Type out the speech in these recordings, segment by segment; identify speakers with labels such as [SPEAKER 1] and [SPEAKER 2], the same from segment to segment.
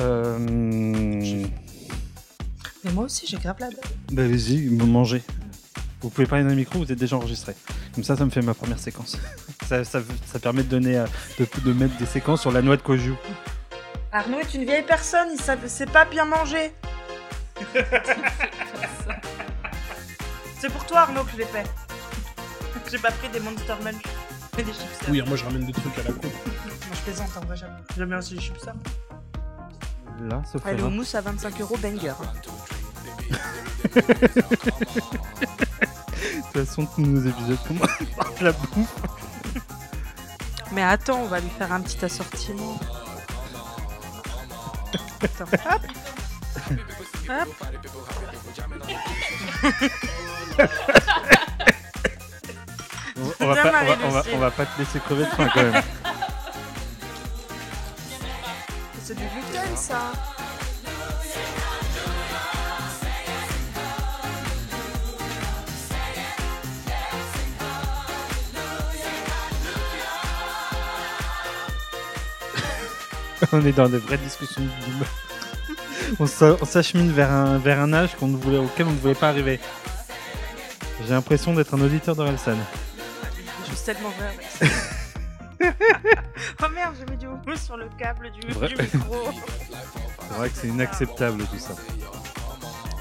[SPEAKER 1] Euh...
[SPEAKER 2] Mais moi aussi, j'ai grave la dalle.
[SPEAKER 1] Bah vas-y, me mangez. Vous pouvez parler dans le micro, vous êtes déjà enregistré. Comme ça, ça me fait ma première séquence. ça, ça- ça permet de donner, euh, de, de mettre des séquences sur la noix de Koju.
[SPEAKER 2] Arnaud est une vieille personne, il sait sait pas bien manger. C'est pour toi, Arnaud, que je l'ai fait. J'ai pas pris des Monster Munch, mais des chips.
[SPEAKER 3] Oui, moi je ramène des trucs à la con.
[SPEAKER 2] Moi, je plaisante, en vrai, j'aime j'aime bien aussi les chips.
[SPEAKER 1] Là, sauf
[SPEAKER 2] Elle
[SPEAKER 1] que
[SPEAKER 2] est
[SPEAKER 1] là.
[SPEAKER 2] au mousse à 25 euros, banger.
[SPEAKER 1] De toute façon, tous nos épisodes commencent par
[SPEAKER 3] Ah,
[SPEAKER 1] la bouffe.
[SPEAKER 2] Mais attends, on va lui faire un petit assortiment. Attends, hop Hop
[SPEAKER 1] On, on va
[SPEAKER 2] Bien
[SPEAKER 1] pas, on,
[SPEAKER 2] marrer
[SPEAKER 1] va,
[SPEAKER 2] le
[SPEAKER 1] on va-
[SPEAKER 2] style.
[SPEAKER 1] on va pas te laisser crever de faim quand même.
[SPEAKER 2] C'est du gluten, ça
[SPEAKER 1] on est dans des vraies discussions d'humains. on s'a- on s'achemine vers un, vers un âge qu'on ne voulait, auquel on ne voulait pas arriver. J'ai l'impression d'être un auditeur d'Orelsan.
[SPEAKER 2] Je suis tellement vert. oh merde, j'ai mis du houmous sur le câble du,
[SPEAKER 1] Vrai.
[SPEAKER 2] du micro.
[SPEAKER 1] C'est vrai que c'est inacceptable tout ça.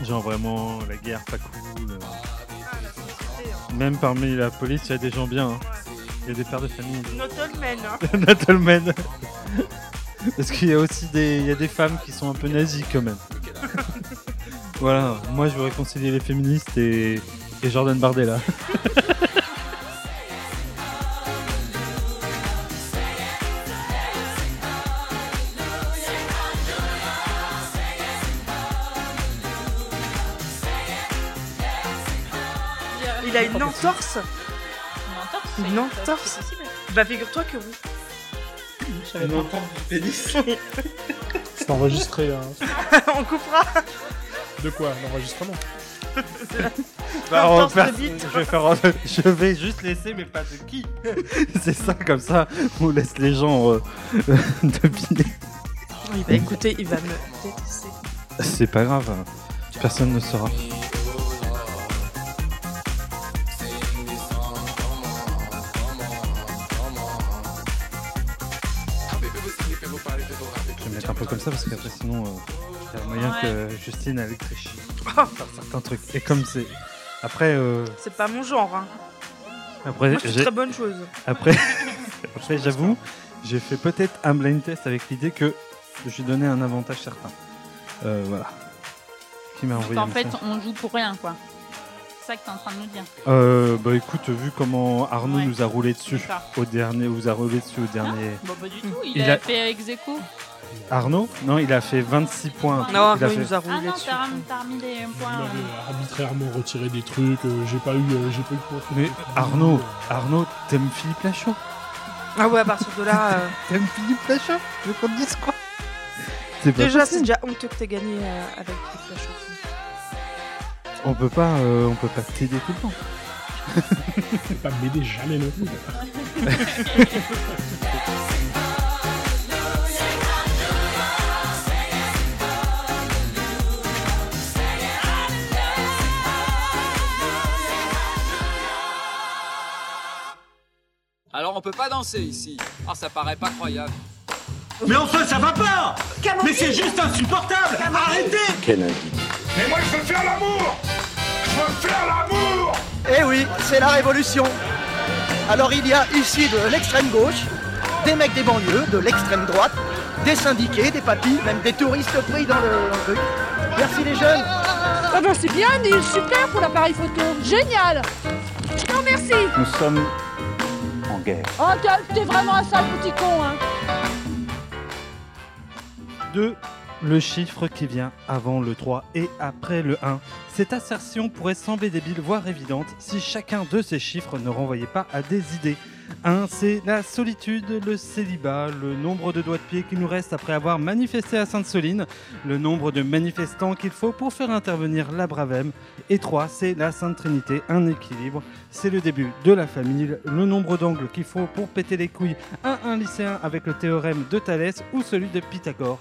[SPEAKER 1] Genre vraiment la guerre pas cool. euh.
[SPEAKER 2] Ah, la société, hein.
[SPEAKER 1] Même parmi la police, il y a des gens bien. hein.
[SPEAKER 2] Ouais.
[SPEAKER 1] Il y a des pères de famille.
[SPEAKER 2] Not all men, hein.
[SPEAKER 1] Natalman. Parce qu'il y a aussi des, il y a des femmes qui sont un peu nazies quand même. voilà, moi je veux réconcilier les féministes et, et Jordan Bardella.
[SPEAKER 2] Il a une entorse.
[SPEAKER 4] Une entorse
[SPEAKER 2] Une
[SPEAKER 4] c'est-
[SPEAKER 2] entorse.
[SPEAKER 4] c'est possible.
[SPEAKER 2] Bah figure-toi que oui.
[SPEAKER 3] C'est enregistré. hein.
[SPEAKER 2] on coupera.
[SPEAKER 3] De quoi L'enregistrement
[SPEAKER 2] Bah, on va faire-
[SPEAKER 1] je, vais faire- je vais juste laisser, mais pas de qui. C'est ça, comme ça, on laisse les gens euh, deviner.
[SPEAKER 2] Oui, bah écoutez, il va me détester.
[SPEAKER 1] C'est pas grave, hein. personne ne saura. Je vais me mettre un peu comme ça parce qu'après sinon euh, il y a moyen que Justine elle triche par certains trucs. Et comme c'est après euh,
[SPEAKER 2] C'est pas mon genre, hein.
[SPEAKER 1] après
[SPEAKER 2] Moi, je suis
[SPEAKER 1] j'ai-
[SPEAKER 2] très bonne chose.
[SPEAKER 1] après, après j'avoue, j'ai fait peut-être un blind test avec l'idée que je lui donnais un avantage certain. Euh, voilà. Qui m'a envoyé
[SPEAKER 4] en
[SPEAKER 1] un
[SPEAKER 4] fait,
[SPEAKER 1] message
[SPEAKER 4] on joue pour rien, quoi. C'est ça que t'es en train de nous dire.
[SPEAKER 1] Euh, Bah écoute, vu comment Arnaud
[SPEAKER 4] Ouais.
[SPEAKER 1] nous a roulé dessus
[SPEAKER 4] D'accord.
[SPEAKER 1] au dernier, vous a roulé dessus au dernier.
[SPEAKER 4] Bon, pas du tout. Il,
[SPEAKER 1] Il
[SPEAKER 4] a,
[SPEAKER 1] a-
[SPEAKER 4] fait ex aequo.
[SPEAKER 1] Arnaud Non, il a fait 26 points.
[SPEAKER 2] Non,
[SPEAKER 1] il a
[SPEAKER 2] Arnaud, il
[SPEAKER 1] fait-
[SPEAKER 2] nous a
[SPEAKER 4] Ah
[SPEAKER 2] roulé
[SPEAKER 4] non,
[SPEAKER 2] dessus.
[SPEAKER 4] t'as rem- t'as remis des
[SPEAKER 3] Vous
[SPEAKER 4] points.
[SPEAKER 3] m'avez
[SPEAKER 4] euh,
[SPEAKER 3] arbitrairement retiré des trucs, euh, j'ai pas eu, euh, j'ai pas eu de Euh, points.
[SPEAKER 1] Mais Arnaud, Arnaud, t'aimes Philippe Lachaud
[SPEAKER 2] Ah ouais, à partir de là, euh,
[SPEAKER 1] T'aimes Philippe Lachaud Je veux qu'on te dise quoi C'est pas
[SPEAKER 2] déjà, c'est
[SPEAKER 1] possible.
[SPEAKER 2] déjà honteux que t'aies gagné euh, avec Philippe Lachaud.
[SPEAKER 1] On peut pas, euh, on peut pas t'aider tout le temps.
[SPEAKER 3] Faut pas m'aider jamais non plus.
[SPEAKER 5] Alors on peut pas danser ici. Ah ça paraît pas croyable.
[SPEAKER 6] Mais enfin, ça va pas Mais c'est juste insupportable Arrêtez
[SPEAKER 7] Mais moi je veux faire l'amour Je veux faire l'amour
[SPEAKER 6] Eh oui, c'est la révolution Alors il y a ici de l'extrême gauche, des mecs des banlieues, de l'extrême droite, des syndiqués, des papilles, même des touristes pris dans le dans le truc. Merci les jeunes
[SPEAKER 8] Ah ben c'est bien, Neil, super pour l'appareil photo. Génial Non merci
[SPEAKER 9] Nous sommes en guerre.
[SPEAKER 8] Oh t'es- t'es vraiment un sale petit con hein
[SPEAKER 1] Deux, Le chiffre qui vient avant le 3 et après le 1. Cette assertion pourrait sembler débile, voire évidente, si chacun de ces chiffres ne renvoyait pas à des idées. 1, c'est la solitude, le célibat, le nombre de doigts de pied qu'il nous reste après avoir manifesté à Sainte-Soline, le nombre de manifestants qu'il faut pour faire intervenir la Bravem. Et 3, c'est la Sainte Trinité, un équilibre. C'est le début de la famille, le nombre d'angles qu'il faut pour péter les couilles à un lycéen avec le théorème de Thalès ou celui de Pythagore.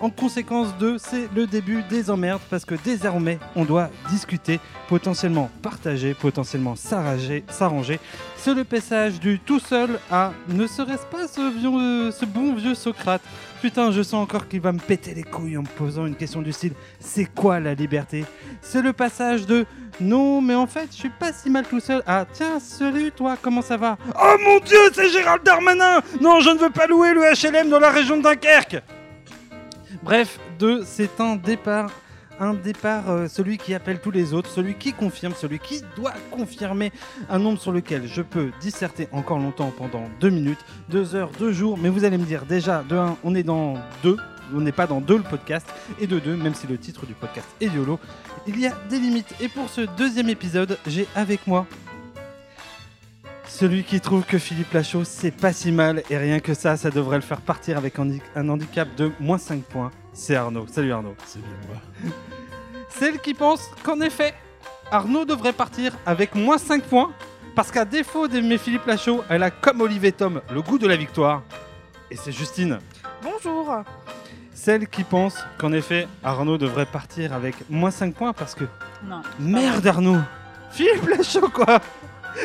[SPEAKER 1] En conséquence de, c'est le début des emmerdes parce que désormais, on doit discuter, potentiellement partager, potentiellement s'arranger- s'arranger. C'est le passage du tout seul à ne serait-ce pas ce, vieux- ce bon vieux Socrate. Putain, je sens encore qu'il va me péter les couilles en me posant une question du style c'est quoi la liberté C'est le passage de non, mais en fait, je suis pas si mal tout seul. Ah, tiens, salut toi, comment ça va Oh mon dieu, c'est Gérald Darmanin Non, je ne veux pas louer le HLM dans la région de Dunkerque Bref, 2, c'est un départ. Un départ, euh, celui qui appelle tous les autres, celui qui confirme, celui qui doit confirmer un nombre sur lequel je peux disserter encore longtemps pendant 2 minutes, 2 heures, 2 jours. Mais vous allez me dire déjà, de 1, on est dans 2, on n'est pas dans 2 le podcast, et de 2, même si le titre du podcast est YOLO, il y a des limites. Et pour ce deuxième épisode, j'ai avec moi celui qui trouve que Philippe Lachaud, c'est pas si mal, et rien que ça, ça devrait le faire partir avec un handi- un handicap de moins 5 points, c'est Arnaud. Salut Arnaud.
[SPEAKER 3] C'est bien moi.
[SPEAKER 1] Celle qui pense qu'en effet, Arnaud devrait partir avec moins 5 points, parce qu'à défaut d'aimer Philippe Lachaud, elle a comme Olivier Tom le goût de la victoire. Et c'est Justine.
[SPEAKER 2] Bonjour.
[SPEAKER 1] Celle qui pense qu'en effet, Arnaud devrait partir avec moins 5 points, parce que
[SPEAKER 4] Non.
[SPEAKER 1] Merde Arnaud Philippe Lachaud quoi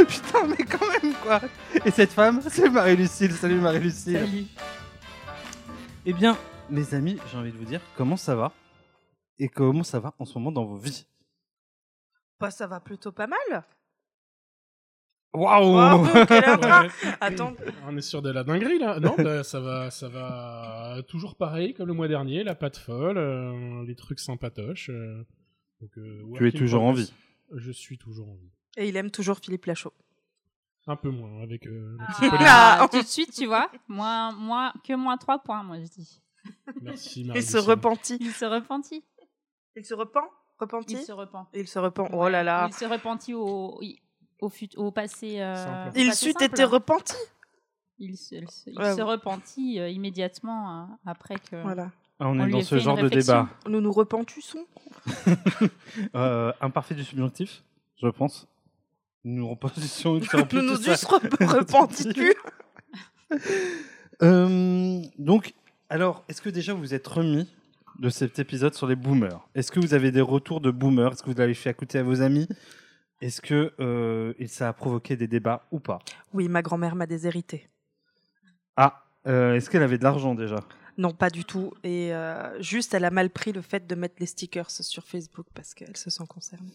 [SPEAKER 1] Putain mais quand même quoi Et cette femme, c'est Marie-Lucille. Salut Marie-Lucille.
[SPEAKER 4] Salut.
[SPEAKER 1] Eh bien, mes amis, j'ai envie de vous dire comment ça va et comment ça va en ce moment dans vos vies.
[SPEAKER 2] Bah, ça va plutôt pas mal. Oh,
[SPEAKER 1] Waouh
[SPEAKER 2] Waouh, quel intra Attends,
[SPEAKER 3] On est sur de la dinguerie là. Non, bah, ça va, ça va toujours pareil comme le mois dernier. La pâte folle, euh, les trucs sympatoches. euh, donc, euh, work
[SPEAKER 1] Tu es
[SPEAKER 3] in
[SPEAKER 1] toujours en
[SPEAKER 3] progress. Je suis toujours en vie.
[SPEAKER 2] et il aime toujours Philippe Lachaud.
[SPEAKER 3] Un peu moins avec. euh, le petit peu de-
[SPEAKER 4] Ah, tout de suite, tu vois. Moins, moins, que moins 3 points, moi, je dis.
[SPEAKER 3] Merci.
[SPEAKER 2] Il se
[SPEAKER 3] Marie-Lucille.
[SPEAKER 2] repentit.
[SPEAKER 4] Il se repentit.
[SPEAKER 2] Il se repent Repentit
[SPEAKER 4] Il se
[SPEAKER 2] il
[SPEAKER 4] repent.
[SPEAKER 2] se... repent. Oh là là.
[SPEAKER 4] Il se repentit au, il- au, fut- au passé. euh,
[SPEAKER 3] Simple.
[SPEAKER 4] au
[SPEAKER 2] Il
[SPEAKER 4] passé
[SPEAKER 2] s'eût
[SPEAKER 4] simple.
[SPEAKER 2] été repenti.
[SPEAKER 4] Il se, il se- il
[SPEAKER 2] Ouais.
[SPEAKER 4] se repentit euh, immédiatement euh, après que.
[SPEAKER 2] Voilà.
[SPEAKER 1] Ah, On
[SPEAKER 4] On
[SPEAKER 1] est
[SPEAKER 4] lui
[SPEAKER 1] dans
[SPEAKER 4] a
[SPEAKER 1] ce
[SPEAKER 4] fait une
[SPEAKER 1] genre de
[SPEAKER 4] réflexion.
[SPEAKER 1] débat.
[SPEAKER 2] Nous nous repentussons.
[SPEAKER 1] Euh, imparfait du subjonctif, je pense. Une reposition, une thérapie,
[SPEAKER 2] Nous nous
[SPEAKER 1] tout ça.
[SPEAKER 2] juste repentis
[SPEAKER 1] Euh, donc, alors, est-ce que déjà vous êtes remis de cet épisode sur les boomers Est-ce que vous avez des retours de boomers Est-ce que vous l'avez fait écouter à vos amis Est-ce que euh, et ça a provoqué des débats ou pas
[SPEAKER 2] Oui, ma grand-mère m'a déshérité.
[SPEAKER 1] Ah, euh, est-ce qu'elle avait de l'argent déjà
[SPEAKER 2] Non, pas du tout. Et euh, juste, elle a mal pris le fait de mettre les stickers sur Facebook parce qu'elle se sent concernée.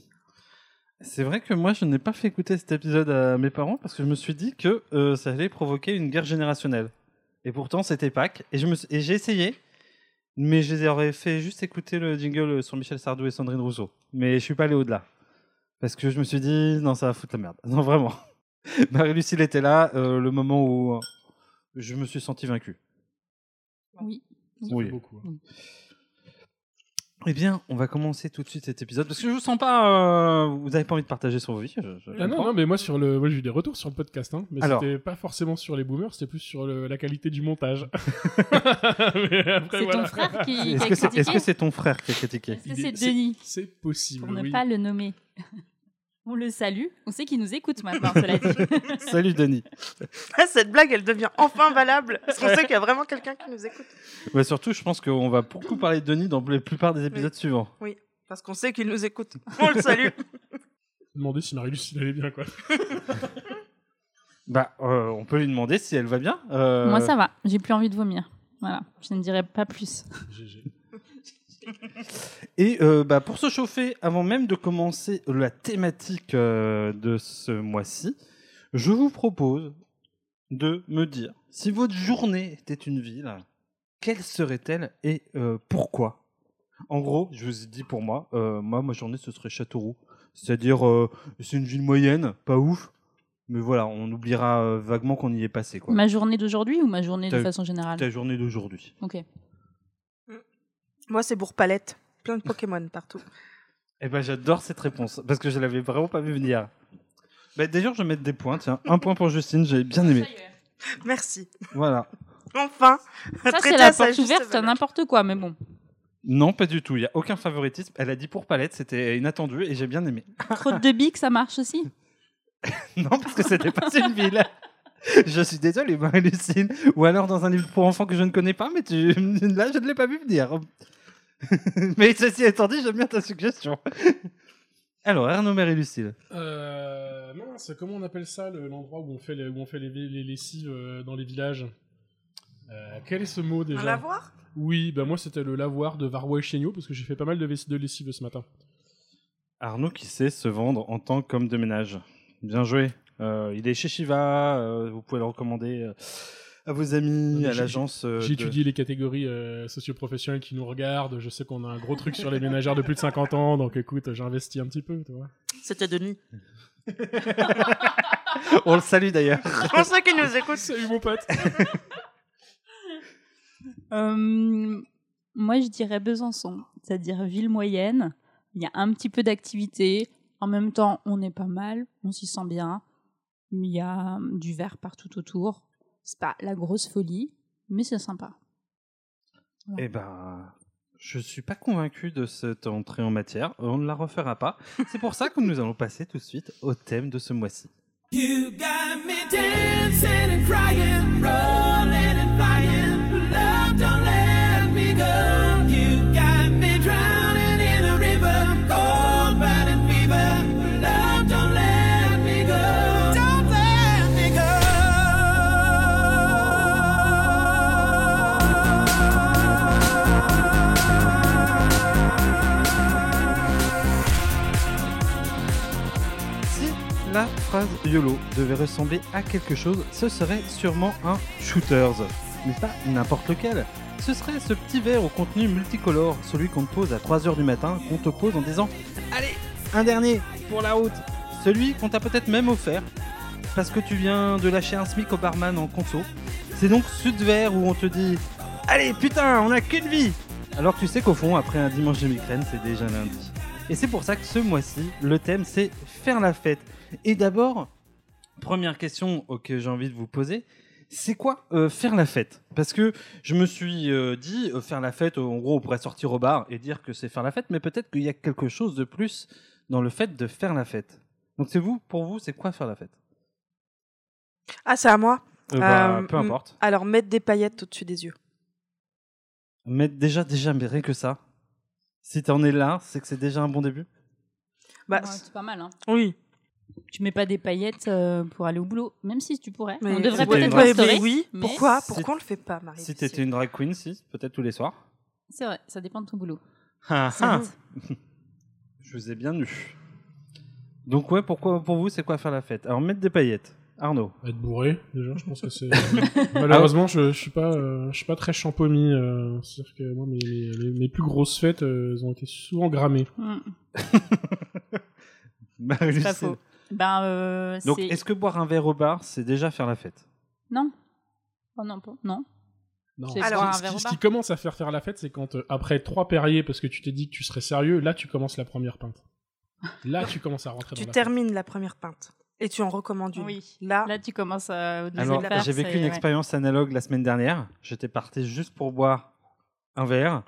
[SPEAKER 1] C'est vrai que moi, je n'ai pas fait écouter cet épisode à mes parents parce que je me suis dit que euh, ça allait provoquer une guerre générationnelle. Et pourtant, c'était Pâques. Et je me suis- et j'ai essayé, mais je les aurais fait juste écouter le jingle sur Michel Sardou et Sandrine Rousseau. Mais je suis pas allé au-delà. Parce que je me suis dit, non, ça va foutre la merde. Non, vraiment. Marie-Lucille était là, euh, le moment où euh, je me suis senti vaincu.
[SPEAKER 4] Oui.
[SPEAKER 3] Ça fait beaucoup. hein.
[SPEAKER 1] Eh bien, on va commencer tout de suite cet épisode parce que je vous sens pas. euh, vous n'avez pas envie de partager sur vos vies. je- je-
[SPEAKER 3] Ah non, non, mais moi, sur le... moi j'ai eu des retours sur le podcast, hein, mais
[SPEAKER 1] Alors.
[SPEAKER 3] c'était pas forcément sur les boomers, c'était plus sur le- la qualité du montage. Mais après,
[SPEAKER 4] C'est ton
[SPEAKER 3] voilà.
[SPEAKER 4] frère qui, qui
[SPEAKER 1] Est-ce
[SPEAKER 4] a
[SPEAKER 1] que c'est
[SPEAKER 4] critiqué.
[SPEAKER 1] est-ce que c'est ton frère qui a critiqué
[SPEAKER 4] Est-ce que
[SPEAKER 3] Il est-
[SPEAKER 4] c'est Denis
[SPEAKER 3] C'est possible,
[SPEAKER 4] Pour ne
[SPEAKER 3] oui.
[SPEAKER 4] pas le nommer. On le salue. On sait qu'il nous écoute maintenant, cela dit.
[SPEAKER 1] Salut Denis.
[SPEAKER 2] Ah, Cette blague, elle devient enfin valable parce qu'on sait qu'il y a vraiment quelqu'un qui nous écoute.
[SPEAKER 1] Ouais, surtout, je pense qu'on va beaucoup parler de Denis dans la plupart des épisodes suivants.
[SPEAKER 2] Parce qu'on sait qu'il nous écoute. On le salue.
[SPEAKER 3] Demander si Marie-Lucille allait bien, quoi.
[SPEAKER 1] Bah, euh, on peut lui demander si elle va bien. euh,
[SPEAKER 4] Moi, ça va. J'ai plus envie de vomir. Voilà. Je ne dirai pas plus.
[SPEAKER 3] GG.
[SPEAKER 1] Et euh, bah, pour se chauffer, avant même de commencer la thématique euh, de ce mois-ci, je vous propose de me dire si votre journée était une ville, quelle serait-elle et euh, pourquoi En gros, je vous ai dit pour moi, euh, moi, ma journée, ce serait Châteauroux. C'est-à-dire, euh, c'est une ville moyenne, pas ouf, mais voilà, on oubliera euh, vaguement qu'on y est passé. Quoi.
[SPEAKER 4] Ma journée d'aujourd'hui ou ma journée de
[SPEAKER 1] T'as-
[SPEAKER 4] façon générale
[SPEAKER 1] Ta journée d'aujourd'hui.
[SPEAKER 4] Ok.
[SPEAKER 2] Moi, c'est Bourpalette. Plein de Pokémon partout.
[SPEAKER 1] Eh ben, j'adore cette réponse parce que je l'avais vraiment pas vu venir. Bah, D'ailleurs, je vais mettre des points. Tiens, un point pour Justine, j'ai bien aimé.
[SPEAKER 10] Merci.
[SPEAKER 1] Voilà.
[SPEAKER 10] Enfin.
[SPEAKER 4] Ça,
[SPEAKER 10] traité
[SPEAKER 4] c'est la
[SPEAKER 10] à sa
[SPEAKER 4] porte
[SPEAKER 10] juste
[SPEAKER 4] ouverte à
[SPEAKER 2] hein.
[SPEAKER 10] valeur.
[SPEAKER 4] n'importe quoi, mais bon.
[SPEAKER 1] Non, pas du tout. Il n'y a aucun favoritisme. Elle a dit pour palette, c'était inattendu et j'ai bien aimé.
[SPEAKER 4] Trop de bic, ça marche aussi.
[SPEAKER 1] Non, parce que c'était pas une ville. Je suis désolé, Marie-Lucine. Ou alors dans un livre pour enfants que je ne connais pas, mais tu... là, je ne l'ai pas vu venir. mais ceci étant dit, j'aime bien ta suggestion. Alors, Arnaud, Marie-Lucille.
[SPEAKER 3] Euh, mince, comment on appelle ça le- l'endroit où on fait les, où on fait les, les lessives euh, dans les villages Euh, Quel est ce mot déjà
[SPEAKER 10] Un lavoir
[SPEAKER 3] Oui, bah moi c'était le lavoir de Varrois et Chéniaud parce que j'ai fait pas mal de, vessi- de lessive ce matin.
[SPEAKER 1] Arnaud qui sait se vendre en tant qu'homme de ménage. Bien joué. Euh, il est chez Shiva, euh, vous pouvez le recommander euh, à vos
[SPEAKER 3] Non,
[SPEAKER 1] amis,
[SPEAKER 3] mais
[SPEAKER 1] à
[SPEAKER 3] j'ai-
[SPEAKER 1] l'agence. euh,
[SPEAKER 3] J'ai
[SPEAKER 1] de-
[SPEAKER 3] étudié les catégories euh, socioprofessionnelles qui nous regardent. Je sais qu'on a un gros truc sur les ménagères de plus de 50 ans, donc écoute, j'investis un petit peu, tu vois.
[SPEAKER 10] C'était Denis.
[SPEAKER 1] Ah, On le salue d'ailleurs.
[SPEAKER 10] Pour ceux qui nous écoutent.
[SPEAKER 3] Salut mon pote
[SPEAKER 4] Euh, moi, je dirais Besançon, c'est-à-dire ville moyenne. Il y a un petit peu d'activité. En même temps, on est pas mal, on s'y sent bien. Il y a hum, du vert partout autour. C'est pas la grosse folie, mais c'est sympa.
[SPEAKER 1] Eh ben, je suis pas convaincu de cette entrée en matière. On ne la refera pas. C'est pour ça que nous allons passer tout de suite au thème de ce mois-ci.
[SPEAKER 11] You got me dancing and crying, rolling and flying. But Love, don't let me go. You got me drowning in a river, cold burning fever. But Love, don't let me go. Don't let me
[SPEAKER 1] Si la phrase YOLO devait ressembler à quelque chose, ce serait sûrement un Shooters. Mais pas n'importe lequel. Ce serait ce petit verre au contenu multicolore, celui qu'on te pose à 3h du matin, qu'on te pose en disant Allez, un dernier pour la route Celui qu'on t'a peut-être même offert parce que tu viens de lâcher un SMIC au barman en conso. C'est donc ce verre où on te dit Allez, putain, on a qu'une vie Alors que tu sais qu'au fond, après un dimanche de migraine, c'est déjà lundi. Et c'est pour ça que ce mois-ci, le thème, c'est faire la fête. Et d'abord, première question que j'ai envie de vous poser, c'est quoi euh, faire la fête Parce que je me suis euh, dit, euh, faire la fête, euh, en gros, on pourrait sortir au bar et dire que c'est faire la fête, mais peut-être qu'il y a quelque chose de plus dans le fait de faire la fête. Donc c'est vous, pour vous, c'est quoi faire la fête
[SPEAKER 2] Ah, c'est à moi.
[SPEAKER 1] Euh, bah,
[SPEAKER 2] Euh,
[SPEAKER 1] Peu
[SPEAKER 2] m-
[SPEAKER 1] importe.
[SPEAKER 2] Alors, mettre des paillettes au-dessus des yeux.
[SPEAKER 1] Mais déjà, déjà, mais rien que ça. Si t'en es là, c'est que c'est déjà un bon début.
[SPEAKER 2] Bah,
[SPEAKER 4] Ouais,
[SPEAKER 2] c-
[SPEAKER 4] c'est pas mal. Hein.
[SPEAKER 2] oui.
[SPEAKER 4] Tu mets pas des paillettes euh, pour aller au boulot, même si tu pourrais.
[SPEAKER 2] Mais-
[SPEAKER 4] on devrait
[SPEAKER 1] C'était
[SPEAKER 4] peut-être
[SPEAKER 1] une-
[SPEAKER 4] instaurer.
[SPEAKER 2] Mais oui.
[SPEAKER 4] mais-
[SPEAKER 2] Pourquoi
[SPEAKER 1] Si-
[SPEAKER 2] Pourquoi on le fait pas, Marie
[SPEAKER 1] Si t'étais une drag queen, si, peut-être tous les soirs.
[SPEAKER 4] C'est vrai, ça dépend de ton boulot.
[SPEAKER 1] Ah, ah.
[SPEAKER 4] Certes.
[SPEAKER 1] Je vous ai bien eu. Donc ouais, pourquoi pour vous c'est quoi faire la fête Alors mettre des paillettes. Arnaud.
[SPEAKER 3] Être bourré, déjà, je pense que c'est. euh, Malheureusement, je, je suis pas, euh, je suis pas très champomis. euh, C'est-à-dire que moi, mes, mes- mes- mes plus grosses fêtes, euh, elles ont été souvent grammées.
[SPEAKER 4] Hmm,
[SPEAKER 1] Marie-Lucille.
[SPEAKER 4] c'est pas faux. Ben, euh,
[SPEAKER 1] Bah, Donc
[SPEAKER 4] c'est-
[SPEAKER 1] est-ce que boire un verre au bar c'est déjà faire la fête
[SPEAKER 4] Non. Oh non, pas- non.
[SPEAKER 3] Non.
[SPEAKER 4] C'est
[SPEAKER 3] Alors,
[SPEAKER 4] boire un
[SPEAKER 3] ce,
[SPEAKER 4] verre
[SPEAKER 3] qui,
[SPEAKER 4] au
[SPEAKER 3] ce
[SPEAKER 4] bar.
[SPEAKER 3] qui commence à faire faire la fête, c'est quand euh, après trois perriers, parce que tu t'es dit que tu serais sérieux, là, tu commences la première pinte. Là, tu commences à rentrer
[SPEAKER 2] Tu
[SPEAKER 3] dans la fête.
[SPEAKER 2] termines la première peinte et tu en recommandes une.
[SPEAKER 4] Oui. Ah.
[SPEAKER 2] Là,
[SPEAKER 4] Là, tu commences à.
[SPEAKER 1] Alors
[SPEAKER 2] de la
[SPEAKER 1] j'ai vécu une expérience analogue la semaine dernière. J'étais parti juste pour boire un verre.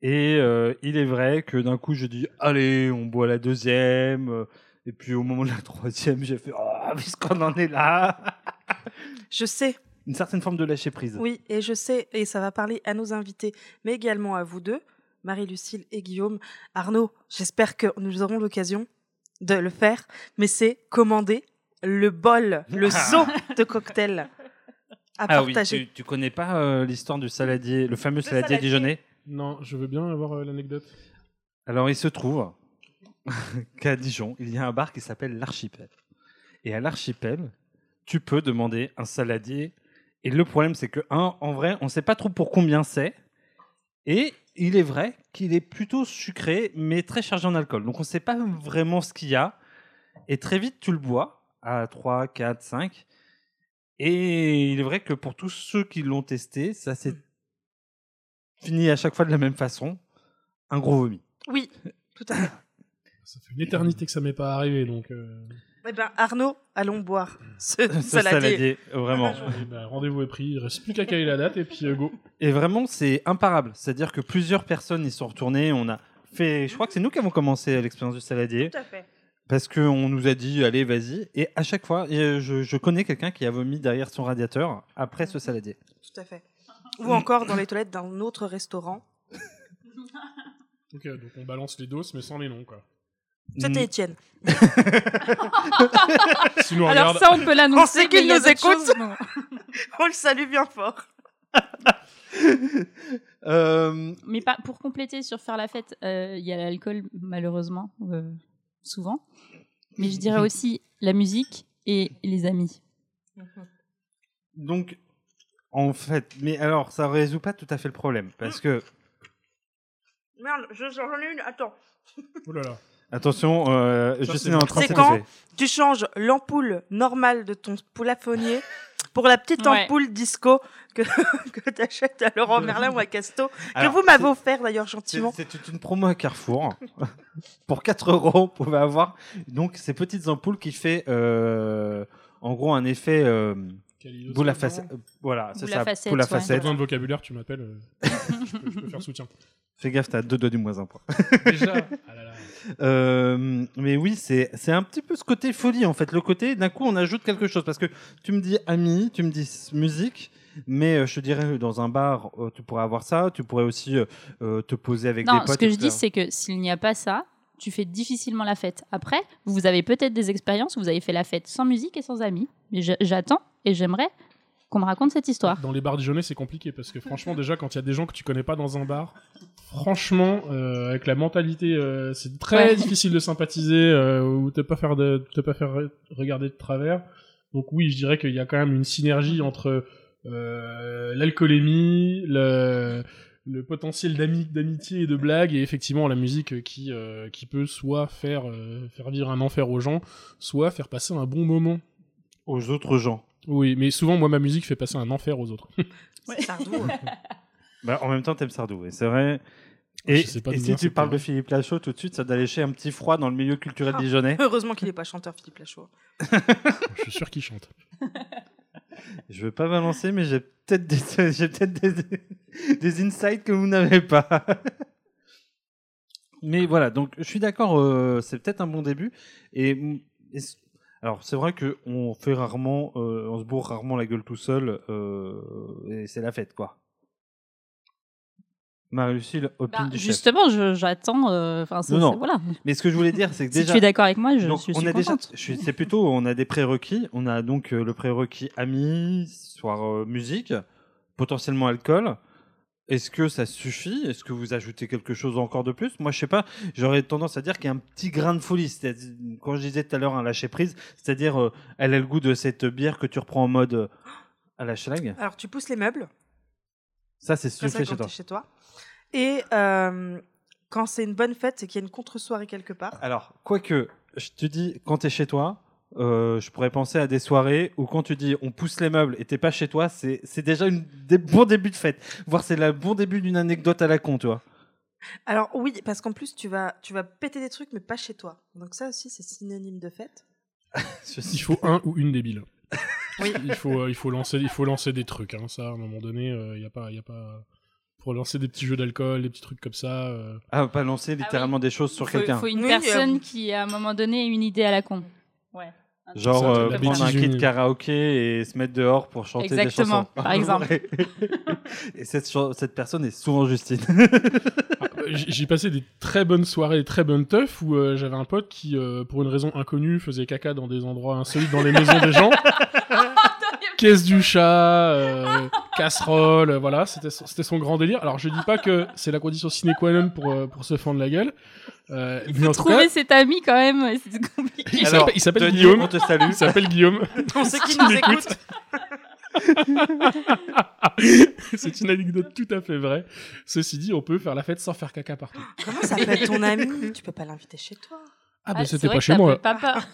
[SPEAKER 1] Et euh, il est vrai que d'un coup, j'ai dit Allez, on boit la deuxième. Et puis au moment de la troisième, j'ai fait Ah, puisqu'on en est là
[SPEAKER 2] je sais.
[SPEAKER 1] Une certaine forme de lâcher prise.
[SPEAKER 2] Oui, et je sais, et ça va parler à nos invités, mais également à vous deux, Marie-Lucille et Guillaume. Arnaud, j'espère que nous aurons l'occasion de le faire, mais c'est commander le bol, le seau de cocktail à
[SPEAKER 1] Ah oui,
[SPEAKER 2] partager.
[SPEAKER 1] tu, tu connais pas euh, l'histoire du saladier, le fameux saladier,
[SPEAKER 10] saladier.
[SPEAKER 1] Dijonais
[SPEAKER 3] Non, je veux bien avoir euh, l'anecdote.
[SPEAKER 1] Alors, il se trouve qu'à Dijon, il y a un bar qui s'appelle l'Archipel. Et à l'Archipel, tu peux demander un saladier. Et le problème, c'est que, un, en vrai, on ne sait pas trop pour combien c'est. Et il est vrai qu'il est plutôt sucré, mais très chargé en alcool. Donc, on ne sait pas vraiment ce qu'il y a. Et très vite, tu le bois à 3, 4, 5. Et il est vrai que pour tous ceux qui l'ont testé, ça s'est fini à chaque fois de la même façon. Un gros vomi.
[SPEAKER 2] Oui, tout à fait.
[SPEAKER 3] Ça fait une éternité que ça m'est pas arrivé, donc. euh,
[SPEAKER 2] Eh ben, Arnaud, allons boire ce,
[SPEAKER 1] Ce saladier, vraiment.
[SPEAKER 2] Ah,
[SPEAKER 3] Et bah, Rendez-vous est pris, il reste plus qu'à caler la date et puis euh, go.
[SPEAKER 1] Et vraiment, c'est imparable. C'est-à-dire que plusieurs personnes y sont retournées. On a fait, je crois que c'est nous qui avons commencé l'expérience du saladier.
[SPEAKER 10] Tout à fait.
[SPEAKER 1] Parce qu'on nous a dit, allez, vas-y. Et à chaque fois, et euh, je, je connais quelqu'un qui a vomi derrière son radiateur après ce saladier.
[SPEAKER 2] Tout à fait. Ou encore dans les toilettes d'un autre restaurant.
[SPEAKER 3] Ok, donc on balance les doses mais sans les noms quoi.
[SPEAKER 2] C'était Étienne.
[SPEAKER 3] Si nous
[SPEAKER 4] Alors
[SPEAKER 3] regarde-
[SPEAKER 4] ça, on peut l'annoncer.
[SPEAKER 2] On sait qu'il
[SPEAKER 4] mais il y a
[SPEAKER 2] nous
[SPEAKER 4] d'autres
[SPEAKER 2] écoute.
[SPEAKER 4] choses, non.
[SPEAKER 2] On le salue bien fort.
[SPEAKER 1] Euh,
[SPEAKER 4] Mais pas, pour compléter sur faire la fête, euh, il y a l'alcool, malheureusement, euh, souvent. Mais je
[SPEAKER 1] Mhm.
[SPEAKER 4] dirais aussi la musique et les amis.
[SPEAKER 1] donc, en fait, mais alors, ça résout pas tout à fait le problème. Parce que,
[SPEAKER 10] Merde, je- j'en ai une. Attends.
[SPEAKER 3] Oh là là.
[SPEAKER 1] attention, euh,
[SPEAKER 3] Ça,
[SPEAKER 1] Justine
[SPEAKER 3] c'est
[SPEAKER 1] est en
[SPEAKER 3] bon.
[SPEAKER 1] train de
[SPEAKER 2] C'est
[SPEAKER 1] s'étouffer.
[SPEAKER 2] Tu changes l'ampoule normale de ton plafonnier pour la petite
[SPEAKER 4] Ouais.
[SPEAKER 2] ampoule disco que, que tu achètes à Laurent Merlin ou à Casto,
[SPEAKER 1] Alors,
[SPEAKER 2] que vous m'avez offert d'ailleurs gentiment.
[SPEAKER 1] C'est c'est une promo à Carrefour. Pour 4 euros, on pouvait avoir donc ces petites ampoules qui fait euh, en gros un effet euh,
[SPEAKER 3] Calidos,
[SPEAKER 1] boule à
[SPEAKER 3] maintenant.
[SPEAKER 1] facette. Voilà, c'est
[SPEAKER 4] Boule
[SPEAKER 1] ça,
[SPEAKER 4] à facette,
[SPEAKER 1] boule à
[SPEAKER 4] ouais.
[SPEAKER 3] T'as
[SPEAKER 1] facette.
[SPEAKER 3] besoin de vocabulaire, tu m'appelles. euh, je, peux, je peux faire soutien.
[SPEAKER 1] Fais gaffe, t'as deux doigts du moins un point.
[SPEAKER 3] Déjà. Ah là là.
[SPEAKER 1] Euh, mais oui, c'est c'est un petit peu ce côté folie en fait. Le côté d'un coup on ajoute quelque chose parce que tu me dis ami, tu me dis s- musique. Mais euh, je te dirais, dans un bar, euh, tu pourrais avoir ça. Tu pourrais aussi euh, euh, te poser avec des
[SPEAKER 4] Non,
[SPEAKER 1] potes.
[SPEAKER 4] ce que je
[SPEAKER 1] etc.
[SPEAKER 4] dis, c'est que s'il n'y a pas ça, tu fais difficilement la fête. Après, vous avez peut-être des expériences où vous avez fait la fête sans musique et sans amis. Mais je- j'attends et j'aimerais qu'on me raconte cette histoire.
[SPEAKER 3] Dans les bars dijonnais, c'est compliqué parce que franchement, déjà, quand il y a des gens que tu connais pas dans un bar, franchement, euh, avec la mentalité, euh, c'est très
[SPEAKER 4] Ouais.
[SPEAKER 3] difficile de sympathiser euh, ou de pas faire de, de pas faire re- regarder de travers. Donc oui, je dirais qu'il y a quand même une synergie entre euh, l'alcoolémie, le, le potentiel d'ami- d'amitié et de blague, et effectivement la musique euh, qui euh, qui peut soit faire euh, faire vivre un enfer aux gens, soit faire passer un bon moment.
[SPEAKER 1] aux autres gens.
[SPEAKER 3] Oui, mais souvent moi ma musique fait passer un enfer aux autres.
[SPEAKER 2] Sardou, hein.
[SPEAKER 1] Bah, en même temps, t'aimes Sardou, et c'est vrai.
[SPEAKER 3] Je
[SPEAKER 1] Et,
[SPEAKER 3] sais pas
[SPEAKER 1] et
[SPEAKER 3] d'où
[SPEAKER 1] si
[SPEAKER 3] vient
[SPEAKER 1] tu
[SPEAKER 3] cette
[SPEAKER 1] parles de
[SPEAKER 3] théorie.
[SPEAKER 1] Philippe Lachaud, tout de suite, ça doit lécher un petit froid dans le milieu culturel
[SPEAKER 2] Ah.
[SPEAKER 1] dijonnais.
[SPEAKER 2] Heureusement qu'il n'est pas chanteur, Philippe Lachaud.
[SPEAKER 3] Je suis sûr qu'il chante.
[SPEAKER 1] Je veux pas balancer, mais j'ai peut-être des, j'ai peut-être des, des insights que vous n'avez pas. Mais voilà, donc je suis d'accord, euh, c'est peut-être un bon début. Et, mm, est-ce- alors c'est vrai que on fait rarement, euh, on se bourre rarement la gueule tout seul, euh, et c'est la fête quoi. Marie-Lucille, opine
[SPEAKER 4] Bah,
[SPEAKER 1] du chef.
[SPEAKER 4] justement, je- j'attends. euh, Enfin, c'est-
[SPEAKER 1] Non, non.
[SPEAKER 4] c'est- voilà.
[SPEAKER 1] Mais ce que je voulais dire, c'est que
[SPEAKER 4] Si
[SPEAKER 1] déjà,
[SPEAKER 4] tu es d'accord avec moi, je,
[SPEAKER 1] Donc,
[SPEAKER 4] je suis
[SPEAKER 1] on a déjà,
[SPEAKER 4] contente.
[SPEAKER 1] je suis- c'est plutôt, on a des prérequis. On a donc euh, le prérequis amis, soir euh, musique, potentiellement alcool. Est-ce que ça suffit Est-ce que vous ajoutez quelque chose encore de plus Moi, je sais pas. J'aurais tendance à dire qu'il y a un petit grain de folie. C'est-à-dire- Quand je disais tout à l'heure un lâcher prise, c'est-à-dire, euh, elle a le goût de cette bière que tu reprends en mode euh, à la schlag.
[SPEAKER 2] Alors tu pousses les meubles,
[SPEAKER 1] Ça, c'est
[SPEAKER 2] ça,
[SPEAKER 1] ce
[SPEAKER 2] ça
[SPEAKER 1] fait chez
[SPEAKER 2] quand
[SPEAKER 1] toi.
[SPEAKER 2] t'es chez toi. Et euh, quand c'est une bonne fête, c'est qu'il y a une contre-soirée quelque part.
[SPEAKER 1] Alors, quoique, je te dis, quand t'es chez toi, euh, je pourrais penser à des soirées où quand tu dis on pousse les meubles et t'es pas chez toi, c'est c'est déjà une des bon début de fête. Voire c'est le bon début d'une anecdote à la con, tu vois.
[SPEAKER 2] Alors oui, parce qu'en plus tu vas, tu vas péter des trucs, mais pas chez toi. Donc ça aussi, c'est synonyme de fête.
[SPEAKER 3] Il faut un ou une débile. Il faut, euh, il faut lancer, il faut lancer des trucs. hein, ça, à un moment donné, il y a pas, il y a pas. Pour lancer des petits jeux d'alcool, des petits trucs comme ça. euh,
[SPEAKER 1] Ah, pas lancer littéralement des choses sur
[SPEAKER 4] Il faut-
[SPEAKER 1] quelqu'un.
[SPEAKER 4] faut une
[SPEAKER 2] Oui,
[SPEAKER 4] personne
[SPEAKER 2] euh,
[SPEAKER 4] qui, à un moment donné, a une idée à la con. Ouais.
[SPEAKER 1] Genre
[SPEAKER 3] Ça, c'est
[SPEAKER 1] euh,
[SPEAKER 3] la
[SPEAKER 1] prendre un
[SPEAKER 3] bêtise
[SPEAKER 1] kit
[SPEAKER 3] unique.
[SPEAKER 1] karaoké et se mettre dehors pour chanter
[SPEAKER 4] Exactement,
[SPEAKER 1] des chansons.
[SPEAKER 4] par exemple.
[SPEAKER 1] et cette, chan- cette personne est souvent Justine.
[SPEAKER 3] Ah, euh, j- J'ai passé des très bonnes soirées, des très bonnes teufs où euh, j'avais un pote qui, euh, pour une raison inconnue, faisait caca dans des endroits insolites, dans les maisons des gens. Caisse du chat, euh, casserole, euh, voilà, c'était son, c'était son grand délire. Alors je dis pas que c'est la condition sine qua non pour, euh, pour se fendre la gueule. euh, mais en tout cas,
[SPEAKER 4] Trouver cet ami quand même, c'est compliqué.
[SPEAKER 3] il
[SPEAKER 1] Alors,
[SPEAKER 3] s'appelle- il s'appelle
[SPEAKER 1] Denis,
[SPEAKER 3] Guillaume.
[SPEAKER 1] On te salue.
[SPEAKER 3] Il s'appelle Guillaume.
[SPEAKER 2] On sait qui nous écoute.
[SPEAKER 3] C'est une anecdote tout à fait vraie. Ceci dit, on peut faire la fête sans faire caca partout.
[SPEAKER 2] Comment ça peut être ton ami Tu peux pas l'inviter chez toi.
[SPEAKER 3] Ah,
[SPEAKER 4] Ah,
[SPEAKER 3] bah
[SPEAKER 4] c'est
[SPEAKER 3] c'était
[SPEAKER 4] vrai
[SPEAKER 3] pas
[SPEAKER 4] que
[SPEAKER 3] chez
[SPEAKER 4] ça
[SPEAKER 3] moi.
[SPEAKER 4] peut pas par-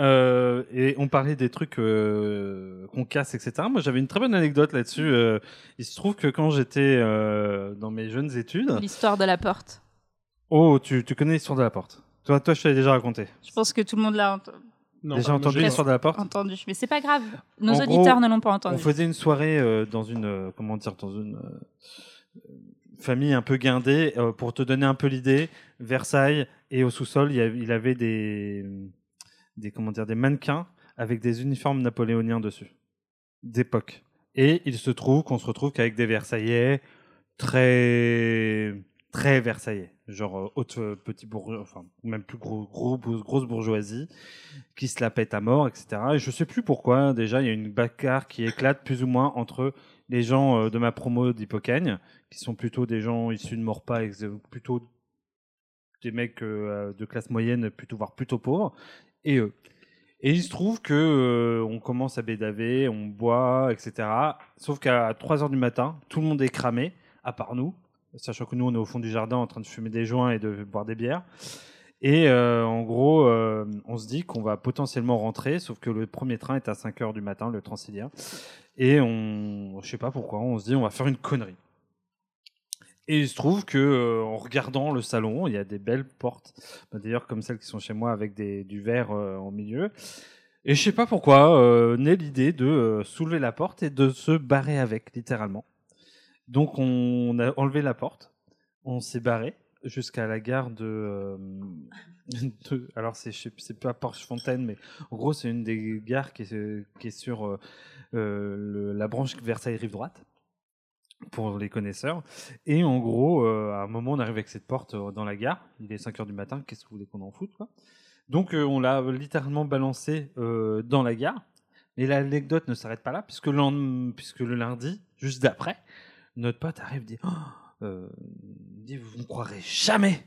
[SPEAKER 1] Euh, et on parlait des trucs euh, qu'on casse, etc. Moi, j'avais une très bonne anecdote là-dessus. Euh, il se trouve que quand j'étais euh, dans mes jeunes études,
[SPEAKER 4] L'histoire de la porte.
[SPEAKER 1] oh, tu, tu connais l'histoire de la porte Toi, toi je t'avais déjà raconté.
[SPEAKER 4] Je pense que tout le monde l'a ent-
[SPEAKER 3] bah,
[SPEAKER 1] déjà entendu l'histoire de la porte
[SPEAKER 4] entendu. Mais c'est pas grave. Nos
[SPEAKER 1] En
[SPEAKER 4] auditeurs
[SPEAKER 1] gros,
[SPEAKER 4] ne l'ont pas entendu.
[SPEAKER 1] On faisait une soirée euh, dans une euh, comment dire dans une euh, famille un peu guindée euh, pour te donner un peu l'idée. Versailles et au sous-sol, il, y avait- il avait des des comment dire des mannequins avec des uniformes napoléoniens dessus d'époque. Et il se trouve qu'on se retrouve qu'avec des Versaillais très très Versaillais, genre euh, haute euh, petit bourgeois, enfin même plus gros, gros bou- grosse bourgeoisie qui se la pète à mort, etc. Et je sais plus pourquoi. hein, Déjà, il y a une bagarre qui éclate plus ou moins entre les gens euh, de ma promo d'Hippocagne, qui sont plutôt des gens issus de Morpa, ex- plutôt des mecs euh, euh, de classe moyenne, plutôt voire plutôt pauvres, et eux. Et il se trouve que euh, on commence à bédaver, on boit, etc. Sauf qu'à 3 heures du matin, tout le monde est cramé, à part nous, sachant que nous on est au fond du jardin en train de fumer des joints et de boire des bières. Et euh, en gros, euh, on se dit qu'on va potentiellement rentrer, sauf que le premier train est à 5 heures du matin, le Transilien. Et on, je sais pas pourquoi, on se dit on va faire une connerie. Et il se trouve que euh, en regardant le salon, il y a des belles portes, bah, d'ailleurs comme celles qui sont chez moi avec des, du verre euh, en milieu. Et je sais pas pourquoi euh, naît l'idée de euh, soulever la porte et de se barrer avec, littéralement. Donc on a enlevé la porte, on s'est barré jusqu'à la gare de, euh, de- alors c'est je sais- c'est pas Porsche Fontaine, mais en gros c'est une des gares qui est, qui est sur euh, euh, le- la branche Versailles rive droite pour les connaisseurs. Et en gros, euh, à un moment, on arrive avec cette porte euh, dans la gare. Il est 5 heures du matin. Qu'est-ce que vous voulez qu'on en foute quoi Donc, euh, on l'a littéralement balancé euh, dans la gare. Mais l'anecdote ne s'arrête pas là, puisque, le lendem- puisque le lundi, juste d'après, notre pote arrive et dit, Oh, euh, il dit, Vous ne croirez jamais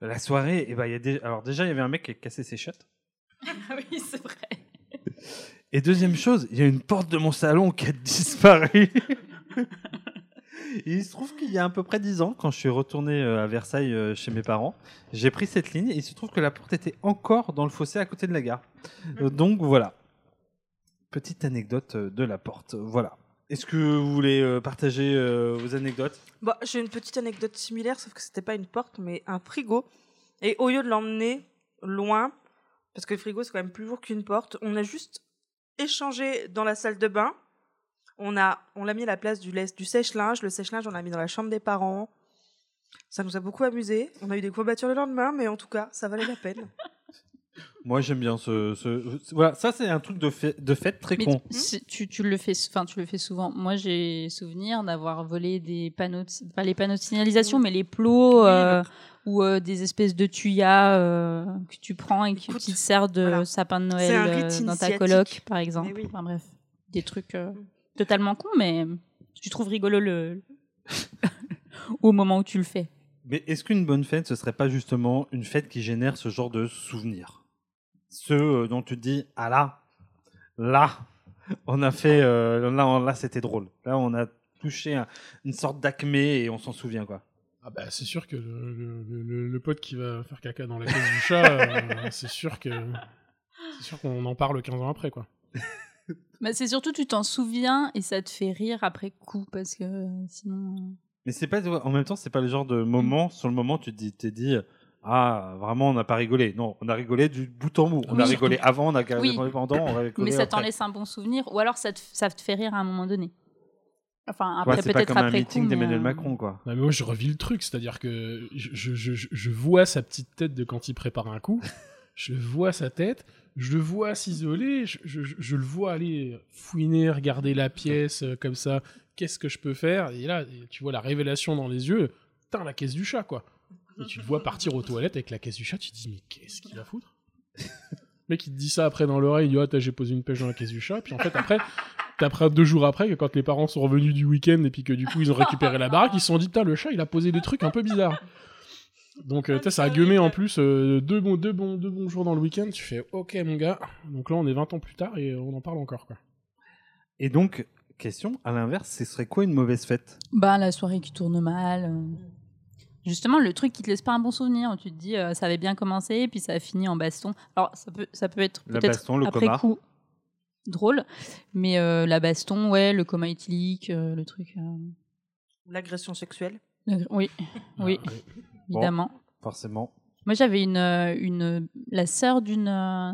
[SPEAKER 1] la soirée. Et ben, il y a des... Alors, déjà, il y avait un mec qui a cassé ses shots.
[SPEAKER 4] Ah oui, c'est vrai.
[SPEAKER 1] Et deuxième chose, il y a une porte de mon salon qui a disparu. Et il se trouve qu'il y a à peu près 10 ans, quand je suis retourné euh, à Versailles euh, chez mes parents, j'ai pris cette ligne et il se trouve que la porte était encore dans le fossé à côté de la gare.
[SPEAKER 4] Mhm.
[SPEAKER 1] Euh, Donc voilà. Petite anecdote euh, de la porte. Voilà. Est-ce que vous voulez euh, partager euh, vos anecdotes
[SPEAKER 2] Bah, j'ai une petite anecdote similaire, sauf que c'était pas une porte, mais un frigo. Et au lieu de l'emmener loin, parce que le frigo c'est quand même plus lourd qu'une porte, on a juste échangé dans la salle de bain. On a, on l'a mis à la place du, lais- du sèche-linge. Le sèche-linge, on l'a mis dans la chambre des parents. Ça nous a beaucoup amusé. On a eu des courbatures le lendemain, mais en tout cas, ça valait la peine.
[SPEAKER 1] Moi j'aime bien ce, ce- ce- Voilà, ça c'est un truc de, fait, de fête très
[SPEAKER 4] Mais
[SPEAKER 1] con.
[SPEAKER 4] tu- si- tu, tu le fais, enfin tu le fais souvent. Moi, j'ai souvenir d'avoir volé des panneaux, de- pas les panneaux de signalisation, mais les plots euh, ou euh, des espèces de tuyas euh, que tu prends et qui qui te servent de sapin de Noël
[SPEAKER 2] C'est un
[SPEAKER 4] euh,
[SPEAKER 2] rite
[SPEAKER 4] dans ta
[SPEAKER 2] initiatique.
[SPEAKER 4] coloc, par exemple.
[SPEAKER 2] Mais oui.
[SPEAKER 4] Enfin, bref, des trucs euh, totalement cons, mais tu trouves rigolo le au moment où tu le fais.
[SPEAKER 1] Mais est-ce qu'une bonne fête, ce serait pas justement une fête qui génère ce genre de souvenirs Ceux euh, dont tu te dis, ah là, là, on a fait, euh, là, on- là c'était drôle. Là, on a touché un- une sorte d'acmé et on s'en souvient, quoi.
[SPEAKER 3] Ah bah c'est sûr que le, le- le- le- le pote qui va faire caca dans la caisse du chat, euh, c'est sûr que c'est sûr qu'on en parle 15 ans après quoi.
[SPEAKER 4] Mais Bah, c'est surtout tu t'en souviens et ça te fait rire après coup parce que euh, sinon. euh,
[SPEAKER 1] Mais c'est pas, en même temps, c'est pas le genre de
[SPEAKER 4] Mm.
[SPEAKER 1] moment, sur le moment, tu te dis, t'es dit, ah, vraiment, on n'a pas rigolé. Non, on a rigolé du bout en bout. On a
[SPEAKER 4] Oui.
[SPEAKER 1] rigolé avant, on a rigolé
[SPEAKER 4] Oui.
[SPEAKER 1] pendant, on a rigolé
[SPEAKER 4] Mais ça t'en
[SPEAKER 1] après.
[SPEAKER 4] laisse un bon souvenir, ou alors ça te, ça te fait rire à un moment donné. Enfin,
[SPEAKER 1] Ouais,
[SPEAKER 4] après,
[SPEAKER 1] c'est pas
[SPEAKER 4] peut-être
[SPEAKER 1] comme
[SPEAKER 4] après
[SPEAKER 1] un meeting
[SPEAKER 4] coup, mais,
[SPEAKER 1] d'Emmanuel
[SPEAKER 4] euh,
[SPEAKER 1] Macron, quoi.
[SPEAKER 3] Non, mais moi, je revis le truc, c'est-à-dire que je, je- je- je vois sa petite tête de quand il prépare un coup, je vois sa tête, je le vois s'isoler, je, je- je- je le vois aller fouiner, regarder la pièce euh, comme ça, qu'est-ce que je peux faire Et là, tu vois la révélation dans les yeux, putain, la caisse du chat, quoi. Et tu le vois partir aux toilettes avec la caisse du chat, tu te dis, mais qu'est-ce qu'il va foutre Le mec, il te dit ça après dans l'oreille, il dit, ah, t'as, j'ai posé une pêche dans la caisse du chat, puis en fait, après, T'apprends deux jours après que quand les parents sont revenus du week-end et puis que du coup ils ont récupéré la baraque, ils se sont dit putain le chat il a posé des trucs un peu bizarres. Donc euh, tu sais, ça a gueumé en plus euh, deux, bons, deux, bons, deux bons jours dans le week-end, tu fais ok mon gars. Donc là on est 20 ans plus tard et on en parle encore quoi.
[SPEAKER 1] Et donc, question, à l'inverse, ce serait quoi une mauvaise fête
[SPEAKER 4] Bah, la soirée qui tourne mal. euh. Justement, le truc qui te laisse pas un bon souvenir, où tu te dis euh, ça avait bien commencé, puis ça a fini en baston. Alors, ça peut, ça peut être
[SPEAKER 1] La
[SPEAKER 4] peut-être
[SPEAKER 1] baston, le
[SPEAKER 4] après
[SPEAKER 1] coma.
[SPEAKER 4] coup drôle, mais euh, la baston, ouais, le coma éthylique, euh, le truc. euh,
[SPEAKER 2] L'agression sexuelle.
[SPEAKER 4] Oui, oui,
[SPEAKER 1] Bon,
[SPEAKER 4] évidemment.
[SPEAKER 1] forcément.
[SPEAKER 4] Moi, j'avais une, euh, une, la sœur d'une, euh,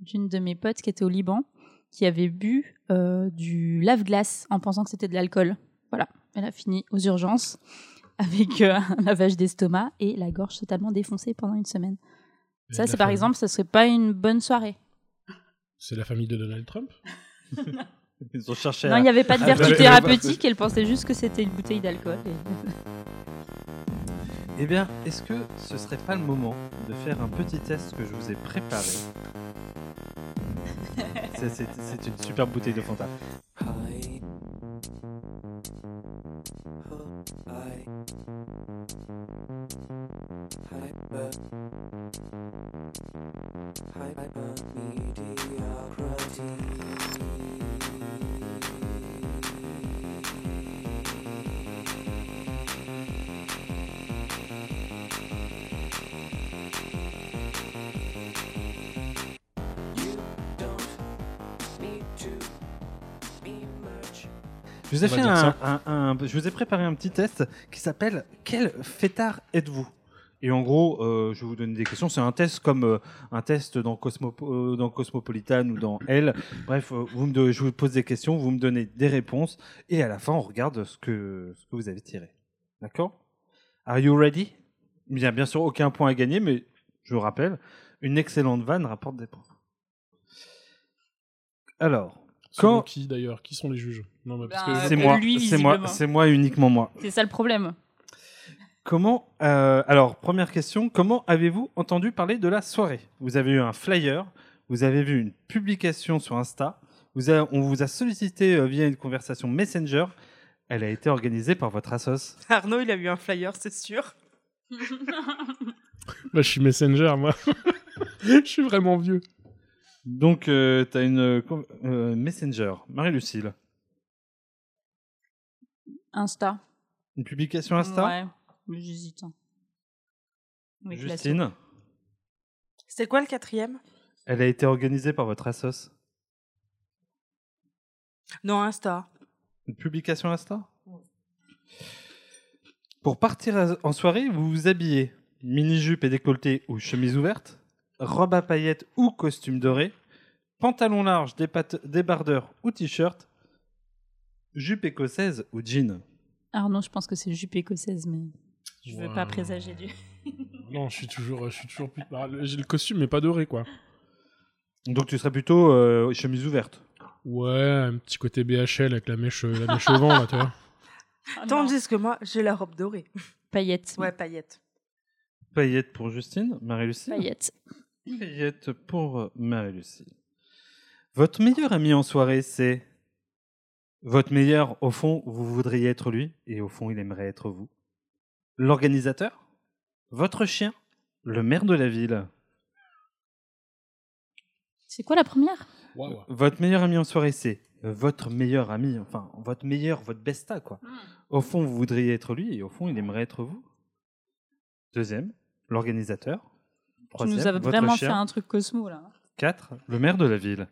[SPEAKER 4] d'une de mes potes qui était au Liban, qui avait bu euh, du lave-glace en pensant que c'était de l'alcool. Voilà, elle a fini aux urgences avec euh, un lavage d'estomac et la gorge totalement défoncée pendant une semaine.
[SPEAKER 3] Et
[SPEAKER 4] Ça,
[SPEAKER 3] la
[SPEAKER 4] c'est par
[SPEAKER 3] famille.
[SPEAKER 4] exemple, ça serait pas une bonne soirée.
[SPEAKER 3] C'est la famille de Donald Trump
[SPEAKER 1] Ils ont cherché
[SPEAKER 4] Non,
[SPEAKER 1] à-
[SPEAKER 4] il n'y avait pas de
[SPEAKER 1] à-
[SPEAKER 4] vertu thérapeutique, elle pensait juste que c'était une bouteille d'alcool. et-
[SPEAKER 1] Eh bien, est-ce que ce serait pas le moment de faire un petit test que je vous ai préparé C'est- C'est c'est une superbe bouteille de Fanta. Je vous ai
[SPEAKER 3] On va
[SPEAKER 1] fait
[SPEAKER 3] dire
[SPEAKER 1] un,
[SPEAKER 3] ça.
[SPEAKER 1] un- un- je vous ai préparé un petit test qui s'appelle Quel fêtard êtes-vous Et en gros, euh, je vais vous donner des questions. C'est un test comme euh, un test dans, Cosmopo- euh, dans Cosmopolitan ou dans Elle. Bref, euh, vous me de- je vous pose des questions, vous me donnez des réponses et à la fin, on regarde ce que, ce que vous avez tiré. D'accord Are you ready Il n'y a bien sûr aucun point à gagner, mais je vous rappelle, une excellente vanne rapporte des points. Alors,
[SPEAKER 3] Selon
[SPEAKER 1] quand
[SPEAKER 3] qui d'ailleurs Qui sont les juges Non, mais parce
[SPEAKER 4] Ben,
[SPEAKER 3] que
[SPEAKER 1] c'est moi,
[SPEAKER 4] lui,
[SPEAKER 1] c'est moi,
[SPEAKER 4] visiblement.
[SPEAKER 1] c'est moi uniquement moi.
[SPEAKER 4] C'est ça le problème.
[SPEAKER 1] Comment euh, Alors première question, comment avez-vous entendu parler de la soirée Vous avez eu un flyer, vous avez vu une publication sur Insta, vous avez- on vous a sollicité euh, via une conversation Messenger. Elle a été organisée par votre assos.
[SPEAKER 10] Arnaud, il a eu un flyer, c'est sûr.
[SPEAKER 3] moi, Bah, je suis messenger, moi. je suis vraiment vieux.
[SPEAKER 1] Donc tu as une euh, con- euh, Messenger, Marie-Lucille,
[SPEAKER 4] Insta.
[SPEAKER 1] une publication Insta.
[SPEAKER 4] Ouais, mais j'hésite. hein. Avec la
[SPEAKER 1] Justine,
[SPEAKER 2] C'est quoi le quatrième
[SPEAKER 1] elle a été organisée par votre assos.
[SPEAKER 2] Non, Insta.
[SPEAKER 1] Une publication Insta Pour partir à- en soirée, vous vous habillez mini-jupe et décolleté ou chemise ouverte, robe à paillettes ou costume doré, pantalon large, dépat- débardeur ou t-shirt, jupe écossaise ou jean.
[SPEAKER 4] Arnaud, je pense que c'est jupe écossaise, mais je veux pas
[SPEAKER 3] Ouais.
[SPEAKER 4] présager du.
[SPEAKER 3] Non, je suis toujours, je suis toujours plus. bah, le- J'ai le costume, mais pas doré, quoi.
[SPEAKER 1] Donc tu serais plutôt euh, chemise ouverte.
[SPEAKER 3] Ouais, un petit côté BHL avec la mèche, la mèche au vent, là, tu vois.
[SPEAKER 2] Oh Ah, Tandis que moi, j'ai la robe dorée.
[SPEAKER 4] Paillettes.
[SPEAKER 2] Ouais, paillettes.
[SPEAKER 1] Paillettes pour Justine, Marie-Lucille.
[SPEAKER 4] Paillettes.
[SPEAKER 1] Paillettes pour euh, Marie-Lucille. Votre meilleur ami en soirée, c'est votre meilleur, au fond, vous voudriez être lui, et au fond, il aimerait être vous. L'organisateur, votre chien, le maire de la ville.
[SPEAKER 4] C'est quoi la première
[SPEAKER 3] Ah
[SPEAKER 1] Votre meilleur ami en soirée, c'est votre meilleur ami, enfin, votre meilleur, votre besta, quoi.
[SPEAKER 4] Hmm.
[SPEAKER 1] Au fond, vous voudriez être lui, et au fond, il aimerait être vous. Deuxième, l'organisateur.
[SPEAKER 4] Tu
[SPEAKER 1] Troisième,
[SPEAKER 4] nous as
[SPEAKER 1] votre
[SPEAKER 4] vraiment
[SPEAKER 1] chien.
[SPEAKER 4] fait un truc Cosmo là.
[SPEAKER 1] Quatre, le maire de la ville.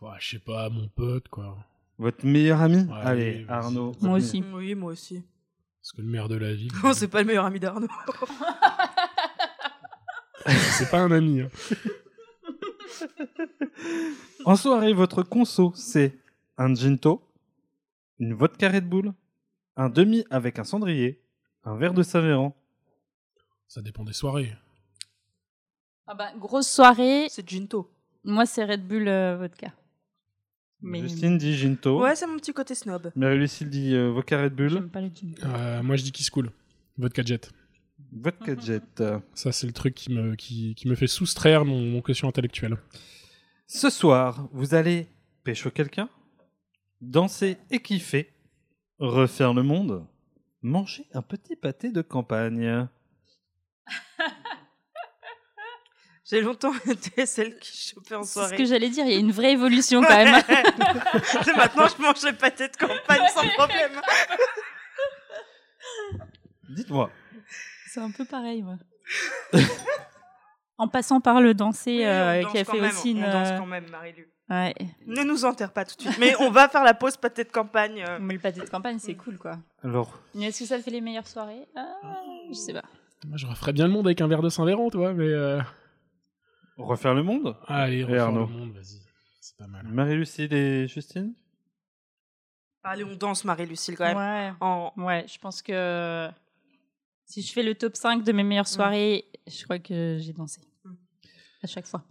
[SPEAKER 3] Ouais, je sais pas, mon pote, quoi.
[SPEAKER 1] Votre meilleur ami
[SPEAKER 3] Ouais,
[SPEAKER 1] Allez,
[SPEAKER 3] vas-y.
[SPEAKER 1] Arnaud.
[SPEAKER 4] Moi aussi.
[SPEAKER 2] Oui, moi aussi.
[SPEAKER 3] Parce que le maire de la ville,
[SPEAKER 2] Non, c'est pas le meilleur ami d'Arnaud.
[SPEAKER 3] c'est pas un ami. hein.
[SPEAKER 1] En soirée, votre conso, c'est un ginto, une vodka Red Bull, un demi avec un cendrier, un verre de Savéran.
[SPEAKER 3] Ça dépend des soirées.
[SPEAKER 4] Ah bah, grosse soirée.
[SPEAKER 2] C'est Junto.
[SPEAKER 4] Moi, c'est Red Bull euh, vodka. Mais
[SPEAKER 1] Justine dit ginto.
[SPEAKER 4] Oh.
[SPEAKER 2] Ouais, c'est mon petit côté snob.
[SPEAKER 1] Marie-Lucille dit euh, vodka Red Bull.
[SPEAKER 4] j'aime pas le gin.
[SPEAKER 3] Euh, moi, je dis Kiss Cool. Votre gadget.
[SPEAKER 1] Vodka Jet.
[SPEAKER 3] Ça, c'est le truc qui me, qui, qui me fait soustraire mon, mon quotient intellectuel.
[SPEAKER 1] Ce soir, vous allez pécho quelqu'un, danser et kiffer, refaire le monde, manger un petit pâté de campagne.
[SPEAKER 2] J'ai longtemps été celle qui chopait en
[SPEAKER 4] C'est ce
[SPEAKER 2] soirée.
[SPEAKER 4] que j'allais dire, il y a une vraie évolution quand même.
[SPEAKER 2] C'est maintenant, je mange les pâtés de campagne sans problème.
[SPEAKER 1] Dites-moi,
[SPEAKER 4] c'est un peu pareil, moi. en passant par le danser
[SPEAKER 2] Oui, on
[SPEAKER 4] euh,
[SPEAKER 2] danse
[SPEAKER 4] qui a
[SPEAKER 2] quand
[SPEAKER 4] fait
[SPEAKER 2] même,
[SPEAKER 4] aussi
[SPEAKER 2] on
[SPEAKER 4] une.
[SPEAKER 2] danse
[SPEAKER 4] euh,
[SPEAKER 2] quand même, Marie-Lu.
[SPEAKER 4] Ouais.
[SPEAKER 2] Ne nous enterre pas tout de suite, mais on va faire la pause pâté de campagne. euh.
[SPEAKER 4] Mais le pâté de campagne, c'est cool quoi.
[SPEAKER 1] Alors,
[SPEAKER 4] Mais est-ce que ça fait les meilleures soirées Ah, Je sais pas.
[SPEAKER 3] Moi, je referais bien le monde avec un verre de Saint-Véran, toi, mais. euh,
[SPEAKER 1] refaire le monde
[SPEAKER 3] Ah, Allez,
[SPEAKER 1] Et
[SPEAKER 3] refaire
[SPEAKER 1] Arnaud.
[SPEAKER 3] le monde, vas-y. C'est pas mal.
[SPEAKER 1] Marie-Lucille et Justine
[SPEAKER 2] Allez, on danse, Marie-Lucille, quand même.
[SPEAKER 4] Ouais.
[SPEAKER 2] En-
[SPEAKER 4] Ouais, je pense que si je fais le top 5 de mes meilleures soirées, je crois que j'ai dansé. À chaque fois.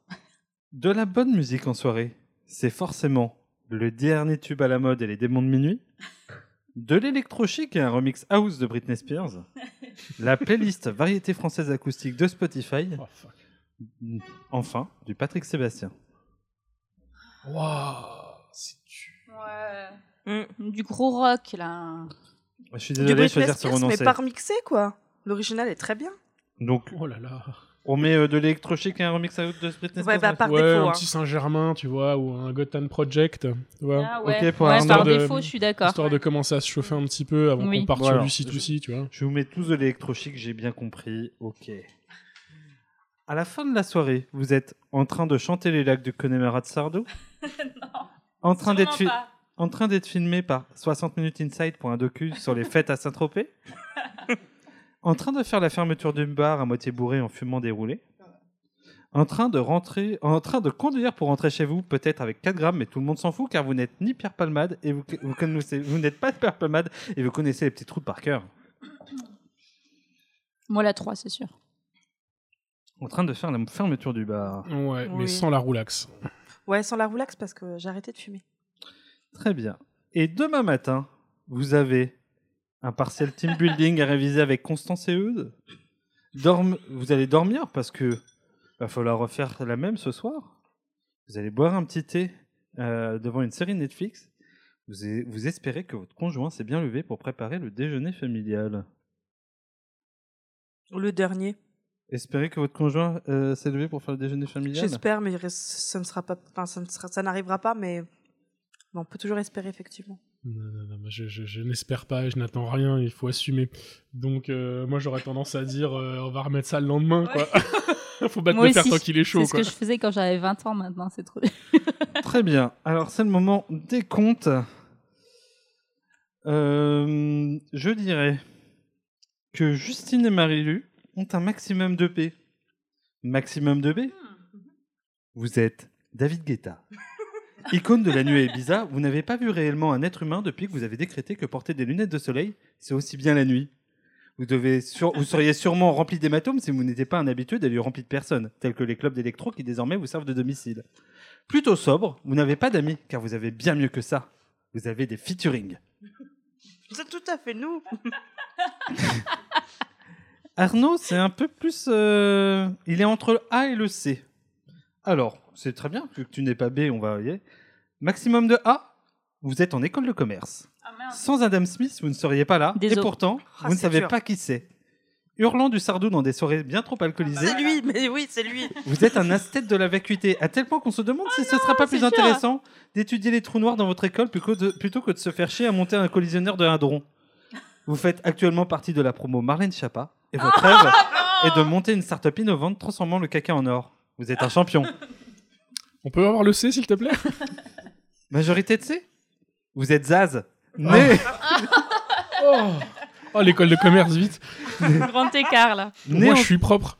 [SPEAKER 1] De la bonne musique en soirée, c'est forcément le dernier tube à la mode et les démons de minuit, de l'électrochic et un remix house de Britney Spears, la playlist variété française acoustique de Spotify,
[SPEAKER 3] Oh, fuck.
[SPEAKER 1] enfin du Patrick Sébastien.
[SPEAKER 3] Waouh, c'est dur.
[SPEAKER 4] Ouais.
[SPEAKER 2] Mm.
[SPEAKER 4] Du gros rock là.
[SPEAKER 1] Je suis
[SPEAKER 2] Du
[SPEAKER 1] désolé de
[SPEAKER 2] Britney
[SPEAKER 1] choisir sur
[SPEAKER 2] Spears,
[SPEAKER 1] mon
[SPEAKER 2] mais
[SPEAKER 1] enseigne.
[SPEAKER 2] pas remixé, quoi. L'original est très bien.
[SPEAKER 1] Donc
[SPEAKER 3] Oh là là.
[SPEAKER 1] on met euh, de l'électrochic et un remix house de Britney
[SPEAKER 2] Ouais,
[SPEAKER 1] Spears.
[SPEAKER 2] bah, par
[SPEAKER 3] ouais,
[SPEAKER 2] défaut.
[SPEAKER 3] un
[SPEAKER 2] hein.
[SPEAKER 3] petit Saint-Germain, tu vois, ou un Gotham Project, tu vois.
[SPEAKER 4] Ah
[SPEAKER 1] ouais. Ok, pour
[SPEAKER 4] ouais
[SPEAKER 1] Arnaud
[SPEAKER 4] par
[SPEAKER 3] de-
[SPEAKER 4] défaut, je suis d'accord.
[SPEAKER 3] Histoire de commencer à se chauffer un petit peu avant
[SPEAKER 4] Oui.
[SPEAKER 3] qu'on parte
[SPEAKER 1] Voilà.
[SPEAKER 3] sur du C2C, tu vois.
[SPEAKER 1] Je vous mets tous de l'électrochic, j'ai bien compris. Ok. À la fin de la soirée, vous êtes en train de chanter les lacs du Connemara de Sardou. En train d'être fi- en train d'être filmé par 60 Minutes Inside pour un docu sur les fêtes à Saint-Tropez. en train de faire la fermeture d'une bar à moitié bourré en fumant des roulés. En train de rentrer, en train de conduire pour rentrer chez vous, peut-être avec 4 grammes, mais tout le monde s'en fout car vous n'êtes ni Pierre Palmade et vous, vous connaissez- vous n'êtes pas Pierre Palmade et vous connaissez les petits trous par cœur.
[SPEAKER 4] Moi la 3, c'est sûr.
[SPEAKER 1] En train de faire la fermeture du bar.
[SPEAKER 3] Ouais, mais
[SPEAKER 2] Oui.
[SPEAKER 3] sans la roulax.
[SPEAKER 2] Ouais, sans la roulax, parce que j'ai arrêté de fumer.
[SPEAKER 1] Très bien. Et demain matin, vous avez un partiel team building à réviser avec Constance et Eudes. Dorm- Vous allez dormir parce que va falloir refaire la même ce soir. Vous allez boire un petit thé euh, devant une série Netflix. Vous, e- vous espérez que votre conjoint s'est bien levé pour préparer le déjeuner familial.
[SPEAKER 2] Le dernier.
[SPEAKER 1] Espérez que votre conjoint euh, s'est levé pour faire le déjeuner familial.
[SPEAKER 2] J'espère, mais il reste- ça ne sera pas, enfin, ça ne sera- ça n'arrivera pas, mais mais on peut toujours espérer effectivement.
[SPEAKER 3] Non, non, non, moi, je, je- je n'espère pas, je n'attends rien, il faut assumer. Donc, euh, moi, j'aurais tendance à dire, euh, on va remettre ça le lendemain, quoi. faut battre
[SPEAKER 4] Moi
[SPEAKER 3] le fer
[SPEAKER 4] aussi,
[SPEAKER 3] tant qu'il est chaud,
[SPEAKER 4] C'est ce
[SPEAKER 3] quoi.
[SPEAKER 4] que je faisais quand j'avais 20 ans maintenant, c'est trop.
[SPEAKER 1] Très bien. Alors, c'est le moment des comptes. Euh, je dirais que Justine et Marie-Lu ont un maximum de B. Maximum de B Vous êtes David Guetta. Icône de la nuée Ibiza, vous n'avez pas vu réellement un être humain depuis que vous avez décrété que porter des lunettes de soleil, c'est aussi bien la nuit. Vous, devez sur- vous seriez sûrement rempli d'hématomes si vous n'étiez pas un habitué des lieux remplis de personnes, tels que les clubs d'électro qui désormais vous servent de domicile. Plutôt sobre, vous n'avez pas d'amis, car vous avez bien mieux que ça. Vous avez des featuring.
[SPEAKER 2] C'est tout à fait nous.
[SPEAKER 1] Arnaud, c'est un peu plus... euh, Il est entre le A et le C. Alors, c'est très bien, vu que tu n'es pas B, on va y aller. Maximum de A, vous êtes en école de commerce. Sans Adam Smith, vous ne seriez pas là.
[SPEAKER 4] Désolé.
[SPEAKER 1] Et pourtant,
[SPEAKER 2] Ah,
[SPEAKER 1] vous ne
[SPEAKER 2] c'est
[SPEAKER 1] savez
[SPEAKER 2] dur. Ah, bah,
[SPEAKER 1] pas qui c'est. Hurlant du sardou dans des soirées bien trop alcoolisées,
[SPEAKER 2] C'est lui, mais oui, c'est lui.
[SPEAKER 1] vous êtes un asthète de la vacuité, à tel point qu'on se demande si ce ne sera pas
[SPEAKER 4] c'est
[SPEAKER 1] plus
[SPEAKER 4] dur.
[SPEAKER 1] intéressant d'étudier les trous noirs dans votre école plutôt que de, plutôt que de se faire chier à monter un collisionneur de hadron. Vous faites actuellement partie de la promo Marlène Chapa, et votre rêve est de monter une start-up innovante transformant le caca en or. Vous êtes un champion.
[SPEAKER 3] On peut avoir le C, s'il te plaît
[SPEAKER 1] Majorité de C Vous êtes Zaz. Né,
[SPEAKER 3] Oh, Oh, l'école de commerce, vite.
[SPEAKER 4] Grand écart là.
[SPEAKER 1] né
[SPEAKER 3] Moi,
[SPEAKER 1] en-
[SPEAKER 3] je suis propre.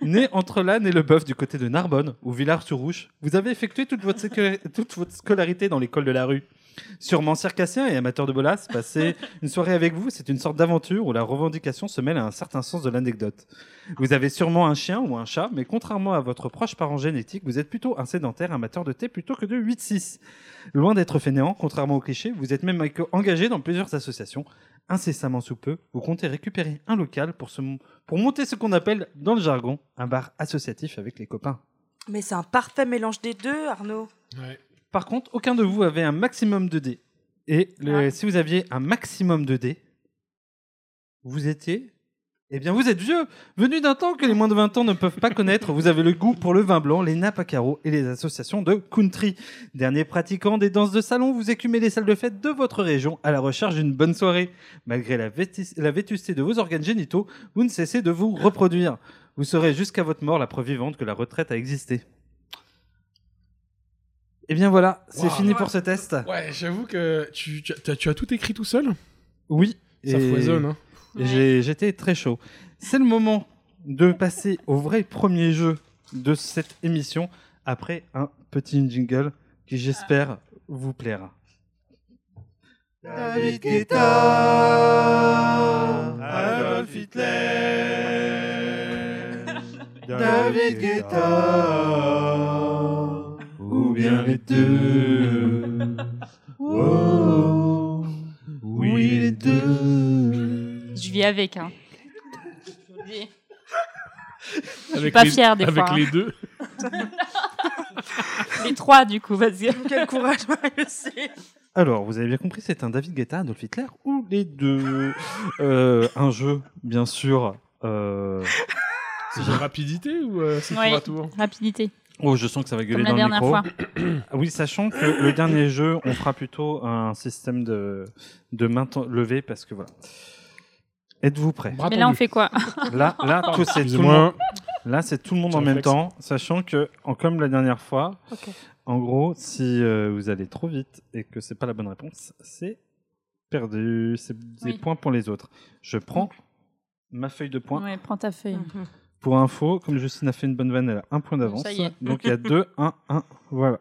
[SPEAKER 1] Né entre l'âne et le bœuf du côté de Narbonne, ou Villars-sur-Rouge, vous avez effectué toute votre, sécu- toute votre scolarité dans l'école de la rue. Sûrement circassien et amateur de bolas, passer une soirée avec vous, c'est une sorte d'aventure où la revendication se mêle à un certain sens de l'anecdote. Vous avez sûrement un chien ou un chat, mais contrairement à votre proche parent génétique, vous êtes plutôt un sédentaire amateur de thé plutôt que de 8-6. Loin d'être fainéant, contrairement au cliché, vous êtes même engagé dans plusieurs associations. Incessamment sous peu, vous comptez récupérer un local pour se pour monter ce qu'on appelle dans le jargon un bar associatif avec les copains.
[SPEAKER 2] Mais c'est un parfait mélange des deux, Arnaud.
[SPEAKER 3] Ouais.
[SPEAKER 1] Par contre, aucun de vous avait un maximum de dés. Et le- si vous aviez un maximum de dés, vous étiez... Eh bien, vous êtes vieux, venu d'un temps que les moins de 20 ans ne peuvent pas connaître. Vous avez le goût pour le vin blanc, les nappes à carreaux et les associations de country. Dernier pratiquant des danses de salon, vous écumez les salles de fête de votre région à la recherche d'une bonne soirée. Malgré la, vétis- la vétusté de vos organes génitaux, vous ne cessez de vous reproduire. Vous serez jusqu'à votre mort la preuve vivante que la retraite a existé. Et bien voilà, c'est
[SPEAKER 3] Wow.
[SPEAKER 1] fini pour ce test.
[SPEAKER 3] Ouais, j'avoue que tu, tu as- tu as, tu as tout écrit tout seul
[SPEAKER 1] Oui.
[SPEAKER 3] Ça
[SPEAKER 1] Et-
[SPEAKER 3] foisonne, hein.
[SPEAKER 1] et j'ai- J'étais très chaud. C'est le moment de passer au vrai premier jeu de cette émission après un petit jingle qui j'espère vous plaira.
[SPEAKER 11] David
[SPEAKER 1] Guetta,
[SPEAKER 11] Adolf Hitler, David
[SPEAKER 1] Guetta,
[SPEAKER 11] ou bien les deux. Oh, oui les deux.
[SPEAKER 4] Je vis avec, hein. Je suis
[SPEAKER 3] Avec
[SPEAKER 4] pas
[SPEAKER 3] les-
[SPEAKER 4] fière des
[SPEAKER 3] avec
[SPEAKER 4] fois. hein.
[SPEAKER 3] les deux.
[SPEAKER 4] les trois, du coup, vas-y.
[SPEAKER 2] Quel courage, Marius.
[SPEAKER 1] Alors, vous avez bien compris, c'est un David Guetta, Adolf Hitler ou les deux Euh, Un jeu, bien sûr. euh,
[SPEAKER 3] C'est de rapidité ou euh, c'est
[SPEAKER 4] Ouais,
[SPEAKER 3] tour à tour
[SPEAKER 4] Rapidité.
[SPEAKER 1] Oh, je sens que ça va gueuler
[SPEAKER 4] Comme
[SPEAKER 1] dans
[SPEAKER 4] la
[SPEAKER 1] le micro.
[SPEAKER 4] dernière
[SPEAKER 1] Ah oui, sachant que le dernier jeu, on fera plutôt un système de, de main ten- levée parce que voilà. Êtes-vous prêts
[SPEAKER 4] Mais là, on fait quoi
[SPEAKER 1] Là, là, tout, c'est tout le
[SPEAKER 3] Excusez-moi.
[SPEAKER 1] monde. Là, c'est tout le monde
[SPEAKER 3] Petit
[SPEAKER 1] en même
[SPEAKER 3] réflexe.
[SPEAKER 1] temps, sachant que, en, comme la dernière fois,
[SPEAKER 2] Ok.
[SPEAKER 1] en gros, si euh, vous allez trop vite et que c'est pas la bonne réponse, c'est perdu. C'est des
[SPEAKER 4] Oui.
[SPEAKER 1] points pour les autres. Je prends ma feuille de points.
[SPEAKER 4] Ouais, prends ta feuille.
[SPEAKER 2] Mmh.
[SPEAKER 1] Pour info, comme Justine a fait une bonne vanne, elle a un point d'avance.
[SPEAKER 4] Ça y est.
[SPEAKER 1] Donc il y a 2, 1, 1. Voilà.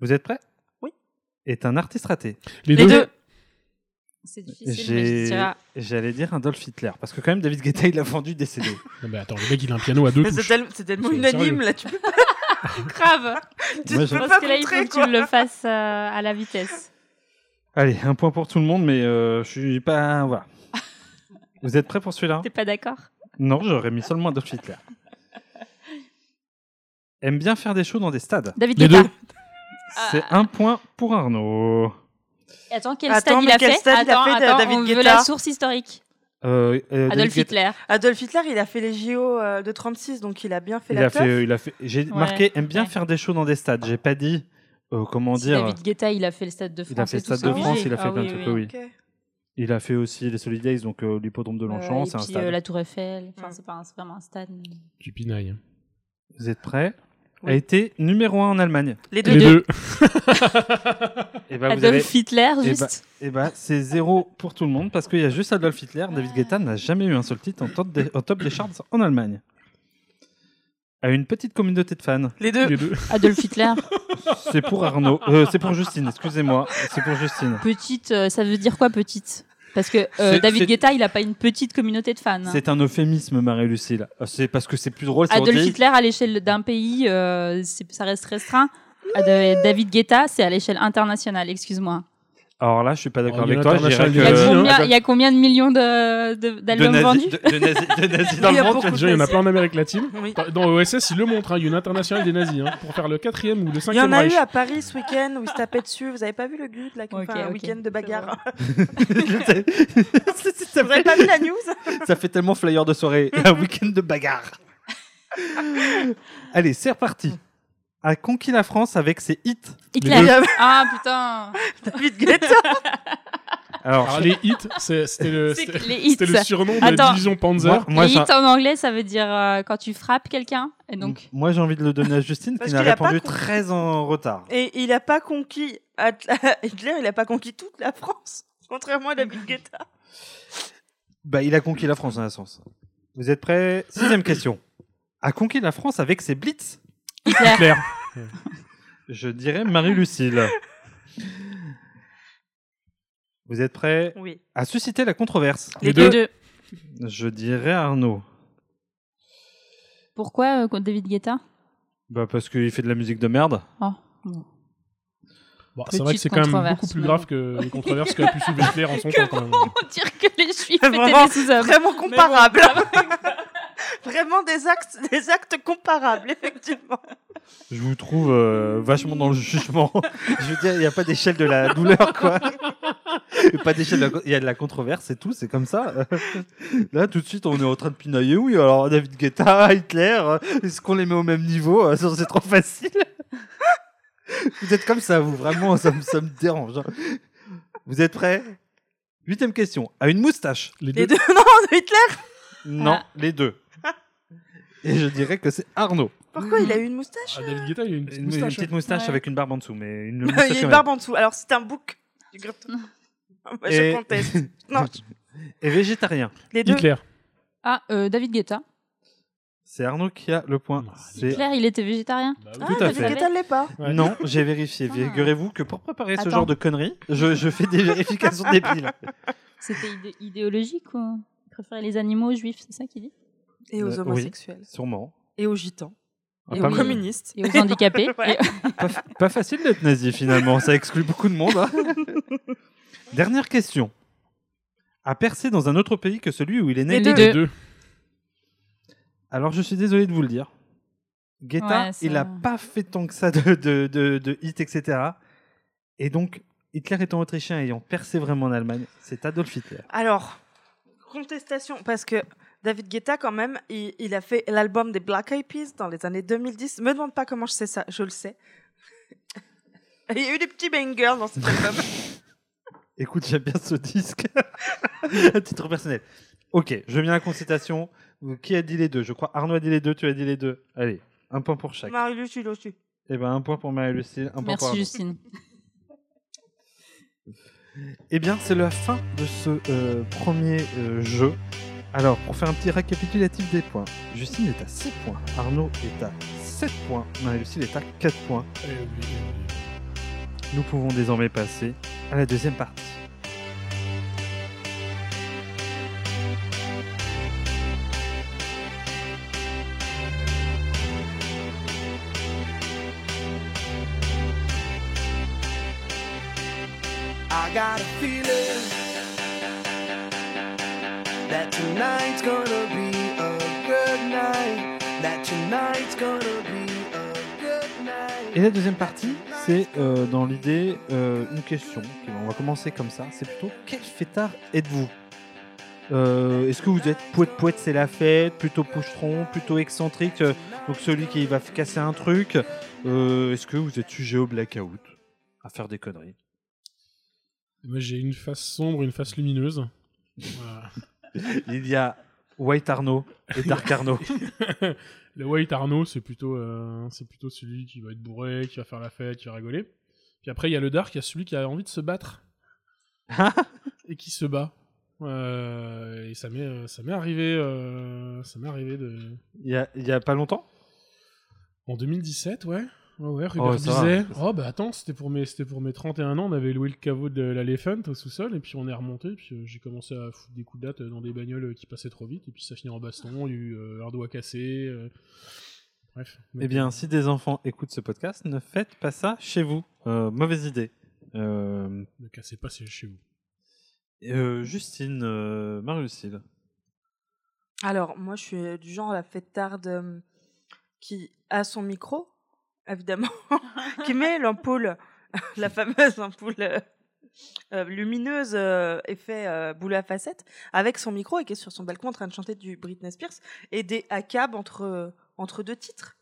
[SPEAKER 1] Vous êtes prêts
[SPEAKER 2] Oui.
[SPEAKER 1] Est un artiste raté.
[SPEAKER 3] Les deux.
[SPEAKER 4] C'est difficile, mais je
[SPEAKER 1] J'ai-
[SPEAKER 4] dirais-
[SPEAKER 1] J'allais dire Adolf Hitler, parce que quand même David Guetta il a vendu des CD.
[SPEAKER 3] Non, Ah, mais attends, le mec il a un piano à deux
[SPEAKER 2] Mais c'est
[SPEAKER 3] touches.
[SPEAKER 2] tel- c'est tellement
[SPEAKER 3] Soyons
[SPEAKER 2] unanime
[SPEAKER 3] sérieux.
[SPEAKER 2] là, tu peux,
[SPEAKER 4] Grave
[SPEAKER 2] tu
[SPEAKER 1] Moi,
[SPEAKER 2] peux
[SPEAKER 1] je-
[SPEAKER 4] Je pense
[SPEAKER 2] pas
[SPEAKER 4] que là, il faut
[SPEAKER 2] montrer
[SPEAKER 4] que tu
[SPEAKER 2] quoi.
[SPEAKER 4] le fasses euh, à la vitesse.
[SPEAKER 1] Allez, un point pour tout le monde, mais euh, je suis pas. Voilà. Vous êtes prêts pour celui-là
[SPEAKER 4] T'es pas d'accord
[SPEAKER 1] Non, j'aurais mis seulement Adolf Hitler. Aime bien faire des shows dans des stades.
[SPEAKER 4] David
[SPEAKER 3] Les
[SPEAKER 4] Guetta.
[SPEAKER 3] deux.
[SPEAKER 4] Ah.
[SPEAKER 1] C'est un point pour Arnaud.
[SPEAKER 4] Attends, quel
[SPEAKER 2] Attends,
[SPEAKER 4] stade il
[SPEAKER 2] mais
[SPEAKER 4] a
[SPEAKER 2] quel
[SPEAKER 4] fait
[SPEAKER 2] stade il a
[SPEAKER 4] Attends,
[SPEAKER 2] fait,
[SPEAKER 4] attends,
[SPEAKER 2] David
[SPEAKER 4] on veut
[SPEAKER 2] Guetta
[SPEAKER 4] la source historique.
[SPEAKER 1] Euh, euh, David
[SPEAKER 4] Adolf
[SPEAKER 1] Guetta-
[SPEAKER 4] Hitler.
[SPEAKER 2] Adolf Hitler, il a fait les JO euh, de 36, donc il a bien fait
[SPEAKER 1] Il
[SPEAKER 2] la
[SPEAKER 1] a
[SPEAKER 2] teuf.
[SPEAKER 1] fait, euh, il a fait. J'ai marqué aime bien
[SPEAKER 4] ouais.
[SPEAKER 1] faire des shows dans des stades. J'ai pas dit euh, comment
[SPEAKER 4] Si
[SPEAKER 1] dire.
[SPEAKER 4] David Guetta, il a fait le stade de France.
[SPEAKER 1] il a fait
[SPEAKER 4] et
[SPEAKER 1] le
[SPEAKER 4] tout
[SPEAKER 1] Stade
[SPEAKER 4] ça,
[SPEAKER 1] de
[SPEAKER 4] oui.
[SPEAKER 1] France, il a fait
[SPEAKER 4] Ah
[SPEAKER 1] plein
[SPEAKER 4] oui,
[SPEAKER 1] de trucs.
[SPEAKER 4] oui.
[SPEAKER 1] Oui.
[SPEAKER 2] Ok.
[SPEAKER 1] Il a fait aussi les Solidays, donc euh, l'hippodrome de
[SPEAKER 4] Euh,
[SPEAKER 1] Longchamp,
[SPEAKER 4] et
[SPEAKER 1] c'est un
[SPEAKER 4] puis,
[SPEAKER 1] stade.
[SPEAKER 4] euh, la Tour Eiffel. Enfin,
[SPEAKER 2] Mm.
[SPEAKER 4] c'est pas un- c'est vraiment un stade. mais-
[SPEAKER 3] Tu pinailles.
[SPEAKER 1] Vous êtes prêts
[SPEAKER 2] Oui.
[SPEAKER 1] A été numéro 1 en Allemagne.
[SPEAKER 2] Les deux.
[SPEAKER 3] Les deux.
[SPEAKER 1] Et bah vous avez.
[SPEAKER 4] Adolf Hitler,
[SPEAKER 1] Eh
[SPEAKER 4] juste.
[SPEAKER 1] Et bah c'est zéro pour tout le monde parce qu'il y a juste Adolf Hitler. David Guetta n'a jamais eu un seul titre en top des, en top des charts en Allemagne. À une petite communauté de fans.
[SPEAKER 2] Les deux.
[SPEAKER 3] Les deux.
[SPEAKER 4] Adolf Hitler.
[SPEAKER 1] C'est pour Arnaud. Euh, c'est pour Justine. Excusez-moi. C'est pour Justine.
[SPEAKER 4] Petite, euh, ça veut dire quoi petite Parce que euh,
[SPEAKER 1] C'est- c'est-
[SPEAKER 4] David Guetta, il a pas une petite communauté de fans. hein.
[SPEAKER 1] C'est un euphémisme, Marie-Lucille. C'est parce que c'est plus drôle. si on
[SPEAKER 4] Adolf
[SPEAKER 1] dit-
[SPEAKER 4] Hitler à l'échelle d'un pays, euh, c'est- ça reste restreint. Ad- David Guetta, c'est à l'échelle internationale, excuse-moi.
[SPEAKER 1] Alors là, je suis pas d'accord
[SPEAKER 3] Oh, il y
[SPEAKER 1] avec
[SPEAKER 3] en a
[SPEAKER 1] toi. Je
[SPEAKER 3] international,
[SPEAKER 1] dirais
[SPEAKER 4] Il y, a
[SPEAKER 3] Euh,
[SPEAKER 1] que
[SPEAKER 4] combien,
[SPEAKER 3] Adolf-
[SPEAKER 4] il y a combien de millions de- de-
[SPEAKER 1] de
[SPEAKER 4] d'albums
[SPEAKER 1] nazis
[SPEAKER 4] vendus
[SPEAKER 1] de, de nazis- de nazis dans
[SPEAKER 2] Il y
[SPEAKER 1] le
[SPEAKER 2] a
[SPEAKER 1] monde.
[SPEAKER 2] beaucoup de
[SPEAKER 3] Déjà, il y en a
[SPEAKER 2] nazis.
[SPEAKER 3] plein en Amérique latine.
[SPEAKER 2] Oui.
[SPEAKER 3] Dans OSS, il le montre, hein, il y a une internationale des nazis hein, pour faire le quatrième ou le
[SPEAKER 2] Il y en
[SPEAKER 3] cinquième
[SPEAKER 2] a
[SPEAKER 3] Reich.
[SPEAKER 2] eu à Paris ce week-end où ils se tapaient dessus. Vous avez pas vu le guide là, qui
[SPEAKER 4] Ok,
[SPEAKER 2] fait un
[SPEAKER 4] ok.
[SPEAKER 2] week-end de bagarre
[SPEAKER 1] ça,
[SPEAKER 2] Vous avez
[SPEAKER 1] fait,
[SPEAKER 2] pas vu la news
[SPEAKER 1] ça fait tellement flyer de soirée. Un week-end de bagarre. Allez, c'est reparti. A conquis la France avec ses hits.
[SPEAKER 4] Hitler.
[SPEAKER 2] deux.
[SPEAKER 4] Ah putain.
[SPEAKER 2] David Guetta.
[SPEAKER 1] Alors,
[SPEAKER 3] Alors, les hits, c'est- c'était le,
[SPEAKER 4] C'est
[SPEAKER 3] Euh, c'était-
[SPEAKER 4] que les
[SPEAKER 3] c'était le
[SPEAKER 4] hits.
[SPEAKER 3] surnom de la
[SPEAKER 4] Attends.
[SPEAKER 3] division Panzer.
[SPEAKER 1] moi, moi,
[SPEAKER 4] Les
[SPEAKER 1] j'ai-
[SPEAKER 4] hits en anglais, ça veut dire euh, quand tu frappes quelqu'un. Et donc,
[SPEAKER 1] moi, j'ai envie de le donner à Justine qui
[SPEAKER 2] Parce
[SPEAKER 1] n'a
[SPEAKER 2] qu'il a pas
[SPEAKER 1] répondu
[SPEAKER 2] compris.
[SPEAKER 1] très en retard.
[SPEAKER 2] Et il a pas conquis At- Hitler, il a pas conquis toute la France, contrairement à David Guetta.
[SPEAKER 1] Bah, il a conquis la France, en un sens. Vous êtes prêts Sixième question. A conquis la France avec ses blitz
[SPEAKER 4] Hitler.
[SPEAKER 3] Claire.
[SPEAKER 1] Je dirais Marie-Lucille. Vous êtes prêts
[SPEAKER 2] Oui.
[SPEAKER 1] à susciter la controverse
[SPEAKER 3] Les
[SPEAKER 4] Les
[SPEAKER 3] deux.
[SPEAKER 4] deux.
[SPEAKER 1] Je dirais Arnaud.
[SPEAKER 4] Pourquoi euh, contre David Guetta
[SPEAKER 1] Bah parce qu'il fait de la musique de merde.
[SPEAKER 3] Bon, c'est vrai que
[SPEAKER 4] Petite
[SPEAKER 3] c'est quand même
[SPEAKER 4] controverse,
[SPEAKER 3] beaucoup plus
[SPEAKER 4] mais
[SPEAKER 3] grave que les controverses qu'a pu soulever Claire en son temps. Quand même.
[SPEAKER 4] Pour dire que les Juifs étaient
[SPEAKER 2] Vraiment,
[SPEAKER 4] des sous-hommes.
[SPEAKER 2] Vraiment comparable. Vraiment des actes, des actes comparables, effectivement.
[SPEAKER 1] Je vous trouve euh, vachement dans le jugement. Je veux dire, il n'y a pas d'échelle de la douleur, quoi. Il y a pas d'échelle, de la con- il y a de la controverse c'est tout, c'est comme ça. Là, tout de suite, on est en train de pinailler. Oui, alors David Guetta, Hitler, euh, est-ce qu'on les met au même niveau Euh, ça, C'est trop facile. Vous êtes comme ça, vous, vraiment, ça me, ça me dérange. hein. Vous êtes prêts Huitième question. À une moustache
[SPEAKER 3] Les deux.
[SPEAKER 2] Les deux, non, Hitler.
[SPEAKER 1] Non,
[SPEAKER 4] Ah.
[SPEAKER 1] les deux. Et je dirais que c'est Arnaud.
[SPEAKER 2] Pourquoi il a eu une moustache
[SPEAKER 3] Ah, David Guetta, il a une petite
[SPEAKER 1] Une,
[SPEAKER 3] moustache. hein.
[SPEAKER 1] une petite moustache
[SPEAKER 2] Ouais.
[SPEAKER 1] avec une barbe en dessous, mais une moustache
[SPEAKER 2] Il y a
[SPEAKER 1] quand
[SPEAKER 2] une
[SPEAKER 1] même.
[SPEAKER 2] barbe en dessous. Alors c'est un bouc. du Grepton. Bah, Je
[SPEAKER 1] Et-
[SPEAKER 2] conteste. Non, je-
[SPEAKER 1] Et végétarien.
[SPEAKER 2] Les deux.
[SPEAKER 3] Hitler.
[SPEAKER 4] Ah, euh, David Guetta.
[SPEAKER 1] C'est Arnaud qui a le point. C'est-
[SPEAKER 4] Claire, il était végétarien.
[SPEAKER 1] oui. Tout à fait.
[SPEAKER 2] Ah, Guetta l'est pas.
[SPEAKER 1] Non, j'ai
[SPEAKER 2] Ah.
[SPEAKER 1] vérifié. Figurez-vous que pour préparer ce
[SPEAKER 4] Attends.
[SPEAKER 1] genre de conneries, je, je fais des vérifications débiles.
[SPEAKER 4] C'était idé- idéologique ou il préférait les animaux aux juifs, c'est ça qu'il dit
[SPEAKER 2] Et aux
[SPEAKER 1] Euh, oui,
[SPEAKER 2] homosexuels.
[SPEAKER 1] sûrement.
[SPEAKER 2] Et aux gitans.
[SPEAKER 1] Ah,
[SPEAKER 2] et
[SPEAKER 1] pas
[SPEAKER 2] aux
[SPEAKER 1] mal.
[SPEAKER 2] communistes.
[SPEAKER 4] Et aux handicapés.
[SPEAKER 2] Ouais.
[SPEAKER 4] Et-
[SPEAKER 1] Pas, fa- pas facile d'être nazi finalement, ça exclut beaucoup de monde. hein. Dernière question. A percé dans un autre pays que celui où il est né
[SPEAKER 2] Les deux.
[SPEAKER 3] Les deux.
[SPEAKER 1] Alors je suis désolé de vous le dire. Guetta,
[SPEAKER 4] Ouais, ça-
[SPEAKER 1] il n'a pas fait tant que ça de, de, de, de hits, etc. Et donc, Hitler étant autrichien et ayant percé vraiment en Allemagne, c'est Adolf Hitler.
[SPEAKER 2] Alors, contestation, parce que David Guetta, quand même, il, il a fait l'album des Black Eyed Peas dans les années 2010. Me demande pas comment je sais ça, je le sais. Il y a eu des petits bangers dans cet album.
[SPEAKER 1] Écoute, j'aime bien ce disque. à titre personnel. Ok, je viens à la constatation. Qui a dit les deux Je crois Arnaud a dit les deux, tu as dit les deux. Allez, un point pour chaque.
[SPEAKER 2] Marie-Lucie, il aussi.
[SPEAKER 1] Et ben un point pour Marie-Lucille, un point pour
[SPEAKER 4] Merci
[SPEAKER 1] Arnaud.
[SPEAKER 4] Justine.
[SPEAKER 1] Eh bien, c'est la fin de ce euh, premier euh, jeu. Alors, pour faire un petit récapitulatif des points, Justine est à 6 points, Arnaud est à 7 points, Marie-Lucille est à 4 points.
[SPEAKER 3] Eh oui.
[SPEAKER 1] Nous pouvons désormais passer à la deuxième partie.
[SPEAKER 11] I got a feeling that tonight's gonna be a good night. That tonight's gonna be a good night.
[SPEAKER 1] Et la deuxième partie, c'est euh, dans l'idée euh, une question. qui- On va commencer comme ça. C'est plutôt quel fêtard êtes-vous Euh, Est-ce que vous êtes poète poète c'est la fête, plutôt poucheron, plutôt excentrique, euh, donc celui qui va f- casser un truc Euh, Est-ce que vous êtes sujet au blackout à faire des conneries
[SPEAKER 3] Moi, j'ai une face sombre, une face lumineuse. Voilà.
[SPEAKER 1] Il y a White Arnaud et Dark Arnaud.
[SPEAKER 3] le White Arnaud, c'est plutôt, euh, c'est plutôt celui qui va être bourré, qui va faire la fête, qui va rigoler. Puis après, il y a le Dark, il y a celui qui a envie de se battre. et qui se bat. Euh, et ça m'est, euh, ça m'est arrivé, euh, ça m'est arrivé de...
[SPEAKER 1] Il y a, il y a pas longtemps
[SPEAKER 3] en 2017, ouais. Ouais, ouais,
[SPEAKER 1] Oh,
[SPEAKER 3] Rupert
[SPEAKER 1] ça va.
[SPEAKER 3] Bizet. Oh, bah attends, c'était pour, mes, c'était pour mes 31 ans. On avait loué le caveau de l'Elephant au sous-sol, et puis on est remonté. Puis euh, j'ai commencé à foutre des coups de latte dans des bagnoles euh, qui passaient trop vite, et puis ça finit en baston. Il y a eu euh, un doigt cassé. euh, Bref.
[SPEAKER 1] Eh bien, si des enfants écoutent ce podcast, ne faites pas ça chez vous. Euh, mauvaise idée. Euh,
[SPEAKER 3] Ne cassez pas, c'est chez vous.
[SPEAKER 1] Euh, Justine, euh, Marie-Lucille.
[SPEAKER 2] Alors, moi, je suis euh, du genre la fêtarde euh, qui a son micro, évidemment, qui met l'ampoule, la fameuse ampoule euh, euh, lumineuse euh, effet euh, boule à facettes, avec son micro et qui est sur son balcon en train de chanter du Britney Spears et des acabs entre, euh, entre deux titres,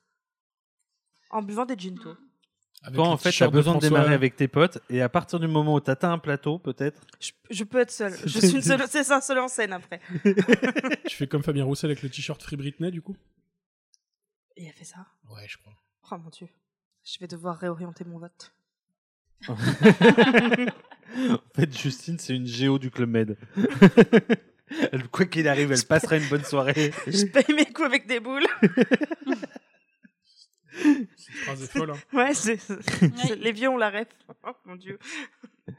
[SPEAKER 2] en buvant des gin tonic.
[SPEAKER 3] Avec
[SPEAKER 1] Toi,
[SPEAKER 3] le
[SPEAKER 1] en fait, tu as
[SPEAKER 3] t-shirt
[SPEAKER 1] besoin de,
[SPEAKER 3] François-
[SPEAKER 1] démarrer avec tes potes et à partir du moment où tu atteins un plateau, peut-être.
[SPEAKER 2] Je, je peux être seule. Je suis une seule, c'est un seul en scène après.
[SPEAKER 3] Tu fais comme Fabien Roussel avec le t-shirt Free Britney, du coup
[SPEAKER 2] Et il a fait ça.
[SPEAKER 3] Ouais, je crois.
[SPEAKER 2] Oh mon dieu. Je vais devoir réorienter mon vote.
[SPEAKER 1] En fait, Justine, c'est une géo du Club Med. Elle- quoi qu'il arrive, elle passera une bonne soirée.
[SPEAKER 2] Je paye mes coups avec des boules.
[SPEAKER 3] Cette phrase est folle. hein.
[SPEAKER 2] Ouais, c'est- c'est- les vieux, on la rêve. Oh mon dieu.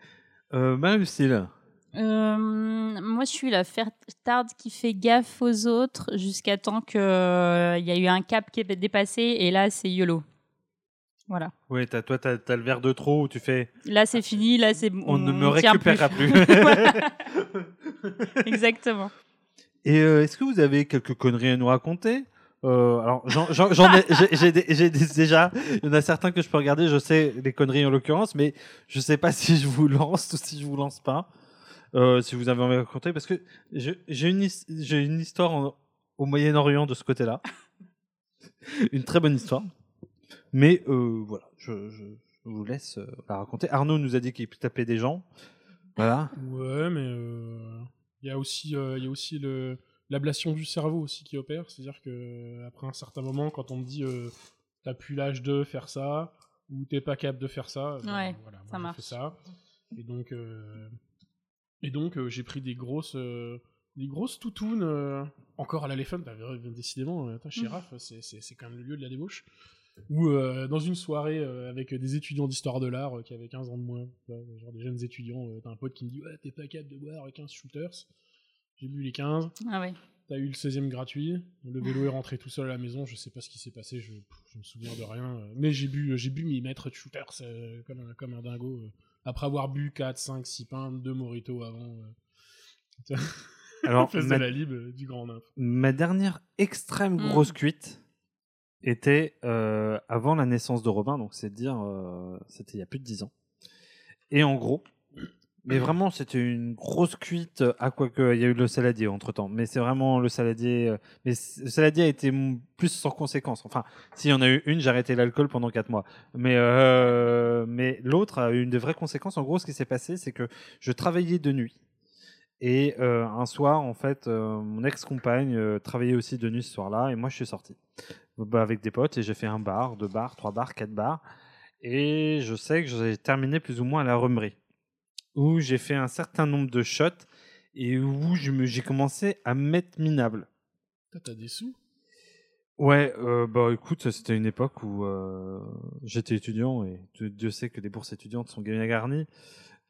[SPEAKER 1] Euh, Marie-Lucille.
[SPEAKER 4] Euh, moi, je suis la fêtarde qui fait gaffe aux autres jusqu'à temps qu'il il y a eu un cap qui est dépassé et là, c'est YOLO. Voilà.
[SPEAKER 1] Oui, t'as, toi, t'as, t'as le verre de trop où tu fais.
[SPEAKER 4] Là, c'est fini. Là, c'est
[SPEAKER 1] Ah, On, ne
[SPEAKER 3] Mmh,
[SPEAKER 1] me
[SPEAKER 4] tient
[SPEAKER 1] récupérera plus.
[SPEAKER 4] plus. Exactement.
[SPEAKER 1] et euh, est-ce que vous avez quelques conneries à nous raconter Euh, alors, j'en, j'en- j'en ai, j'ai, j'ai des- j'ai des- déjà, il y en a certains que je peux regarder, je sais les conneries en l'occurrence, mais je sais pas si je vous lance ou si je vous lance pas. Euh, si vous avez envie de raconter, parce que je- j'ai une, his- j'ai une histoire en- au Moyen-Orient de ce côté-là. une très bonne histoire. Mais euh, voilà, je, je- je vous laisse euh, la raconter. Arnaud nous a dit qu'il tapait des gens. Voilà.
[SPEAKER 3] Ouais, mais euh, il y a aussi, euh, il y a aussi le, l'ablation du cerveau aussi qui opère. C'est-à-dire que après un certain moment, quand on me dit euh, t'as plus l'âge de faire ça ou t'es pas capable de faire ça, ben,
[SPEAKER 4] Ouais,
[SPEAKER 3] voilà, moi,
[SPEAKER 4] ça
[SPEAKER 3] j'ai
[SPEAKER 4] marche.
[SPEAKER 3] fait ça. Et donc, euh, et donc euh, j'ai pris des grosses, euh, des grosses toutounes. euh, encore à l'Elephant, bah, euh, décidément, euh, attends, chez
[SPEAKER 4] Mhm.
[SPEAKER 3] Raph, c'est- c'est c'est quand même le lieu de la débauche. Ou euh, dans une soirée euh, avec des étudiants d'histoire de l'art euh, qui avaient 15 ans de moins, tu vois, genre des jeunes étudiants, euh, t'as un pote qui me dit Ouais, t'es pas capable de boire 15 shooters. J'ai bu les 15,
[SPEAKER 4] Ah ouais.
[SPEAKER 3] t'as eu le 16e gratuit, le vélo est rentré tout seul à la maison, je sais pas ce qui s'est passé, je, pff, je me souviens de rien. euh, Mais j'ai bu, j'ai bu mes maîtres de shooters euh, comme, un, comme un dingo. euh, après avoir bu 4, 5, 6 pains, 2 moritos avant. euh.
[SPEAKER 1] Alors,
[SPEAKER 3] Place
[SPEAKER 1] ma-
[SPEAKER 3] de la Lib, euh, du Grand Nymphe.
[SPEAKER 1] Ma dernière extrême
[SPEAKER 4] Mm.
[SPEAKER 1] grosse cuite était euh, avant la naissance de Robin, donc c'est dire, euh, c'était il y a plus de 10 ans. Et en gros, mais vraiment, c'était une grosse cuite, euh, à quoi que, il y a eu le saladier entre temps, mais c'est vraiment le saladier, euh, mais c- le saladier a été m- plus sans conséquence. Enfin, s'il y en a eu une, j'ai arrêté l'alcool pendant 4 mois. Mais, euh, mais l'autre a eu une des vraies conséquences. En gros, ce qui s'est passé, c'est que je travaillais de nuit. Et euh, un soir, en fait, euh, mon ex-compagne euh, travaillait aussi de nuit ce soir-là, et moi je suis sorti Bah, avec des potes, et j'ai fait un bar, deux bars, trois bars, quatre bars. Et je sais que j'ai terminé plus ou moins à la romerie, où j'ai fait un certain nombre de shots, et où je me- j'ai commencé à m'être minable.
[SPEAKER 3] Putain, T'as des sous
[SPEAKER 1] Ouais, euh, bah écoute, c'était une époque où euh, j'étais étudiant et Dieu- Dieu sait que les bourses étudiantes sont bien garnies.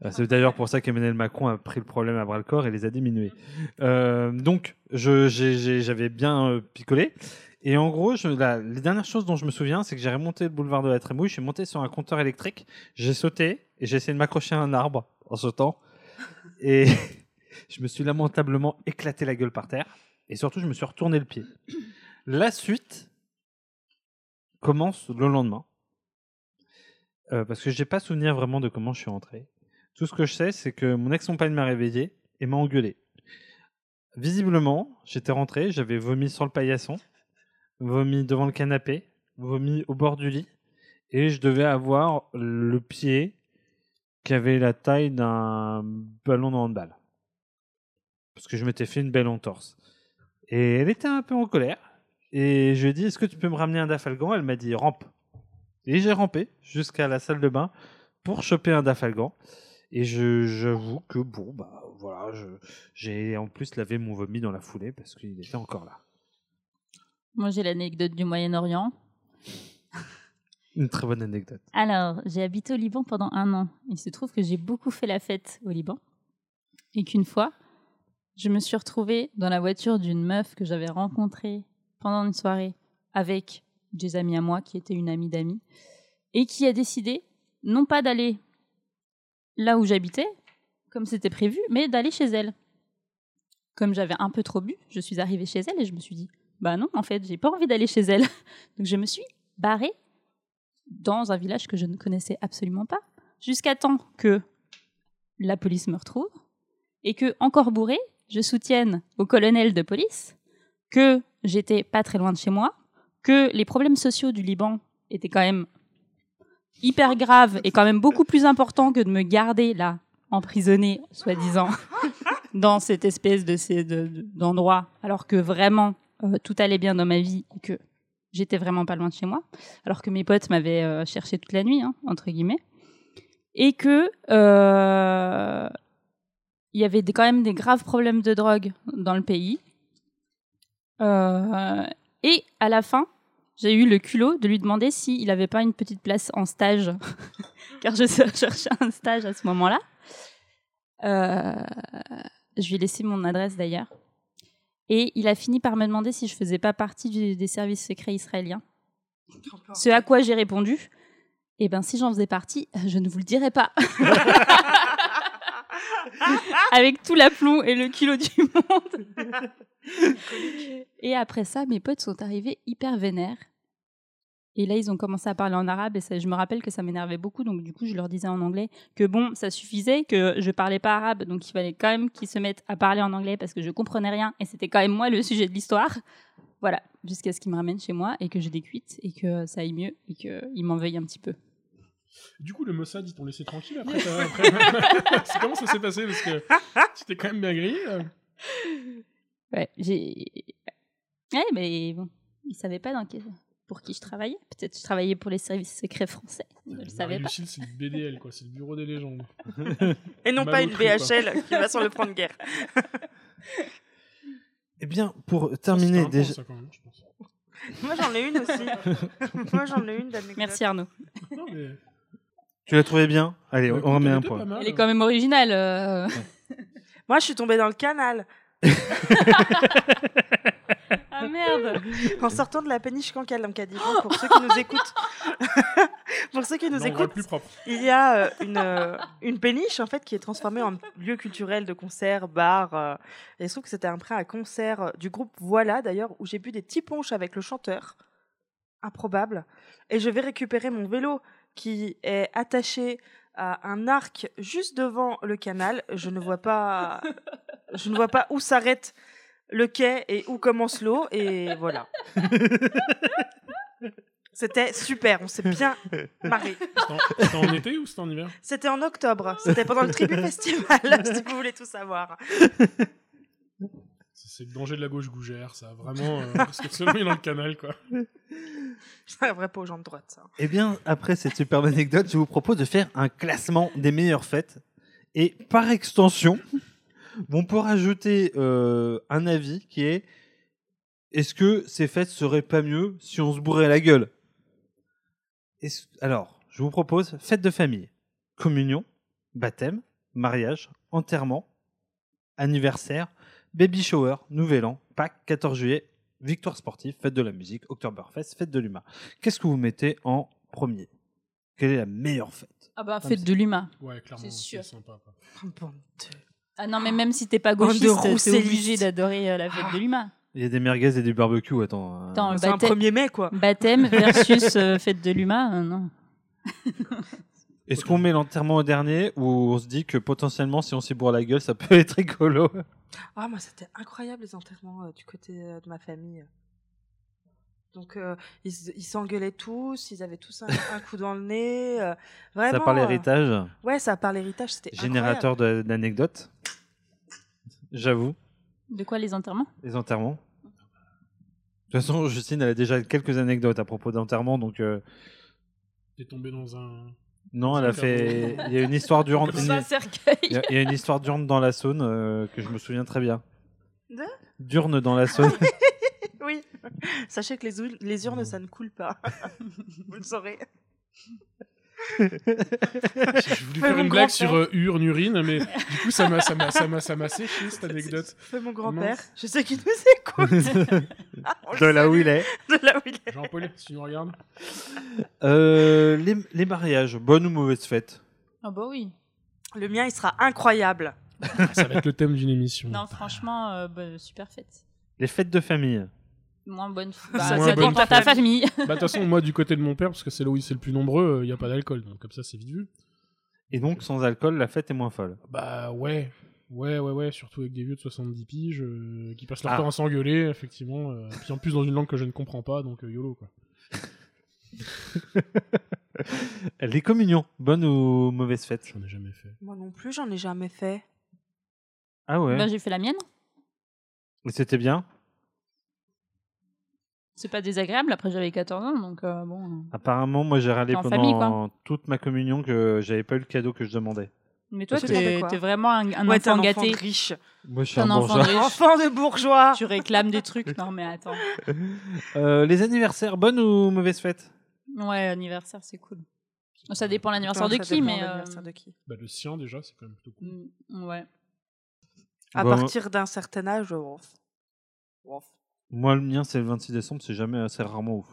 [SPEAKER 1] Euh, C'est d'ailleurs pour ça qu'Emmanuel Macron a pris le problème à bras le corps et les a diminuées. Euh, donc, je- j'ai- j'ai- j'avais bien euh, picolé. Et en gros, je, la, les dernières choses dont je me souviens, c'est que j'ai remonté le boulevard de la Trémouille, je suis monté sur un compteur électrique, j'ai sauté et j'ai essayé de m'accrocher à un arbre en sautant. Et je me suis lamentablement éclaté la gueule par terre. Et surtout, je me suis retourné le pied. La suite commence le lendemain. Euh, parce que j'ai pas souvenir vraiment de comment je suis rentré. Tout ce que je sais, c'est que mon ex-compagne m'a réveillé et m'a engueulé. Visiblement, j'étais rentré, j'avais vomi sur le paillasson, vomi devant le canapé, vomi au bord du lit, et je devais avoir le pied qui avait la taille d'un ballon de handball. Parce que je m'étais fait une belle entorse. Et elle était un peu en colère. Et je lui ai dit, est-ce que tu peux me ramener un dafalgan Elle m'a dit, rampe. Et j'ai rampé jusqu'à la salle de bain pour choper un dafalgan. Et je- j'avoue que, bon, bah voilà, je- j'ai en plus lavé mon vomi dans la foulée parce qu'il était encore là.
[SPEAKER 4] Moi, j'ai l'anecdote du Moyen-Orient.
[SPEAKER 1] Une très bonne anecdote.
[SPEAKER 4] Alors, j'ai habité au Liban pendant un an. Il se trouve que j'ai beaucoup fait la fête au Liban. Et qu'une fois, je me suis retrouvée dans la voiture d'une meuf que j'avais rencontrée pendant une soirée avec des amis à moi qui était une amie d'amis et qui a décidé non pas d'aller là où j'habitais, comme c'était prévu, mais d'aller chez elle. Comme j'avais un peu trop bu, je suis arrivée chez elle et je me suis dit bah non, en fait, j'ai pas envie d'aller chez elle. Donc je me suis barrée dans un village que je ne connaissais absolument pas, jusqu'à temps que la police me retrouve et que, encore bourré, je soutienne au colonel de police que j'étais pas très loin de chez moi, que les problèmes sociaux du Liban étaient quand même hyper graves et quand même beaucoup plus importants que de me garder là, emprisonnée, soi-disant, dans cette espèce de ces- de- de- d'endroit, alors que vraiment euh, tout allait bien dans ma vie et que j'étais vraiment pas loin de chez moi alors que mes potes m'avaient euh, cherché toute la nuit, hein, entre guillemets, et que euh, il y avait des- quand même des graves problèmes de drogue dans le pays. Euh, et à la fin, j'ai eu le culot de lui demander s'il n'avait pas une petite place en stage, car je cherchais un stage à ce moment-là. Euh, je lui ai laissé mon adresse d'ailleurs. Et il a fini par me demander si je faisais pas partie du- des services secrets israéliens. Ce à quoi j'ai répondu Eh ben, si j'en faisais partie, je ne vous le dirais pas. Avec tout l'aplomb et le kilo du monde. et après ça, mes potes sont arrivés hyper vénères. Et là, ils ont commencé à parler en arabe et ça, je me rappelle que ça m'énervait beaucoup. Donc, du coup, je leur disais en anglais que bon, ça suffisait, que je parlais pas arabe. Donc, il fallait quand même qu'ils se mettent à parler en anglais parce que je comprenais rien. Et c'était quand même moi le sujet de l'histoire. Voilà, jusqu'à ce qu'ils me ramènent chez moi et que j'ai des cuites et que ça aille mieux et qu'ils m'en veuillent un petit peu.
[SPEAKER 3] Du coup, le Mossad, ils t'ont laissé tranquille après. ça- après- C'est comment ça s'est passé Parce que tu t'es quand même bien grillé. là.
[SPEAKER 4] Ouais, j'ai. Ouais, mais bon, ils savaient pas dans qui- pour qui je travaillais. Peut-être que je travaillais pour les services secrets français. Ils ne le savaient pas.
[SPEAKER 3] Marie-Lucille, c'est le BDL, quoi. C'est le bureau des légendes.
[SPEAKER 2] Et non
[SPEAKER 3] Mal
[SPEAKER 2] pas une
[SPEAKER 3] au cul, quoi.
[SPEAKER 2] BHL qui va sur le front de guerre.
[SPEAKER 1] Eh bien, pour terminer
[SPEAKER 3] un
[SPEAKER 1] déjà.
[SPEAKER 3] pont, ça, quand même, je pense.
[SPEAKER 2] Moi j'en ai une aussi. Moi j'en ai une d'anecdote.
[SPEAKER 4] Merci Arnaud.
[SPEAKER 3] Non, mais-
[SPEAKER 1] Tu l'as trouvé bien Allez,
[SPEAKER 3] Bah,
[SPEAKER 1] on remet un
[SPEAKER 3] écoute, elle était
[SPEAKER 1] point.
[SPEAKER 3] pas mal.
[SPEAKER 4] Elle est quand même originale. euh.
[SPEAKER 2] Moi je suis tombée dans le canal
[SPEAKER 4] Ah merde
[SPEAKER 2] en sortant de la péniche cancale dans le Cadivran, pour ceux qui nous écoutent. pour ceux qui nous
[SPEAKER 3] Non, on voit
[SPEAKER 2] écoutent,
[SPEAKER 3] plus propre.
[SPEAKER 2] il y a euh, une, euh, une péniche en fait qui est transformée en lieu culturel de concerts, bars. euh, et il se trouve que c'était un prêt à concert euh, du groupe Voilà d'ailleurs où j'ai bu des petits punchs avec le chanteur, improbable. Et je vais récupérer mon vélo qui est attaché à un arc juste devant le canal. Je ne vois pas, je ne vois pas où s'arrête le quai et où commence l'eau et voilà. C'était super, on s'est bien marré.
[SPEAKER 3] C'était en- C'était en été ou c'était en hiver
[SPEAKER 2] C'était en octobre. C'était pendant le Tribu Festival, si vous voulez tout savoir.
[SPEAKER 3] C'est c'est le danger de la gauche gougère, ça. Vraiment, euh, parce que seulement il est dans le canal, quoi.
[SPEAKER 2] C'est vrai pas aux gens de droite, ça.
[SPEAKER 1] Eh bien, après cette superbe anecdote, je vous propose de faire un classement des meilleures fêtes. Et par extension, on pourra ajouter euh, un avis qui est est-ce que ces fêtes seraient pas mieux si on se bourrait la gueule Est-ce- Alors, je vous propose fête de famille, communion, baptême, mariage, enterrement, anniversaire, baby shower, nouvel an, Pâques, 14 juillet, victoire sportive, fête de la musique, Oktoberfest, fête de l'humain. Qu'est-ce que vous mettez en premier Quelle est la meilleure fête
[SPEAKER 4] Ah bah,
[SPEAKER 1] mais
[SPEAKER 4] faites de l'humain.
[SPEAKER 3] Ouais, clairement,
[SPEAKER 4] C'est
[SPEAKER 3] c'est
[SPEAKER 4] sûr.
[SPEAKER 3] sympa. quoi.
[SPEAKER 2] Oh, Bande de-
[SPEAKER 4] Ah non, mais même si t'es pas
[SPEAKER 2] Bande de
[SPEAKER 4] gauchiste, t'es
[SPEAKER 2] roussellistes.
[SPEAKER 4] obligé d'adorer euh, la fête
[SPEAKER 2] Ah.
[SPEAKER 4] de l'humain.
[SPEAKER 1] Il y a des merguez et du barbecue, attends. euh.
[SPEAKER 4] Attends, le
[SPEAKER 2] C'est un
[SPEAKER 4] baptême,
[SPEAKER 2] 1er mai, quoi.
[SPEAKER 4] baptême versus euh, fête de l'humain, euh, non.
[SPEAKER 1] Est-ce qu'on met l'enterrement au dernier ou on se dit que potentiellement, si on s'y bourre la gueule, ça peut être rigolo
[SPEAKER 2] Ah, moi, c'était incroyable, les enterrements euh, du côté euh, de ma famille. Donc, euh, ils s- ils s'engueulaient tous, ils avaient tous un, un coup dans le nez. euh, vraiment.
[SPEAKER 1] Ça parle
[SPEAKER 2] euh,
[SPEAKER 1] héritage,
[SPEAKER 2] Ouais, ça parle héritage, c'était incroyable.
[SPEAKER 1] générateur de- d'anecdotes. J'avoue,
[SPEAKER 4] De quoi les enterrements
[SPEAKER 1] les enterrements. De toute façon, Justine, elle a déjà quelques anecdotes à propos d'enterrement, donc euh,
[SPEAKER 3] T'es tombé dans un.
[SPEAKER 1] non, elle a fait. Il y a une histoire durant.
[SPEAKER 4] Dans un
[SPEAKER 1] Il y,
[SPEAKER 4] cercueil.
[SPEAKER 1] a, il y a une histoire d'urne dans la Saône euh, que je me souviens très bien.
[SPEAKER 2] De
[SPEAKER 1] D'urne dans la Saône.
[SPEAKER 2] Oui. Sachez que les, oul- les
[SPEAKER 1] Mmh.
[SPEAKER 2] urnes, ça ne coule pas. Vous le saurez.
[SPEAKER 3] Je voulais faire
[SPEAKER 2] mon
[SPEAKER 3] une
[SPEAKER 2] grand frère.
[SPEAKER 3] blague sur euh, urne, urine, mais du coup, ça m'a- ça m'a- ça m'a ça m'a séché cette anecdote.
[SPEAKER 2] Fais mon grand-père.
[SPEAKER 3] Mince.
[SPEAKER 2] Je sais qu'il nous écoute.
[SPEAKER 1] de
[SPEAKER 4] Oh,
[SPEAKER 2] On le
[SPEAKER 1] là où
[SPEAKER 2] salue.
[SPEAKER 1] il est.
[SPEAKER 2] De là où il est.
[SPEAKER 3] Jean-Paul, si tu nous regardes.
[SPEAKER 1] Euh, les, les mariages, bonne ou mauvaise fête
[SPEAKER 4] Ah bah oui.
[SPEAKER 2] Le mien, il sera incroyable.
[SPEAKER 3] Ah, Ça va être le thème d'une émission.
[SPEAKER 4] Non, franchement, euh, bah, super fête.
[SPEAKER 1] Les fêtes de famille.
[SPEAKER 4] Moins bonne fête.
[SPEAKER 2] Ça
[SPEAKER 4] Bah,
[SPEAKER 3] dépend
[SPEAKER 4] ça
[SPEAKER 3] de
[SPEAKER 4] dépend
[SPEAKER 2] ta
[SPEAKER 4] de ta famille.
[SPEAKER 3] Bah, de toute façon, moi, du côté de mon père, parce que c'est là où c'est le plus nombreux, euh, il n'y a pas d'alcool. Donc, comme ça, c'est vite vu.
[SPEAKER 1] Et donc, sans alcool, la fête est moins folle.
[SPEAKER 3] Bah, ouais. Ouais, ouais, ouais. Surtout avec des vieux de 70 piges euh, qui passent leur
[SPEAKER 1] Ah.
[SPEAKER 3] temps à s'engueuler, effectivement. euh, puis en plus, dans une langue que je ne comprends pas, donc euh, YOLO, quoi.
[SPEAKER 1] Les communions, bonne ou mauvaise fête
[SPEAKER 3] J'en ai jamais fait.
[SPEAKER 2] Moi non plus, j'en ai jamais fait.
[SPEAKER 1] Ah ouais.
[SPEAKER 4] Bah, j'ai fait la mienne.
[SPEAKER 1] Et C'était bien.
[SPEAKER 4] C'est pas désagréable. Après, j'avais 14 ans, donc euh, bon. euh.
[SPEAKER 1] Apparemment, moi, j'ai râlé
[SPEAKER 4] En
[SPEAKER 1] pendant
[SPEAKER 4] famille,
[SPEAKER 1] toute ma communion que j'avais pas eu le cadeau que je demandais.
[SPEAKER 4] Mais toi,
[SPEAKER 2] Parce que t'en fais
[SPEAKER 4] t'es
[SPEAKER 2] quoi
[SPEAKER 4] t'es vraiment un, un
[SPEAKER 2] Ouais, t'es
[SPEAKER 4] enfant
[SPEAKER 2] un enfant
[SPEAKER 4] gâté.
[SPEAKER 2] de riche.
[SPEAKER 1] Moi, je suis
[SPEAKER 4] T'es un enfant de riche.
[SPEAKER 2] Enfant de bourgeois.
[SPEAKER 4] Tu réclames des trucs. Non, mais attends.
[SPEAKER 1] Euh, les anniversaires, bonne ou mauvaise fête
[SPEAKER 4] Ouais, anniversaire, c'est cool. Ça dépend l'anniversaire
[SPEAKER 2] Attends, ça
[SPEAKER 4] de qui,
[SPEAKER 2] dépend
[SPEAKER 4] mais.
[SPEAKER 2] de
[SPEAKER 4] euh,
[SPEAKER 2] l'anniversaire de qui.
[SPEAKER 3] Bah, le sien, déjà, c'est quand même plutôt cool.
[SPEAKER 4] mm, Ouais.
[SPEAKER 2] À
[SPEAKER 1] Bah,
[SPEAKER 2] partir d'un certain âge, euh, ouf. Ouf.
[SPEAKER 1] Moi, le mien, c'est le 26 décembre, c'est jamais assez rarement ouf.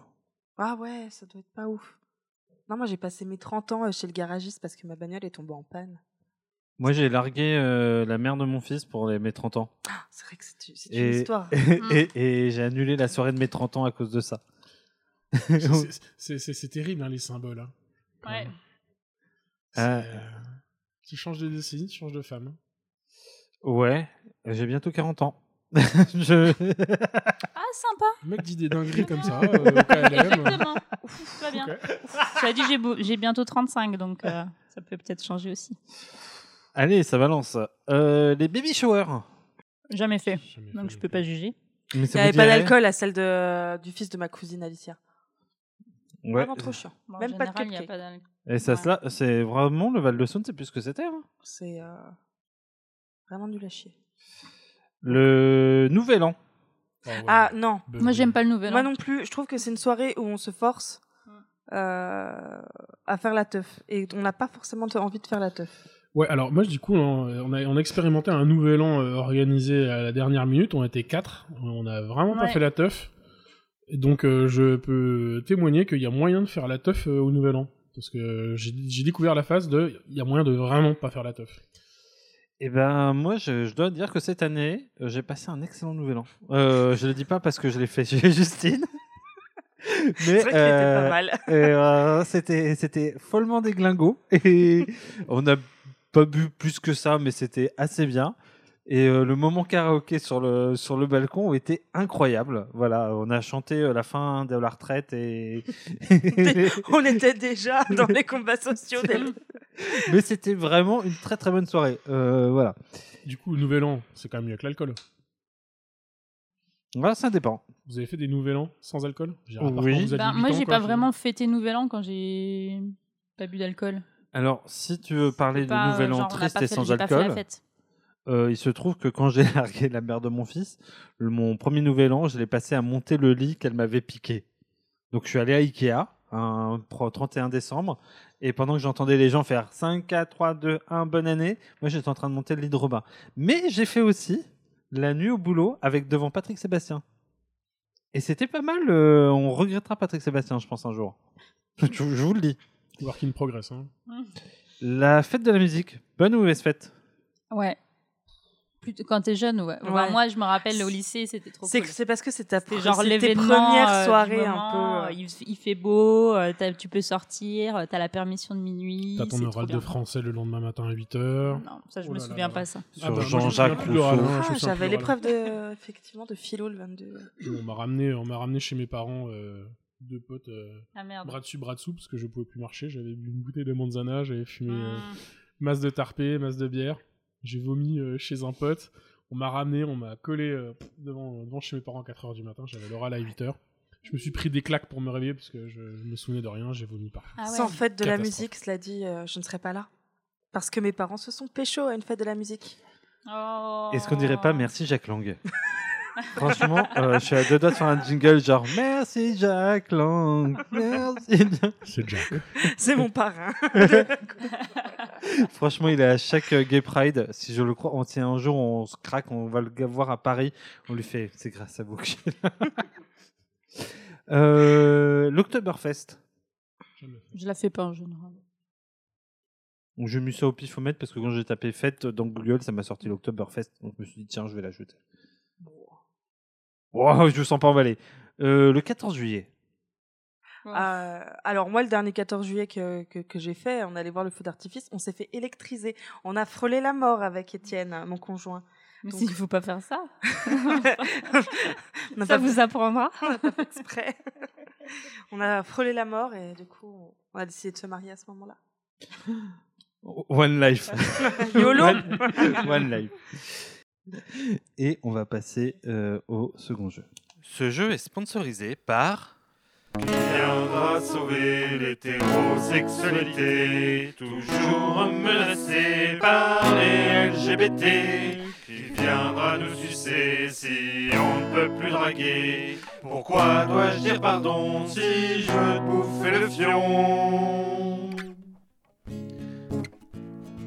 [SPEAKER 2] Ah ouais, ça doit être pas ouf. Non, moi j'ai passé mes 30 ans euh, chez le garagiste parce que ma bagnole est tombée en panne.
[SPEAKER 1] Moi, j'ai largué euh, la mère de mon fils pour les, mes 30 ans.
[SPEAKER 2] Ah, C'est vrai que c'est une- c'est une
[SPEAKER 1] Et-
[SPEAKER 2] histoire.
[SPEAKER 4] Hmm.
[SPEAKER 1] et et j'ai annulé la soirée de mes 30 ans à cause de ça.
[SPEAKER 3] C'est- c'est- c'est c'est terrible, hein, les symboles. Hein. Quand
[SPEAKER 4] Ouais.
[SPEAKER 3] même.
[SPEAKER 1] Ah.
[SPEAKER 3] C'est, euh, Tu changes de décennie, tu changes de femme. hein.
[SPEAKER 1] ouais, j'ai bientôt 40 ans. Je-
[SPEAKER 4] Ah, sympa.
[SPEAKER 3] Le mec dit des dingueries comme ça, euh, au KLM.
[SPEAKER 4] Exactement. Tout va bien.
[SPEAKER 3] Ok.
[SPEAKER 4] Tu as dit j'ai beau- j'ai bientôt 35, donc euh, ça peut peut-être changer aussi.
[SPEAKER 1] Allez, ça balance. Euh, les baby showers.
[SPEAKER 4] Jamais fait. Donc je peux pas juger.
[SPEAKER 1] Mais
[SPEAKER 2] Il n'y avait pas d'alcool à celle de, euh, du fils de ma cousine Alicia.
[SPEAKER 1] Ouais.
[SPEAKER 2] Vraiment trop chiant.
[SPEAKER 4] Bon, en
[SPEAKER 2] Même pas de
[SPEAKER 4] général, il y a
[SPEAKER 2] cupcake.
[SPEAKER 4] pas d'alcool.
[SPEAKER 1] Et ça, cela, c'est vraiment le Val de Saône, c'est plus ce que c'était. hein.
[SPEAKER 2] C'est euh, vraiment nul à chier.
[SPEAKER 1] Le Nouvel An.
[SPEAKER 3] Oh,
[SPEAKER 2] Ah non.
[SPEAKER 3] Bah,
[SPEAKER 4] Moi, j'aime pas le nouvel.
[SPEAKER 2] Moi
[SPEAKER 4] an.
[SPEAKER 2] non Mm. plus. Je trouve que c'est une soirée où on se force euh, à faire la teuf. Et on n'a pas forcément te- envie de faire la teuf.
[SPEAKER 3] Ouais, alors moi, du coup, on on a, on a expérimenté un nouvel an euh, organisé à la dernière minute. On était quatre. On a vraiment pas
[SPEAKER 4] Ouais.
[SPEAKER 3] fait la teuf. Et donc, euh, je peux témoigner qu'il y a moyen de faire la teuf euh, au nouvel an. Parce que j'ai j'ai découvert la phase de il y a moyen de vraiment pas faire la teuf.
[SPEAKER 1] Eh ben, moi, je, je dois dire que cette année, euh, j'ai passé un excellent Nouvel An. Euh, je le dis pas parce que je l'ai fait chez Justine. Mais
[SPEAKER 2] C'est vrai qu'il était pas
[SPEAKER 1] euh,
[SPEAKER 2] mal.
[SPEAKER 1] et, euh, c'était c'était follement déglingo et on n'a pas bu plus que ça, mais c'était assez bien. Et euh, le moment karaoké sur le sur le balcon était incroyable. Voilà, on a chanté euh, la fin de la retraite et
[SPEAKER 2] on était déjà dans les combats sociaux. Des...
[SPEAKER 1] mais c'était vraiment une très très bonne soirée. Euh, voilà.
[SPEAKER 3] Du coup, nouvel an, c'est quand même mieux que l'alcool.
[SPEAKER 1] Voilà, ça dépend.
[SPEAKER 3] Vous avez fait des nouvel an sans alcool Gérard, par
[SPEAKER 1] Oui.
[SPEAKER 3] contre, vous aviez
[SPEAKER 4] Ben,
[SPEAKER 3] huit
[SPEAKER 4] moi,
[SPEAKER 3] ans,
[SPEAKER 4] j'ai
[SPEAKER 3] quoi,
[SPEAKER 4] pas
[SPEAKER 3] je-
[SPEAKER 4] vraiment fêté nouvel an quand j'ai pas bu d'alcool.
[SPEAKER 1] Alors, si tu veux parler de
[SPEAKER 4] Pas, euh,
[SPEAKER 1] Nouvel An
[SPEAKER 4] genre, on a
[SPEAKER 1] triste
[SPEAKER 4] pas
[SPEAKER 1] et
[SPEAKER 4] fait-
[SPEAKER 1] sans
[SPEAKER 4] j'ai pas fait la
[SPEAKER 1] alcool,
[SPEAKER 4] fête.
[SPEAKER 1] euh, il se trouve que quand j'ai largué la mère de mon fils, le- mon premier Nouvel An, je l'ai passé à monter le lit qu'elle m'avait piqué. Donc, je suis allé à Ikea un pro- 31 décembre, et pendant que j'entendais les gens faire 5, 4, 3, 2, 1, bonne année, moi j'étais en train de monter le lit de Robin. Mais j'ai fait aussi la nuit au boulot avec devant Patrick Sébastien. Et c'était pas mal, euh, on regrettera Patrick Sébastien, je pense, un jour. Je- je vous le dis.
[SPEAKER 3] Work in progress. Hein.
[SPEAKER 1] La fête de la musique, bonne ou mauvaise fête
[SPEAKER 4] Ouais. Plutôt quand t'es jeune, ouais. Enfin,
[SPEAKER 2] Ouais.
[SPEAKER 4] moi, je me rappelle au lycée, c'était trop
[SPEAKER 2] C'est
[SPEAKER 4] cool.
[SPEAKER 2] c'est parce que c'est ta
[SPEAKER 4] C'était
[SPEAKER 2] pre-
[SPEAKER 4] genre
[SPEAKER 2] c'est tes
[SPEAKER 4] l'événement. euh,
[SPEAKER 2] premières
[SPEAKER 4] du
[SPEAKER 2] soirées un
[SPEAKER 4] moment,
[SPEAKER 2] peu.
[SPEAKER 4] euh, Il, f- il fait beau, euh, t'as- tu peux sortir, euh, t'as la permission de minuit.
[SPEAKER 3] T'as ton
[SPEAKER 4] c'est
[SPEAKER 3] oral
[SPEAKER 4] trop bien.
[SPEAKER 3] de français le lendemain matin à 8h.
[SPEAKER 4] Non, ça, je
[SPEAKER 3] Oh
[SPEAKER 4] me
[SPEAKER 3] là
[SPEAKER 4] souviens
[SPEAKER 3] là.
[SPEAKER 4] pas, ça.
[SPEAKER 1] Sur
[SPEAKER 3] bah, moi, je me
[SPEAKER 1] Jean-Jacques
[SPEAKER 3] souviens plus de l'oral,
[SPEAKER 1] Rousseau.
[SPEAKER 3] hein, je me
[SPEAKER 2] Ah,
[SPEAKER 3] souviens plus
[SPEAKER 2] j'avais
[SPEAKER 3] de l'oral.
[SPEAKER 2] l'épreuve de effectivement de philo le 22.
[SPEAKER 3] On m'a ramené, on m'a ramené chez mes parents euh, deux potes euh,
[SPEAKER 4] Ah merde.
[SPEAKER 3] bras dessus bras dessous parce que je pouvais plus marcher. J'avais bu une bouteille de manzana, j'avais
[SPEAKER 4] Mmh.
[SPEAKER 3] fumé euh,
[SPEAKER 4] Ah.
[SPEAKER 3] masse de tarpé, masse de bière. J'ai vomi euh, chez un pote. On m'a ramené, on m'a collé euh, pff, devant, devant chez mes parents à 4h du matin. J'avais l'oral à 8h. Je me suis pris des claques pour me réveiller parce que je, je me souvenais de rien. J'ai vomi partout.
[SPEAKER 4] Ah ouais.
[SPEAKER 2] Sans fête de la
[SPEAKER 3] Catastrophe.
[SPEAKER 2] musique, cela dit, euh, je ne serais pas là. Parce que mes parents se sont pécho à une fête de la musique.
[SPEAKER 4] Oh.
[SPEAKER 1] Est-ce qu'on dirait pas merci Jacques Lang Franchement, euh, je suis à deux doigts sur un jingle genre merci Jacques Lang, merci. Jack-
[SPEAKER 3] C'est Jack.
[SPEAKER 2] C'est mon parrain.
[SPEAKER 1] Franchement, il est à chaque euh, Gay Pride, si je le crois. On, si un jour on se craque, on va le ga- voir à Paris, on lui fait c'est grâce à vous que je suis là. Euh, L'Octoberfest.
[SPEAKER 4] Je la fais pas en général.
[SPEAKER 1] Donc, J'ai mis ça au pifomètre parce que quand j'ai tapé fête dans Google, ça m'a sorti l'Octoberfest. Donc je me suis dit, tiens, je vais l'ajouter. Wow, je me sens pas emballé. Euh, le 14 juillet.
[SPEAKER 2] Euh, alors moi, le dernier 14 juillet que, que, que j'ai fait, on allait voir le feu d'artifice, on s'est fait électriser. On a frôlé la mort avec Étienne, mon conjoint.
[SPEAKER 4] Mais
[SPEAKER 2] Donc-
[SPEAKER 4] s'il faut pas faire ça,
[SPEAKER 2] On n'a pas,
[SPEAKER 4] ça vous apprendra.
[SPEAKER 2] fait exprès. on a frôlé la mort et du coup, on a décidé de se marier à ce moment-là.
[SPEAKER 1] One life.
[SPEAKER 2] YOLO
[SPEAKER 1] One, one life. Et on va passer euh, au second jeu. Ce jeu est sponsorisé par.
[SPEAKER 12] viendra sauver l'hétérosexualité, toujours menacée par les LGBT, qui viendra nous sucer si on ne peut plus draguer. Pourquoi dois-je dire pardon si je veux te bouffer le fion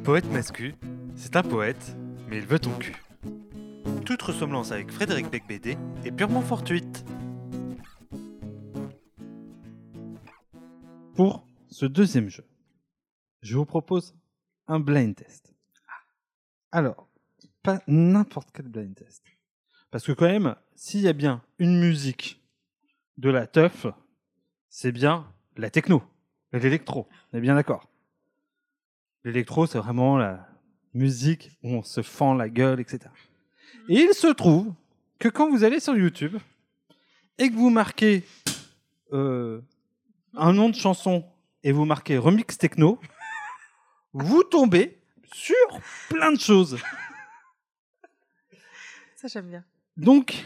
[SPEAKER 13] Poète mascu, c'est un poète, mais il veut ton cul. Toute ressemblance avec Frédéric Beck BD est purement fortuite.
[SPEAKER 1] Pour ce deuxième jeu, je vous propose un blind test. Alors, pas n'importe quel blind test. Parce que quand même, s'il y a bien une musique de la teuf, c'est bien la techno, et l'électro. On est bien d'accord. L'électro, c'est vraiment la musique où on se fend la gueule, etc. Et il se trouve que quand vous allez sur YouTube et que vous marquez euh, un nom de chanson et vous marquez remix techno, vous tombez sur plein de choses.
[SPEAKER 2] Ça, j'aime bien.
[SPEAKER 1] Donc,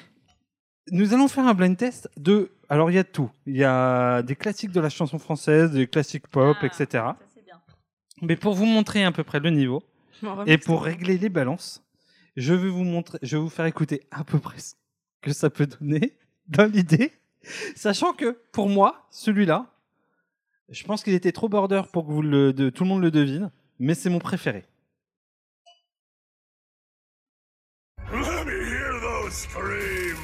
[SPEAKER 1] nous allons faire un blind test de. Alors, il y a tout. Il y a des classiques de la chanson française, des classiques pop, etc. Ah.
[SPEAKER 4] Ah,
[SPEAKER 1] Mais pour vous montrer à peu près le niveau
[SPEAKER 13] On va
[SPEAKER 1] et
[SPEAKER 13] mixer.
[SPEAKER 1] pour régler les balances, je vais vous montrer, je vais vous faire écouter à peu près ce que ça peut donner dans l'idée, sachant que pour moi, celui-là, je pense qu'il était trop border pour que vous le, de- tout le monde le devine, mais c'est mon préféré.
[SPEAKER 11] Let me hear those screams.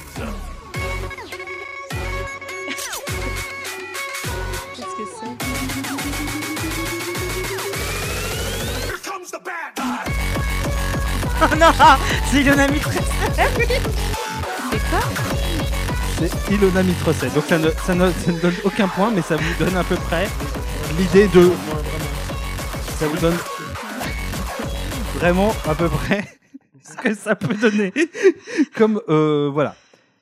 [SPEAKER 4] Qu'est-ce que c'est
[SPEAKER 11] Here comes the bad guy.
[SPEAKER 2] Oh non C'est Ilona Mitresse
[SPEAKER 11] C'est quoi
[SPEAKER 1] C'est Ilona Mitrocet. Donc ça ne, ça ne- ça ne donne aucun point, mais ça vous donne à peu près l'idée de. Ça vous donne vraiment à peu près ce que ça peut donner. Comme euh, voilà.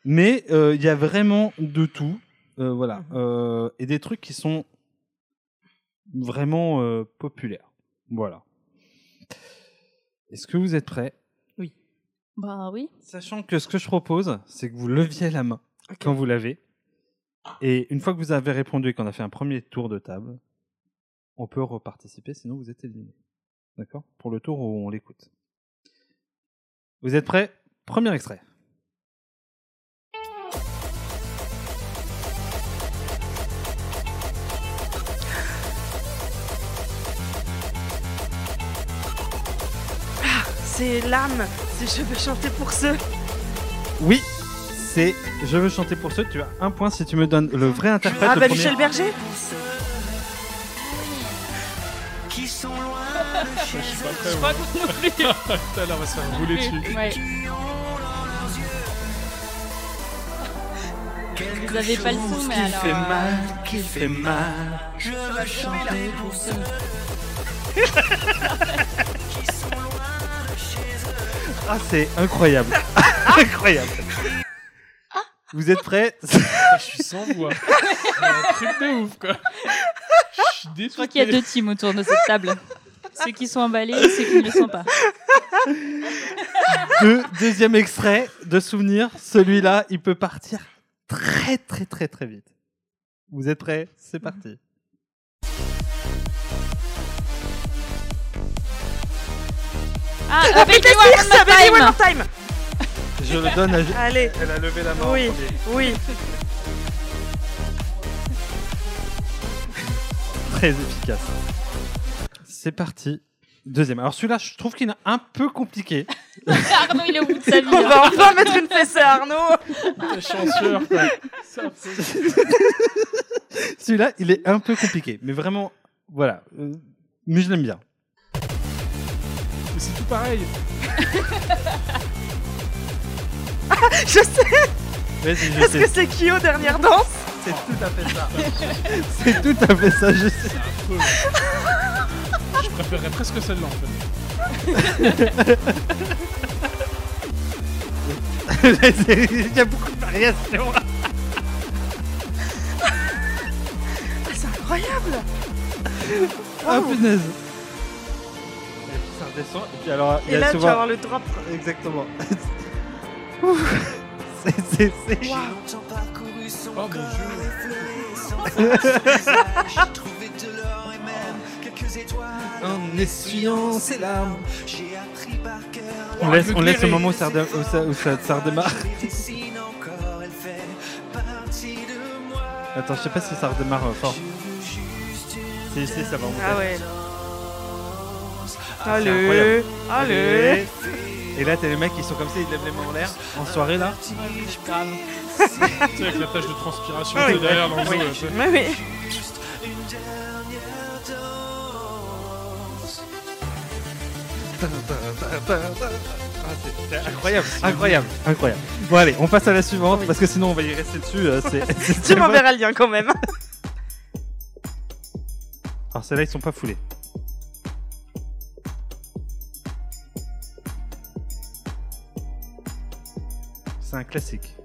[SPEAKER 1] Mais euh, il y a vraiment de tout. Euh, voilà. Euh, et des trucs qui sont vraiment euh, populaires. Voilà. Est-ce que vous êtes prêts
[SPEAKER 4] Bah oui.
[SPEAKER 1] Sachant que ce que je propose, c'est que vous leviez la main quand vous l'avez. Et une fois que vous avez répondu et qu'on a fait un premier tour de table, on peut reparticiper, sinon vous êtes éliminé. D'accord Pour le tour où on l'écoute. Vous êtes prêts Premier extrait.
[SPEAKER 2] C'est l'âme C'est Je veux chanter pour ceux
[SPEAKER 1] Oui, c'est Je veux chanter pour ceux. Tu as un point si tu me donnes le vrai interprète.
[SPEAKER 2] Ah
[SPEAKER 1] le
[SPEAKER 2] bah
[SPEAKER 1] premier-
[SPEAKER 2] Michel Berger
[SPEAKER 11] Qui sont loin de chez eux.
[SPEAKER 3] Je crois que non plus. Tout à l'heure, on va se faire rouler dessus.
[SPEAKER 11] Et qui ont dans leurs yeux.
[SPEAKER 4] Vous avez pas le son, mais
[SPEAKER 11] quelque
[SPEAKER 4] alors,
[SPEAKER 11] chose Qui fait
[SPEAKER 4] euh,
[SPEAKER 11] mal, qui fait mal. Je veux chanter pour ceux qui sont loin de chez eux.
[SPEAKER 1] Ah, c'est incroyable. incroyable. Vous êtes prêts Je
[SPEAKER 3] Ah, suis sans voix. C'est un truc de ouf, quoi.
[SPEAKER 4] Je crois qu'il y a deux teams autour de cette table. ceux qui sont emballés et ceux qui ne le sont pas.
[SPEAKER 1] Deux- deuxième extrait de souvenir. Celui-là, il peut partir très très très très vite. Vous êtes prêts C'est parti.
[SPEAKER 4] Ah,
[SPEAKER 2] Ah, Britney Spears, Britney One More Time
[SPEAKER 1] Je le donne à.
[SPEAKER 2] Allez
[SPEAKER 1] Elle a levé la main.
[SPEAKER 2] Oui, oui.
[SPEAKER 1] Très efficace. C'est parti. Deuxième. Alors celui-là, je trouve qu'il est un peu compliqué.
[SPEAKER 4] Arnaud, il est au bout de sa vie. hein.
[SPEAKER 2] On va enfin mettre une fessée à Arnaud
[SPEAKER 1] chanceur, quoi. Celui-là, il est un peu compliqué, mais vraiment, voilà. Euh, Mais je l'aime bien.
[SPEAKER 3] Mais c'est tout pareil.
[SPEAKER 2] Je sais
[SPEAKER 1] Vas-y, je
[SPEAKER 2] Est-ce
[SPEAKER 1] sais.
[SPEAKER 2] que c'est qui aux dernières danses
[SPEAKER 1] C'est tout à fait ça. C'est tout à fait ça, je sais.
[SPEAKER 3] Je préférerais presque celle-là, en
[SPEAKER 1] fait. Il y a beaucoup de variations.
[SPEAKER 2] Ah, c'est incroyable
[SPEAKER 1] Ah
[SPEAKER 2] Waouh.
[SPEAKER 1] punaise. Et puis ça redescend. Et puis alors, il y
[SPEAKER 2] Et
[SPEAKER 1] a
[SPEAKER 2] là, tu
[SPEAKER 1] souvent-
[SPEAKER 2] vas avoir le drop.
[SPEAKER 1] Exactement. C'est- c'est- c'est-
[SPEAKER 11] J'ai longtemps parcouru son corps, effleuré son visage, trouvé de l'or et même quelques étoiles.
[SPEAKER 1] En essuyant ses larmes.
[SPEAKER 11] J'ai appris par cœur.
[SPEAKER 1] On laisse, on laisse le moment où ça, redem- où ça- où ça- ça redémarre.
[SPEAKER 11] Elle dessine encore, elle fait partie de moi.
[SPEAKER 1] Attends, je sais pas si ça redémarre euh, fort. Si, si, ça va remonter.
[SPEAKER 2] Ah ouais.
[SPEAKER 1] Ah, C'est
[SPEAKER 2] Allez,
[SPEAKER 1] incroyable.
[SPEAKER 2] allez.
[SPEAKER 1] Et là, t'as les mecs qui sont comme ça, ils lèvent les mains en l'air. En soirée, là.
[SPEAKER 3] Tu sais, avec la tache de transpiration
[SPEAKER 1] Ah Oui.
[SPEAKER 3] de derrière dans le
[SPEAKER 1] Oui.
[SPEAKER 3] dos, là,
[SPEAKER 1] Oui.
[SPEAKER 3] tu sais.
[SPEAKER 11] Juste une dernière danse.
[SPEAKER 1] C'est Incroyable, incroyable, incroyable. Bon, allez, on passe à la suivante parce que sinon on va y rester dessus. euh, c'est- c'est
[SPEAKER 2] Tu
[SPEAKER 1] tellement-
[SPEAKER 2] m'enverras le lien quand même.
[SPEAKER 1] Alors, celles-là, ils sont pas foulés. C'est un classique.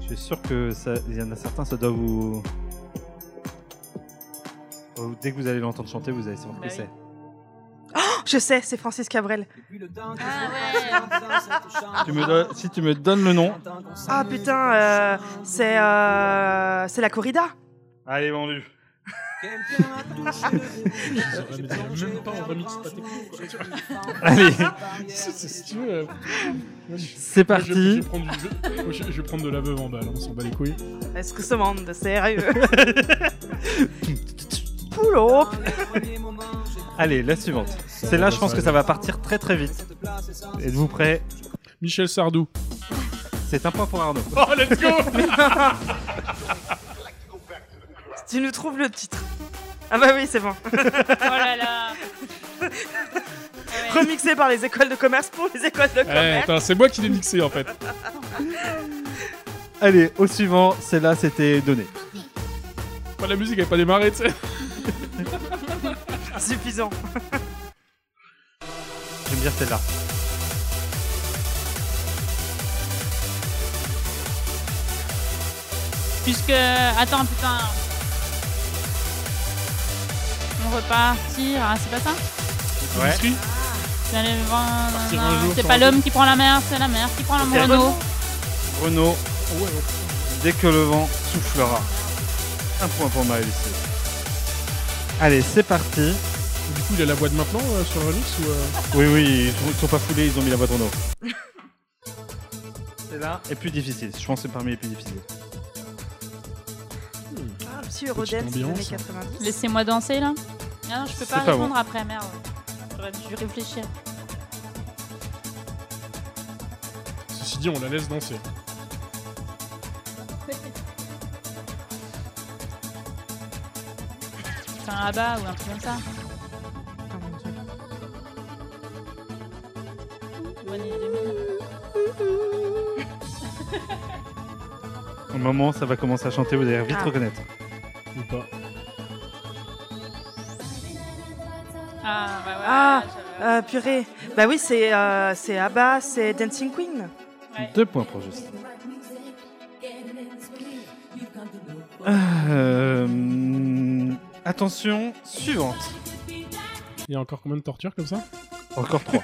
[SPEAKER 1] Je suis sûr que ça, il y en a certains, ça doit vous. Oh, Dès que vous allez l'entendre chanter, vous allez savoir qui c'est.
[SPEAKER 2] Je sais, c'est Francis Cabrel.
[SPEAKER 4] Ah
[SPEAKER 1] Tu me donnes- si tu me donnes le nom.
[SPEAKER 2] Ah putain, euh, c'est euh, c'est la corrida.
[SPEAKER 1] Allez, vendu.
[SPEAKER 3] même pas en remix Patek.
[SPEAKER 1] Allez.
[SPEAKER 3] Si- si- si tu veux, euh, moi, je-
[SPEAKER 1] C'est
[SPEAKER 3] moi,
[SPEAKER 1] parti.
[SPEAKER 3] Je, je vais prendre du- moi, je- je vais prendre de la veuve en balle, hein, on s'en bat les couilles.
[SPEAKER 2] Est-ce que ce monde sérieux Pull up
[SPEAKER 1] Allez, la suivante. C'est là, je pense que ça va partir très très vite. Êtes-vous prêts
[SPEAKER 3] Michel Sardou.
[SPEAKER 1] C'est un point pour Arnaud.
[SPEAKER 3] Oh, let's go
[SPEAKER 2] Tu nous trouves le titre. Ah bah oui, c'est bon. oh
[SPEAKER 10] là là.
[SPEAKER 2] Remixé par les écoles de commerce pour les écoles de
[SPEAKER 3] Eh,
[SPEAKER 2] commerce.
[SPEAKER 3] attends, c'est moi qui l'ai mixé en fait.
[SPEAKER 1] Allez, au suivant, celle-là, c'était donné.
[SPEAKER 3] Enfin, la musique elle pas démarré, tu sais.
[SPEAKER 2] Suffisant.
[SPEAKER 1] J'aime bien celle-là.
[SPEAKER 4] Puisque. Attends, putain. On repartir. Ah, c'est pas ça
[SPEAKER 1] Ouais.
[SPEAKER 4] Dans les vents,
[SPEAKER 1] Partir un
[SPEAKER 4] nanana.
[SPEAKER 1] jour
[SPEAKER 4] C'est
[SPEAKER 1] sans
[SPEAKER 4] pas l'homme
[SPEAKER 1] retour.
[SPEAKER 4] qui prend la mer, c'est la mer qui prend
[SPEAKER 1] Ok.
[SPEAKER 4] le Renault.
[SPEAKER 1] Renaud, dès que le vent soufflera. Un point pour Maëlys. Allez, c'est parti.
[SPEAKER 3] Du coup, il a la voix de maintenant euh, sur le remix ou. euh,
[SPEAKER 1] Oui, oui, ils sont pas foulés, ils ont mis la voix de Renaud. C'est là. Et plus difficile, je pense que c'est parmi les plus difficiles.
[SPEAKER 2] Ah, monsieur Rodin, c'est les années
[SPEAKER 1] ambiance. hein.
[SPEAKER 2] 90.
[SPEAKER 4] Laissez-moi danser là. Ah non, je peux
[SPEAKER 1] C'est
[SPEAKER 4] pas
[SPEAKER 1] pas
[SPEAKER 4] répondre
[SPEAKER 1] bon.
[SPEAKER 4] après, merde. J'aurais dû réfléchir.
[SPEAKER 3] Ceci dit, on la laisse danser.
[SPEAKER 4] C'est un rabat ou un truc comme ça. Ou année 2000.
[SPEAKER 1] Au moment, ça va commencer à chanter, vous allez vite
[SPEAKER 4] Ah.
[SPEAKER 1] reconnaître.
[SPEAKER 3] Ou pas.
[SPEAKER 4] Ah, bah ouais.
[SPEAKER 2] Ah, euh, purée. Bah oui, c'est euh, c'est ABBA, c'est Dancing Queen.
[SPEAKER 1] Deux points pour Justine. Ah, Euh, Attention, suivante.
[SPEAKER 3] Il y a encore combien de tortures comme ça
[SPEAKER 1] Encore trois.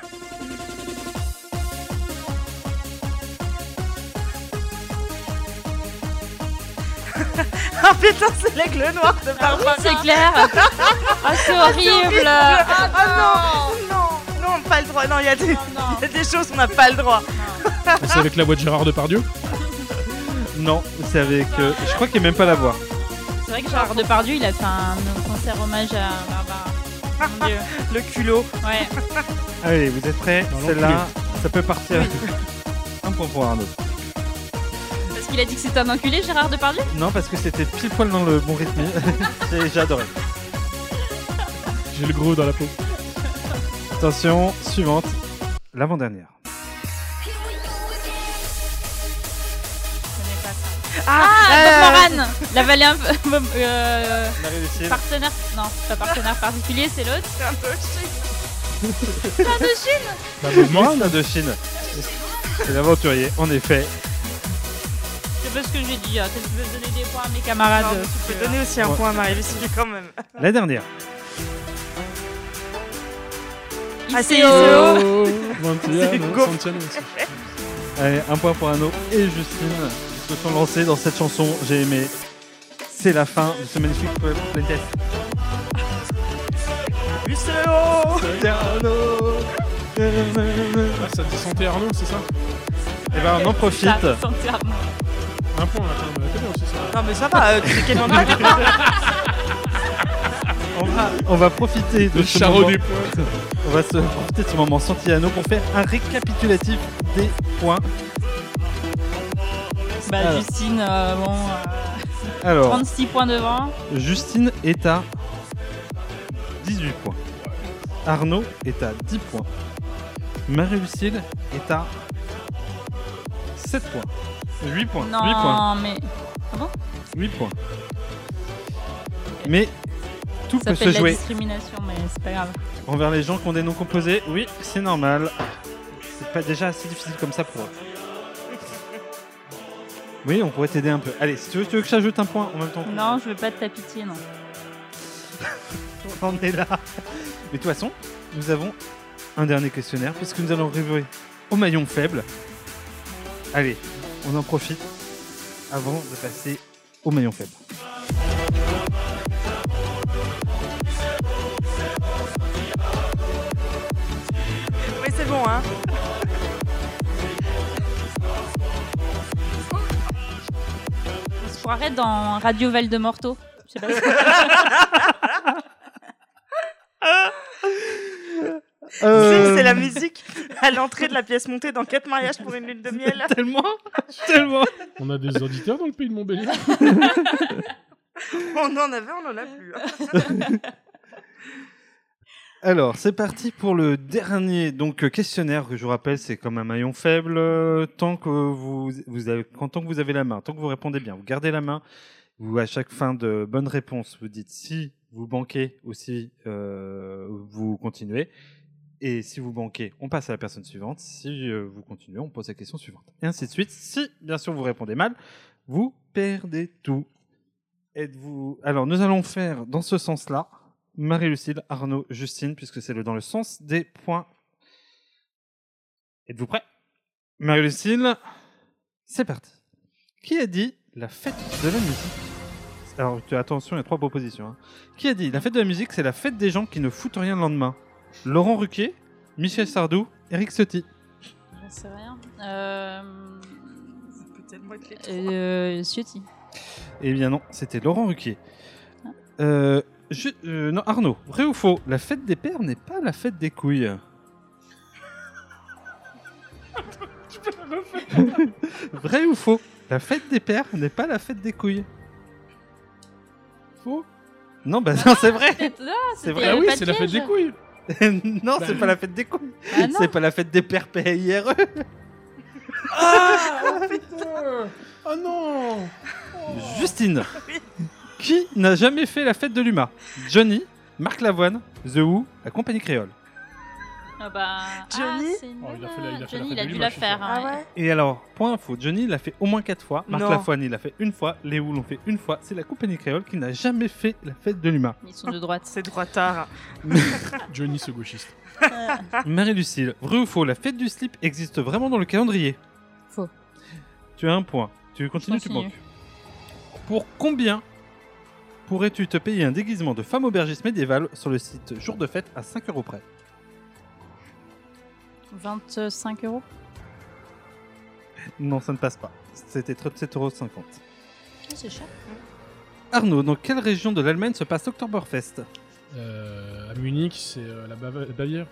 [SPEAKER 2] Ah putain, c'est l'aigle noir
[SPEAKER 1] Ah
[SPEAKER 2] de Barbara.
[SPEAKER 4] oui, c'est clair. Ah, c'est horrible.
[SPEAKER 2] Ah, non, non, non, pas le droit. Non, il y, a des- il y a des choses qu'on n'a pas le droit.
[SPEAKER 3] C'est avec la voix de Gérard Depardieu
[SPEAKER 1] Non, c'est avec. euh, je crois qu'il n'y a même pas la voix.
[SPEAKER 4] C'est vrai que Gérard Depardieu, il a fait un concert hommage à Barbara. Mon Dieu.
[SPEAKER 2] Ah, Le culot.
[SPEAKER 4] Ouais.
[SPEAKER 1] Allez, vous êtes prêts
[SPEAKER 3] Dans
[SPEAKER 1] Celle-là, ça peut partir. un point pour Arnaud.
[SPEAKER 4] Parce qu'il a dit que c'était un enculé, Gérard Depardieu
[SPEAKER 1] Non, parce que c'était pile poil dans le bon rythme. J'ai- J'ai adoré.
[SPEAKER 3] J'ai le gros dans la peau.
[SPEAKER 1] Attention, suivante. L'avant-dernière.
[SPEAKER 4] Ah,
[SPEAKER 2] euh,
[SPEAKER 4] Bob Moran La vallée un peu. euh,
[SPEAKER 1] Marie-Lucille.
[SPEAKER 4] partenaire. Non, c'est pas partenaire particulier, c'est l'autre.
[SPEAKER 2] C'est un peu chine.
[SPEAKER 4] Plein de chine
[SPEAKER 1] La Moran de Chine. C'est l'aventurier, en effet.
[SPEAKER 4] C'est pas ce que j'ai dit. hein. Qu'est-ce que Je veux donner des points à mes camarades.
[SPEAKER 2] Non, mais tu peux donner aussi un
[SPEAKER 1] Ouais.
[SPEAKER 2] point à Marie-Lucie quand même.
[SPEAKER 1] La dernière.
[SPEAKER 2] Ah, c'est ICO.
[SPEAKER 3] Oh, Santiano,
[SPEAKER 2] gaufre.
[SPEAKER 3] Santiano aussi.
[SPEAKER 1] Allez, un point pour Arnaud et Justine. Ils se sont lancés dans cette chanson. J'ai aimé. C'est la fin de ce magnifique playtest.
[SPEAKER 2] ICO.
[SPEAKER 3] Ah, ça dit Santé Arnaud, c'est ça Eh
[SPEAKER 1] Et ben on en profite.
[SPEAKER 4] Ça, santé à moi.
[SPEAKER 3] Un point, attends, mais t'as bien aussi ça.
[SPEAKER 2] Non, mais ça va, euh, tu fais quel mandat
[SPEAKER 1] On va, on va profiter de
[SPEAKER 3] Le
[SPEAKER 1] ce
[SPEAKER 3] charreau
[SPEAKER 1] moment.
[SPEAKER 3] des points.
[SPEAKER 1] On va se profiter de ce moment Santillano pour faire un récapitulatif des points.
[SPEAKER 4] Bah,
[SPEAKER 1] Alors.
[SPEAKER 4] Justine, euh, bon. euh,
[SPEAKER 1] Alors,
[SPEAKER 4] 36 points devant.
[SPEAKER 1] Justine est à 18 points. Arnaud est à 10 points. Marie-Lucille est à 7 points. 8 points. 8 points.
[SPEAKER 4] Non, mais. Ah bon
[SPEAKER 1] 8 points. Mais tout
[SPEAKER 4] Ça
[SPEAKER 1] peut
[SPEAKER 4] fait
[SPEAKER 1] se
[SPEAKER 4] de la
[SPEAKER 1] jouer
[SPEAKER 4] discrimination, mais c'est pas grave.
[SPEAKER 1] envers les gens qui ont des noms composés. Oui, c'est normal. C'est pas déjà assez difficile comme ça pour eux. Oui, on pourrait t'aider un peu. Allez, si tu veux, tu veux que j'ajoute un point en même temps.
[SPEAKER 4] Non, je veux pas de ta pitié, non.
[SPEAKER 1] On en est là. Mais de toute façon, nous avons un dernier questionnaire puisque nous allons arriver au maillon faible. Allez, on en profite avant de passer au maillon faible.
[SPEAKER 2] Mais c'est bon, hein
[SPEAKER 4] On se croirait dans Radio Val de Morteau. Je sais pas si-
[SPEAKER 1] Euh.
[SPEAKER 2] Tu sais, C'est la musique à l'entrée de la pièce montée dans 4 mariages pour une lune de miel.
[SPEAKER 1] Tellement, tellement.
[SPEAKER 3] On a des auditeurs dans le pays de
[SPEAKER 4] Ah,
[SPEAKER 3] Montbéliard.
[SPEAKER 2] On en avait, on en a plus. hein.
[SPEAKER 1] Alors, c'est parti pour le dernier donc euh, questionnaire que je vous rappelle, c'est comme un maillon faible. euh, Tant que vous, vous avez, quand, tant que vous avez la main, tant que vous répondez bien, vous gardez la main. Vous à chaque fin de bonne réponse, vous dites si vous banquez ou si euh, vous continuez. Et si vous banquez, on passe à la personne suivante. Si euh, vous continuez, on pose la question suivante. Et ainsi de suite. Si bien sûr vous répondez mal, vous perdez tout. Êtes-vous Alors nous allons faire dans ce sens-là. Marie-Lucille, Arnaud, Justine, puisque c'est le dans le sens des points. Êtes-vous prêts Marie-Lucille, c'est parti. Qui a dit la fête de la musique Alors tu- attention, il y a trois propositions. hein. Qui a dit la fête de la musique, c'est la fête des gens qui ne foutent rien le lendemain Laurent Ruquier, Michel Sardou, Eric Ciotti.
[SPEAKER 4] J'en sais rien. Euh...
[SPEAKER 2] Peut-être moi qui
[SPEAKER 4] Euh, Ciotti.
[SPEAKER 1] Eh bien non, c'était Laurent Ruquier. Euh, je- euh, non, Arnaud, vrai ou faux La fête des pères n'est pas la fête des couilles. Vrai ou faux La fête des pères n'est pas la fête des couilles. Faux Non, bah non, c'est vrai.
[SPEAKER 4] Peut-être- ah,
[SPEAKER 1] C'est
[SPEAKER 4] c'était
[SPEAKER 1] vrai.
[SPEAKER 4] le
[SPEAKER 1] Ah oui,
[SPEAKER 4] pas de
[SPEAKER 1] c'est la fête
[SPEAKER 4] piège.
[SPEAKER 1] des couilles. non, c'est
[SPEAKER 4] Bah,
[SPEAKER 1] pas la fête des couilles.
[SPEAKER 4] Bah non.
[SPEAKER 1] c'est pas la fête des pères PIRE.
[SPEAKER 3] Ah putain Oh non
[SPEAKER 1] Justine. Qui n'a jamais fait la fête de l'UMA Johnny, Marc Lavoine, The Who, la compagnie créole.
[SPEAKER 4] Ah bah,
[SPEAKER 2] Johnny
[SPEAKER 4] ah, c'est une
[SPEAKER 3] Oh, il a
[SPEAKER 4] bonne-
[SPEAKER 3] fait la- il a fait la
[SPEAKER 4] Johnny, il a
[SPEAKER 3] fête de
[SPEAKER 4] dû
[SPEAKER 3] lui,
[SPEAKER 4] la
[SPEAKER 3] moi, je suis
[SPEAKER 4] faire. hein, ouais.
[SPEAKER 1] Et alors, point info, Johnny l'a fait au moins 4 fois, Marc
[SPEAKER 4] Non.
[SPEAKER 1] Lavoine il l'a fait une fois, Les Who l'ont fait une fois, c'est la compagnie créole qui n'a jamais fait la fête de l'humain.
[SPEAKER 4] Ils sont de droite.
[SPEAKER 2] C'est droitard.
[SPEAKER 3] Johnny ce gauchiste.
[SPEAKER 1] Marie-Lucille, vrai ou faux, la fête du slip existe vraiment dans le calendrier
[SPEAKER 4] Faux.
[SPEAKER 1] Tu as un point, tu continues, tu
[SPEAKER 4] continue.
[SPEAKER 1] manques. Pour combien pourrais-tu te payer un déguisement de femme aubergiste médiévale sur le site Jour de fête à 5 euros près
[SPEAKER 4] 25 euros.
[SPEAKER 1] Non, ça ne passe pas. C'était 37,50 euros.
[SPEAKER 4] Ah, c'est cher.
[SPEAKER 1] Arnaud, dans quelle région de l'Allemagne se passe Oktoberfest
[SPEAKER 3] Euh, à Munich, c'est euh, la Bava- Bavière.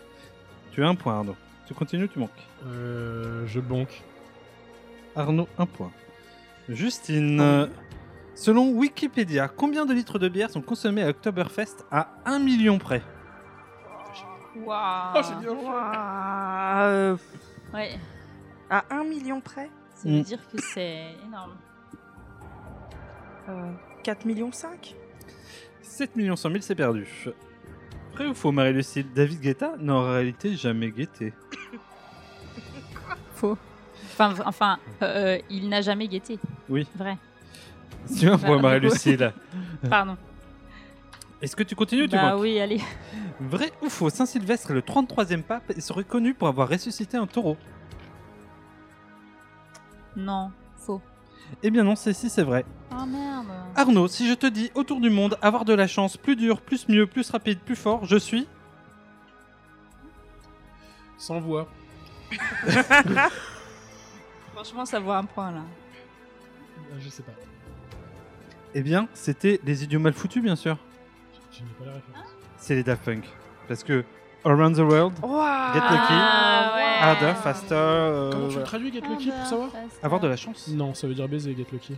[SPEAKER 1] Tu as un point, Arnaud. Tu continues, tu manques.
[SPEAKER 3] Euh, je banque.
[SPEAKER 1] Arnaud, un point. Justine, euh, selon Wikipédia, combien de litres de bière sont consommés à Oktoberfest à 1 million près
[SPEAKER 4] Waouh.
[SPEAKER 2] Oh, c'est bien Waouh.
[SPEAKER 4] Ouais.
[SPEAKER 2] À 1 million près
[SPEAKER 4] Ça veut
[SPEAKER 1] Mm.
[SPEAKER 4] dire que c'est énorme.
[SPEAKER 2] euh, 4 millions 5
[SPEAKER 1] 7 millions 100 000, c'est perdu. Vrai ou faux, Marie-Lucille David Guetta n'a en réalité jamais guetté.
[SPEAKER 4] Faux. Enfin, v- enfin euh, euh, il n'a jamais guetté.
[SPEAKER 1] Oui.
[SPEAKER 4] Vrai.
[SPEAKER 1] Tu as un
[SPEAKER 4] Bah,
[SPEAKER 1] point,
[SPEAKER 4] du
[SPEAKER 1] Marie-Lucille.
[SPEAKER 4] coup- Pardon.
[SPEAKER 1] Est-ce que tu continues ou tu
[SPEAKER 4] bah
[SPEAKER 1] manques
[SPEAKER 4] oui, allez.
[SPEAKER 1] Vrai ou faux, Saint-Sylvestre est le 33e pape et serait connu pour avoir ressuscité un taureau
[SPEAKER 4] Non, faux.
[SPEAKER 1] Eh bien non, c'est si c'est vrai.
[SPEAKER 4] Ah merde.
[SPEAKER 1] Arnaud, si je te dis autour du monde, avoir de la chance, plus dur, plus mieux, plus rapide, plus fort, je suis
[SPEAKER 3] Sans voix.
[SPEAKER 4] Franchement, ça vaut un point là.
[SPEAKER 3] Ah, Je sais pas.
[SPEAKER 1] Eh bien, c'était les idiots mal foutus, bien sûr.
[SPEAKER 3] Je n'ai pas la
[SPEAKER 4] Ah.
[SPEAKER 3] référence.
[SPEAKER 1] C'est les Daft Punk. Parce que Around the World, Get Lucky,
[SPEAKER 2] Ah.
[SPEAKER 1] Ah, Harder, Faster, euh,
[SPEAKER 3] Comment tu le
[SPEAKER 1] voilà.
[SPEAKER 3] traduis
[SPEAKER 4] Ah,
[SPEAKER 3] Get Lucky
[SPEAKER 4] bah,
[SPEAKER 3] pour savoir
[SPEAKER 1] avoir de la chance.
[SPEAKER 3] Non, ça veut dire baiser Get Lucky.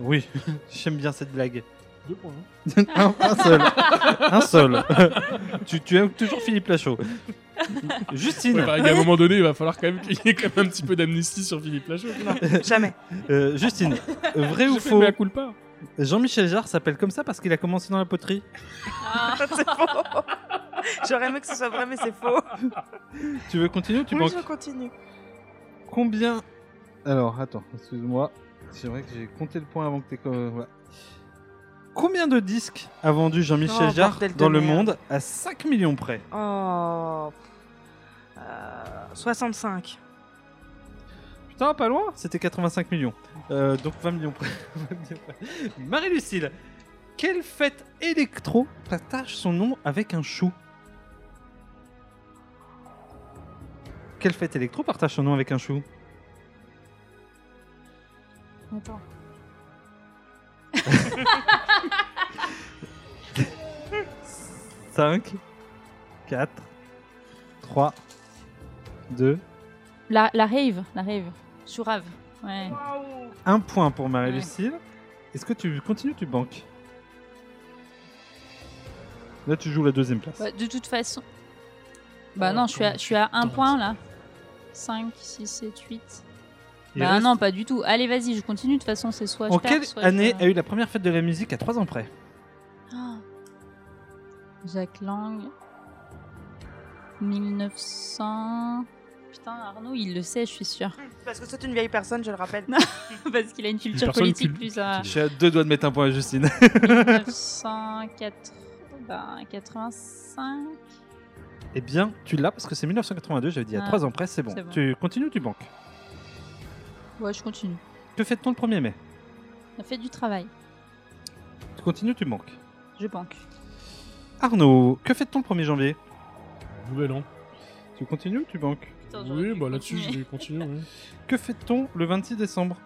[SPEAKER 1] Oui, j'aime bien cette blague.
[SPEAKER 3] Deux points. hein.
[SPEAKER 1] un, un seul. un seul. tu, tu aimes toujours Philippe Lachaud. Justine.
[SPEAKER 3] Ouais, pareil, à un moment donné, il va falloir quand même qu'il y ait quand même un petit peu d'amnistie sur Philippe Lachaud.
[SPEAKER 2] Jamais.
[SPEAKER 1] Euh, Justine, vrai ou
[SPEAKER 3] J'ai fait
[SPEAKER 1] faux
[SPEAKER 3] le mea culpa.
[SPEAKER 1] Jean-Michel Jarre s'appelle comme ça parce qu'il a commencé dans la poterie.
[SPEAKER 2] C'est faux. J'aurais aimé que ce soit vrai, mais c'est faux.
[SPEAKER 1] Tu veux continuer ou tu
[SPEAKER 2] oui,
[SPEAKER 1] manques
[SPEAKER 2] je continue.
[SPEAKER 1] Combien Alors, attends, excuse-moi. C'est vrai que j'ai compté le point avant que t'aies... co- voilà. euh, Combien de disques a vendu Jean-Michel
[SPEAKER 2] Oh,
[SPEAKER 1] Jarre
[SPEAKER 2] bordel de
[SPEAKER 1] dans le
[SPEAKER 2] merde.
[SPEAKER 1] monde à 5 millions près
[SPEAKER 2] Oh. Euh, 65.
[SPEAKER 1] Putain, pas loin C'était 85 millions. Euh, donc 20 millions près. 20 millions près. Marie-Lucille, quelle fête électro partage son nom avec un chou Quelle fête électro partage son nom avec un chou
[SPEAKER 4] Attends.
[SPEAKER 11] Hum.
[SPEAKER 1] 5, 4, 3, 2,
[SPEAKER 4] La, la rave, la rave. Chourave. Ouais.
[SPEAKER 1] Un point pour Marie-Lucille. Est-ce que tu continues ou tu banques Là, tu joues la deuxième place.
[SPEAKER 4] Ouais, de toute façon. Bah non, je suis à, je suis à un point là. 5, 6, 7, 8.
[SPEAKER 1] Il
[SPEAKER 4] Bah
[SPEAKER 1] reste-
[SPEAKER 4] non, pas du tout. Allez, vas-y, je continue. De toute façon, c'est soit
[SPEAKER 1] en
[SPEAKER 4] je perds,
[SPEAKER 1] quelle
[SPEAKER 4] soit je-
[SPEAKER 1] année a eu la première fête de la musique à 3 ans près
[SPEAKER 4] Ah. Jacques Lang. 1900. Putain, Arnaud, il le sait, je suis sûre.
[SPEAKER 2] Mmh, Parce que c'est une vieille personne, je le rappelle.
[SPEAKER 4] Parce qu'il a une culture
[SPEAKER 1] personne
[SPEAKER 4] politique
[SPEAKER 1] cul-
[SPEAKER 4] plus à.
[SPEAKER 1] Je suis à deux doigts de mettre un point à Justine.
[SPEAKER 4] 1985. Ben, 85.
[SPEAKER 1] eh bien, tu l'as parce que c'est 1982, j'avais dit à
[SPEAKER 4] Ah,
[SPEAKER 1] 3 ans près, c'est bon.
[SPEAKER 4] c'est bon.
[SPEAKER 1] Tu continues ou tu banques
[SPEAKER 4] Ouais, je continue.
[SPEAKER 1] Que fête-t-on le 1er mai
[SPEAKER 4] Ça fait du travail.
[SPEAKER 1] Tu continues ou tu banques
[SPEAKER 4] Je banque.
[SPEAKER 1] Arnaud, que fête-t-on le 1er janvier
[SPEAKER 3] Nouvel an.
[SPEAKER 1] Tu continues ou tu banques
[SPEAKER 3] Oui, bah là-dessus, je vais continuer. ouais.
[SPEAKER 1] Que fête-t-on le 26 décembre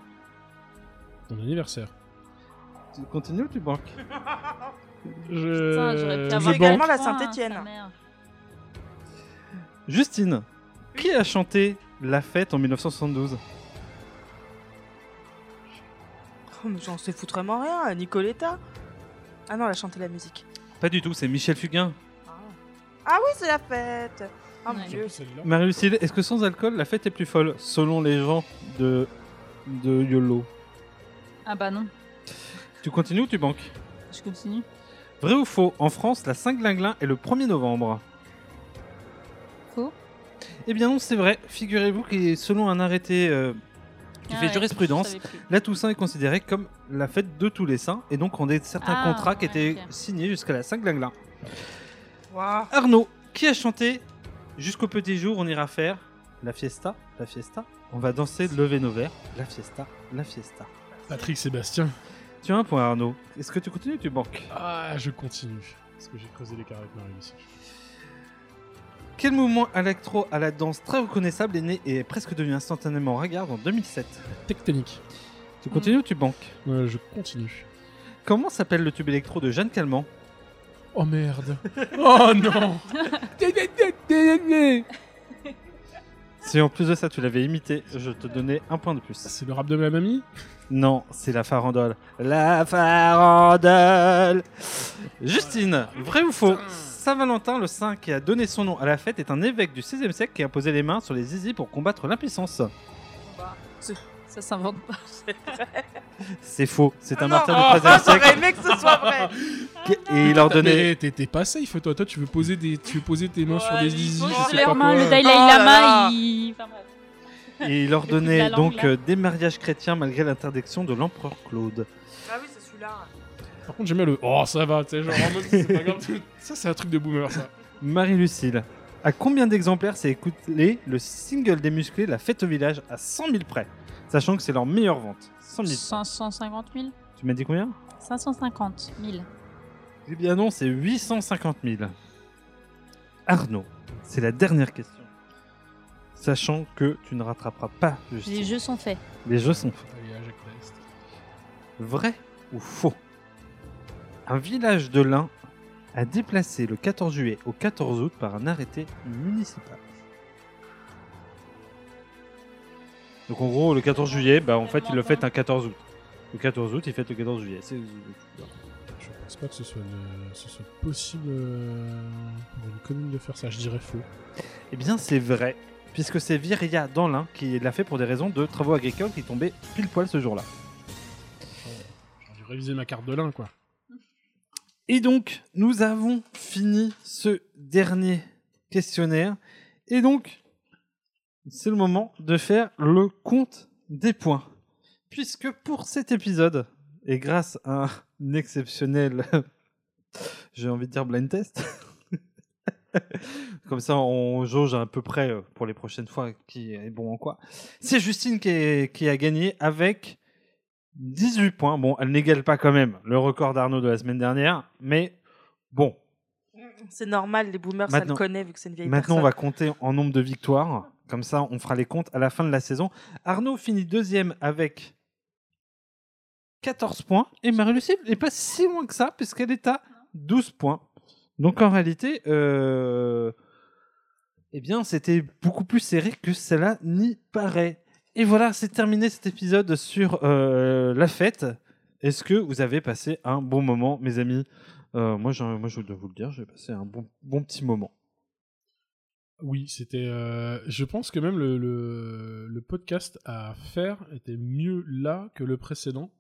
[SPEAKER 3] Ton anniversaire.
[SPEAKER 1] Tu continues ou tu banques
[SPEAKER 3] Je...
[SPEAKER 2] Putain, j'aurais pu
[SPEAKER 3] Euh, je
[SPEAKER 2] avoir
[SPEAKER 3] banque.
[SPEAKER 2] également la
[SPEAKER 4] Point,
[SPEAKER 2] Saint-Étienne.
[SPEAKER 4] sa mère.
[SPEAKER 1] Justine, qui a chanté La fête en 1972
[SPEAKER 2] Oh, mais j'en sais foutre vraiment rien. Nicoletta. Ah non, elle a chanté la musique.
[SPEAKER 1] Pas du tout, c'est Michel Fugain.
[SPEAKER 2] Ah oui, c'est la fête. Oh mon dieu.
[SPEAKER 1] Marie-Lucille, est-ce que sans alcool, la fête est plus folle, selon les gens de, de YOLO
[SPEAKER 4] Ah bah non,
[SPEAKER 1] Tu continues ou tu banques
[SPEAKER 4] je continue.
[SPEAKER 1] Vrai ou faux En France, la Saint-Glinglin est le 1er novembre.
[SPEAKER 4] Faux
[SPEAKER 1] Eh bien non, c'est vrai. Figurez-vous que selon un arrêté euh, qui
[SPEAKER 4] Ah
[SPEAKER 1] fait
[SPEAKER 4] ouais, je
[SPEAKER 1] jurisprudence,
[SPEAKER 4] savais plus.
[SPEAKER 1] la Toussaint est considérée comme la fête de tous les saints, et donc on a certains
[SPEAKER 4] Ah,
[SPEAKER 1] contrats qui
[SPEAKER 4] ouais,
[SPEAKER 1] étaient
[SPEAKER 4] ok.
[SPEAKER 1] signés jusqu'à la Saint-Glinglin.
[SPEAKER 2] Waouh.
[SPEAKER 1] Arnaud, qui a chanté Jusqu'au petit jour, on ira faire la fiesta, la fiesta. On va danser, lever nos verres, la fiesta, la fiesta.
[SPEAKER 3] Patrick Sébastien.
[SPEAKER 1] Tu as un point, Arnaud. Est-ce que tu continues ou tu banques
[SPEAKER 3] Ah, je continue. Parce que j'ai creusé les carrés avec Marie Lucie.
[SPEAKER 1] Quel mouvement électro à la danse très reconnaissable est né et est presque devenu instantanément regard en 2007
[SPEAKER 3] Tectonique.
[SPEAKER 1] Tu continues ou tu banques
[SPEAKER 3] Je continue.
[SPEAKER 1] Comment s'appelle le tube électro de Jeanne Calment
[SPEAKER 3] Oh merde. oh non.
[SPEAKER 1] Si en plus de ça tu l'avais imité, je te donnais un point de plus. C'est
[SPEAKER 3] le rap de ma mamie
[SPEAKER 1] Non, c'est la farandole. La farandole Justine, vrai ou faux Saint-Valentin le Saint qui a donné son nom à la fête est un évêque du 16e siècle qui a posé les mains sur les zizi pour combattre l'impuissance.
[SPEAKER 4] Bah, ça s'invente pas.
[SPEAKER 1] C'est faux, c'est un
[SPEAKER 4] non.
[SPEAKER 1] martyr
[SPEAKER 4] Oh,
[SPEAKER 1] du 13e siècle.
[SPEAKER 4] j'aurais aimé que ce soit vrai.
[SPEAKER 1] Et il ordonnait.
[SPEAKER 3] Mais T'es t'es pas safe, toi. Toi, tu veux poser, des, tu veux poser tes mains sur des zizi.
[SPEAKER 4] faut
[SPEAKER 3] je
[SPEAKER 4] que
[SPEAKER 3] sais
[SPEAKER 4] leurs
[SPEAKER 3] pas
[SPEAKER 4] mains,
[SPEAKER 3] quoi.
[SPEAKER 4] le Dalai
[SPEAKER 3] Oh là
[SPEAKER 4] Lama,
[SPEAKER 3] là.
[SPEAKER 4] il- enfin, bref.
[SPEAKER 1] Et il
[SPEAKER 4] Écoute
[SPEAKER 1] ordonnait
[SPEAKER 4] la langue,
[SPEAKER 1] donc
[SPEAKER 4] là.
[SPEAKER 1] euh, des mariages chrétiens malgré l'interdiction de l'empereur Claude.
[SPEAKER 2] Ah oui, c'est celui-là.
[SPEAKER 3] Par contre, j'aime bien le. Oh, ça va, tu sais, genre en mode, c'est pas grave. Ça, c'est un truc de boomer, ça.
[SPEAKER 1] Marie-Lucille, à combien d'exemplaires s'est écoulé le single des musclés La fête au village à 100 000 près Sachant que c'est leur meilleure vente. 100 000.
[SPEAKER 4] 150 000
[SPEAKER 1] Tu m'as dit combien
[SPEAKER 4] 550 000.
[SPEAKER 1] Eh bien non, c'est 850 000. Arnaud, c'est la dernière question. Sachant que tu ne rattraperas pas Justine.
[SPEAKER 4] Les jeux sont faits.
[SPEAKER 1] Les jeux sont
[SPEAKER 3] Allez, à Jacques Brest.
[SPEAKER 1] Vrai ou faux Un village de l'Ain a déplacé le 14 juillet au 14 août par un arrêté municipal. Donc en gros, le 14 juillet, bah en fait, il le fête un 14 août. Le 14 août, il fête le 14 juillet. C'est-
[SPEAKER 3] Je pense pas que ce soit, une- ce soit possible euh, pour une commune de faire ça. Je dirais faux.
[SPEAKER 1] Eh bien, c'est vrai, puisque c'est Viria dans l'Ain qui l'a fait pour des raisons de travaux agricoles qui tombaient pile poil ce jour-là.
[SPEAKER 3] J'ai révisé ma carte de lin, quoi.
[SPEAKER 1] Et donc, nous avons fini ce dernier questionnaire. Et donc, c'est le moment de faire le compte des points. Puisque pour cet épisode, Et grâce à un exceptionnel, j'ai envie de dire blind test, comme ça on jauge à peu près euh, pour les prochaines fois qui est bon en quoi, c'est Justine qui, est- qui a gagné avec 18 points. Bon, elle n'égale pas quand même le record d'Arnaud de la semaine dernière, mais bon,
[SPEAKER 2] C'est normal, les boomers, ça le connaît vu que c'est une vieille
[SPEAKER 1] Maintenant, on va
[SPEAKER 2] personne.
[SPEAKER 1] compter en nombre de victoires. Comme ça, on fera les comptes à la fin de la saison. Arnaud finit deuxième avec 14 points. Et Marie-Lucille n'est pas si loin que ça, puisqu'elle est à 12 points. Donc, en réalité, euh, eh bien, c'était beaucoup plus serré que cela n'y paraît. Et voilà, c'est terminé cet épisode sur euh, la fête. Est-ce que vous avez passé un bon moment, mes amis Euh, moi, j'en- moi, je dois vous le dire, j'ai passé un bon, bon petit moment.
[SPEAKER 3] Oui, c'était. euh, je pense que même le, le, le podcast à faire était mieux là que le précédent.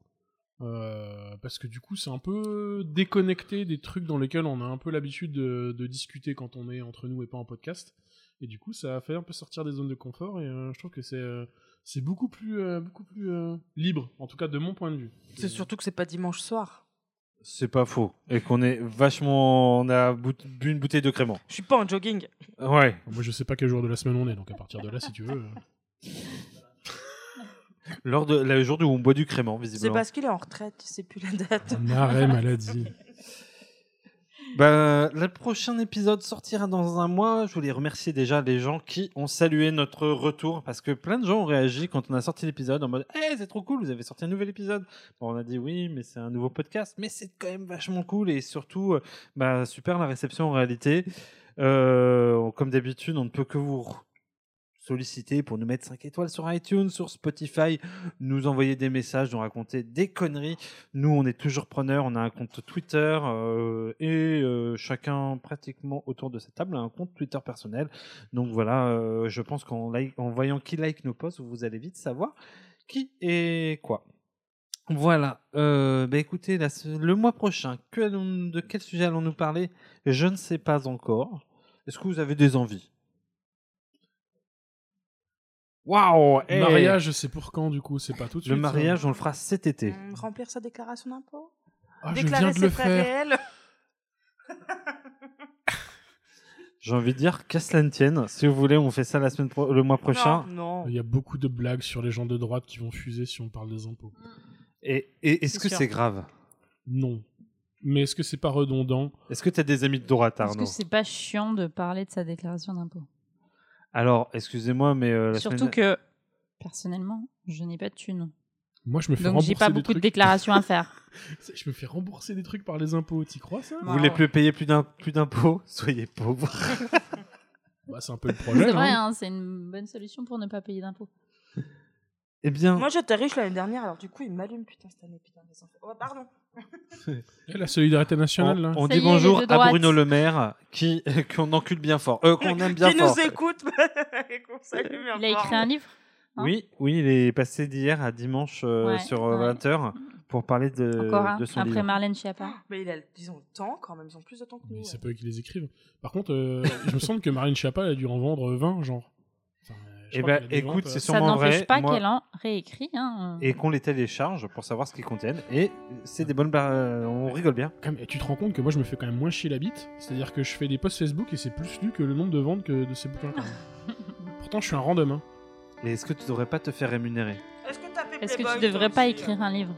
[SPEAKER 3] Euh, parce que du coup, c'est un peu déconnecté des trucs dans lesquels on a un peu l'habitude de, de discuter quand on est entre nous et pas en podcast. Et du coup, ça a fait un peu sortir des zones de confort. Et euh, je trouve que c'est euh, c'est beaucoup plus, euh, beaucoup plus euh, libre, en tout cas de mon point de vue.
[SPEAKER 2] C'est surtout que c'est pas dimanche soir.
[SPEAKER 1] C'est pas faux. Et qu'on est vachement. On a bout- bu une bouteille de crément.
[SPEAKER 2] Je suis pas en jogging.
[SPEAKER 1] Ouais.
[SPEAKER 3] Moi, je sais pas quel jour de la semaine on est, donc à partir de là, si tu veux. euh,
[SPEAKER 1] Lors de le jour où on boit du crément,
[SPEAKER 2] C'est
[SPEAKER 1] visiblement.
[SPEAKER 2] parce qu'il est en retraite, c'est plus la date.
[SPEAKER 3] Un euh, arrêt maladie.
[SPEAKER 1] Bah, le prochain épisode sortira dans un mois. Je voulais remercier déjà les gens qui ont salué notre retour parce que plein de gens ont réagi quand on a sorti l'épisode en mode Hey, c'est trop cool, vous avez sorti un nouvel épisode. Bon, on a dit oui, mais c'est un nouveau podcast, mais c'est quand même vachement cool et surtout, euh, bah, super la réception en réalité. Euh, comme d'habitude, on ne peut que vous solliciter pour nous mettre 5 étoiles sur iTunes, sur Spotify, nous envoyer des messages, nous raconter des conneries. Nous, on est toujours preneurs, on a un compte Twitter euh, et euh, chacun pratiquement autour de cette table a un compte Twitter personnel. Donc voilà, euh, je pense qu'en like- en voyant qui like nos posts, vous allez vite savoir qui est quoi. Voilà, euh, bah écoutez, la se- le mois prochain, que allons- de quel sujet allons-nous parler Je ne sais pas encore. Est-ce que vous avez des envies Waouh hey
[SPEAKER 3] Mariage, c'est pour quand du coup C'est pas tout de suite.
[SPEAKER 1] Eh. Le
[SPEAKER 3] ça
[SPEAKER 1] mariage, on le fera cet été.
[SPEAKER 2] Remplir sa déclaration d'impôt
[SPEAKER 3] Ah, je
[SPEAKER 2] Déclarer
[SPEAKER 3] viens de
[SPEAKER 2] ses
[SPEAKER 3] le
[SPEAKER 2] frais
[SPEAKER 3] faire.
[SPEAKER 2] réels
[SPEAKER 1] J'ai envie de dire qu'à cela ne tienne. Si vous voulez, on fait ça la semaine pro- le mois prochain.
[SPEAKER 2] Non.
[SPEAKER 3] Il y a beaucoup de blagues sur les gens de droite qui vont fuser si on parle des impôts.
[SPEAKER 1] Et, et est-ce que c'est grave
[SPEAKER 3] Non. Mais est-ce que c'est pas redondant
[SPEAKER 1] Est-ce que tu as des amis de droite,
[SPEAKER 4] Parce
[SPEAKER 1] Arnaud
[SPEAKER 4] que c'est pas chiant de parler de sa déclaration d'impôt.
[SPEAKER 1] Alors, excusez-moi, mais euh, la
[SPEAKER 4] Surtout
[SPEAKER 1] semaine-
[SPEAKER 4] que, personnellement, je n'ai pas de thunes.
[SPEAKER 3] Moi, je me fais
[SPEAKER 4] Donc
[SPEAKER 3] rembourser
[SPEAKER 4] j'ai pas
[SPEAKER 3] des
[SPEAKER 4] beaucoup de
[SPEAKER 3] trucs.
[SPEAKER 4] déclarations à faire.
[SPEAKER 3] Je me fais rembourser des trucs par les impôts, t'y crois ça
[SPEAKER 1] Vous voulez plus payer plus d'im- plus d'impôts Soyez pauvres.
[SPEAKER 3] Bah, c'est un peu le problème.
[SPEAKER 4] C'est vrai, hein, c'est une bonne solution pour ne pas payer d'impôts.
[SPEAKER 1] Eh bien,
[SPEAKER 2] Moi j'étais riche l'année dernière, alors du coup il m'allume putain cette année, putain les enfants. Oh, pardon
[SPEAKER 4] hein.
[SPEAKER 3] Eh, la solidarité nationale,
[SPEAKER 1] on,
[SPEAKER 3] là.
[SPEAKER 1] on
[SPEAKER 2] Ça
[SPEAKER 1] dit
[SPEAKER 2] y est,
[SPEAKER 1] bonjour
[SPEAKER 2] les deux
[SPEAKER 1] à
[SPEAKER 2] droites.
[SPEAKER 1] Bruno Le Maire, qui qu'on encule bien fort, euh, qu'on aime bien
[SPEAKER 2] Qui
[SPEAKER 1] fort.
[SPEAKER 2] nous écoute et qu'on salue
[SPEAKER 4] Il a écrit un livre
[SPEAKER 1] Oui, oui, il est passé d'hier à dimanche euh,
[SPEAKER 4] Ouais,
[SPEAKER 1] sur 20h pour parler de,
[SPEAKER 4] Encore un,
[SPEAKER 1] Euh, de son
[SPEAKER 4] après
[SPEAKER 1] livre.
[SPEAKER 4] Marlène Schiappa.
[SPEAKER 2] Mais il a, ils ont le temps quand même, ils ont plus de temps que nous.
[SPEAKER 3] Mais c'est pas eux qui les écrivent. Par contre, euh, je me semble que Marine Chapa elle a dû en vendre 20, genre.
[SPEAKER 1] Eh ben, écoute, c'est
[SPEAKER 4] Ça
[SPEAKER 1] sûrement vrai.
[SPEAKER 4] n'empêche pas
[SPEAKER 1] Moi-
[SPEAKER 4] qu'elle en réécrit. hein.
[SPEAKER 1] et qu'on les télécharge pour savoir ce qu'ils contiennent. Et c'est des bonnes. bar- euh, On rigole bien.
[SPEAKER 3] Et tu te rends compte que moi, je me fais quand même moins chier la bite. C'est-à-dire que je fais des posts Facebook et c'est plus lu que le nombre de ventes que de ces bouquins. quand même. Pourtant, je suis un random. hein.
[SPEAKER 1] Mais est-ce que tu devrais pas te faire rémunérer
[SPEAKER 2] hein. Est-ce que t'as fait
[SPEAKER 4] Est-ce que
[SPEAKER 2] Playboy,
[SPEAKER 4] tu devrais
[SPEAKER 2] toi
[SPEAKER 4] pas
[SPEAKER 2] aussi
[SPEAKER 4] écrire un livre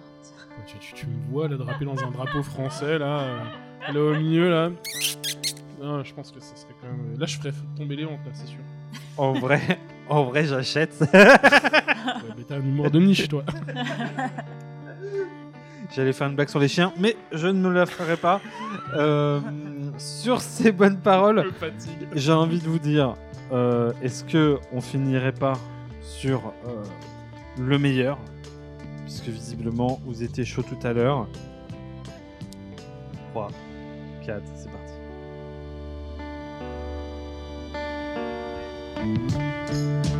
[SPEAKER 3] Tu, tu- tu me vois là draper dans un drapeau français là, euh, là au milieu là. Non, je pense que ça serait quand même. euh, Là, je ferais tomber les ventes là, c'est sûr.
[SPEAKER 1] En vrai, en vrai, j'achète.
[SPEAKER 3] Ouais, mais t'as un humour de niche, toi.
[SPEAKER 1] J'allais faire une blague sur les chiens, mais je ne me la ferai pas. Euh, sur ces bonnes paroles, j'ai envie de vous dire euh, est-ce que on finirait pas sur euh, le meilleur Puisque visiblement, vous étiez chaud tout à l'heure. 3, 4, c'est parti.
[SPEAKER 11] Thank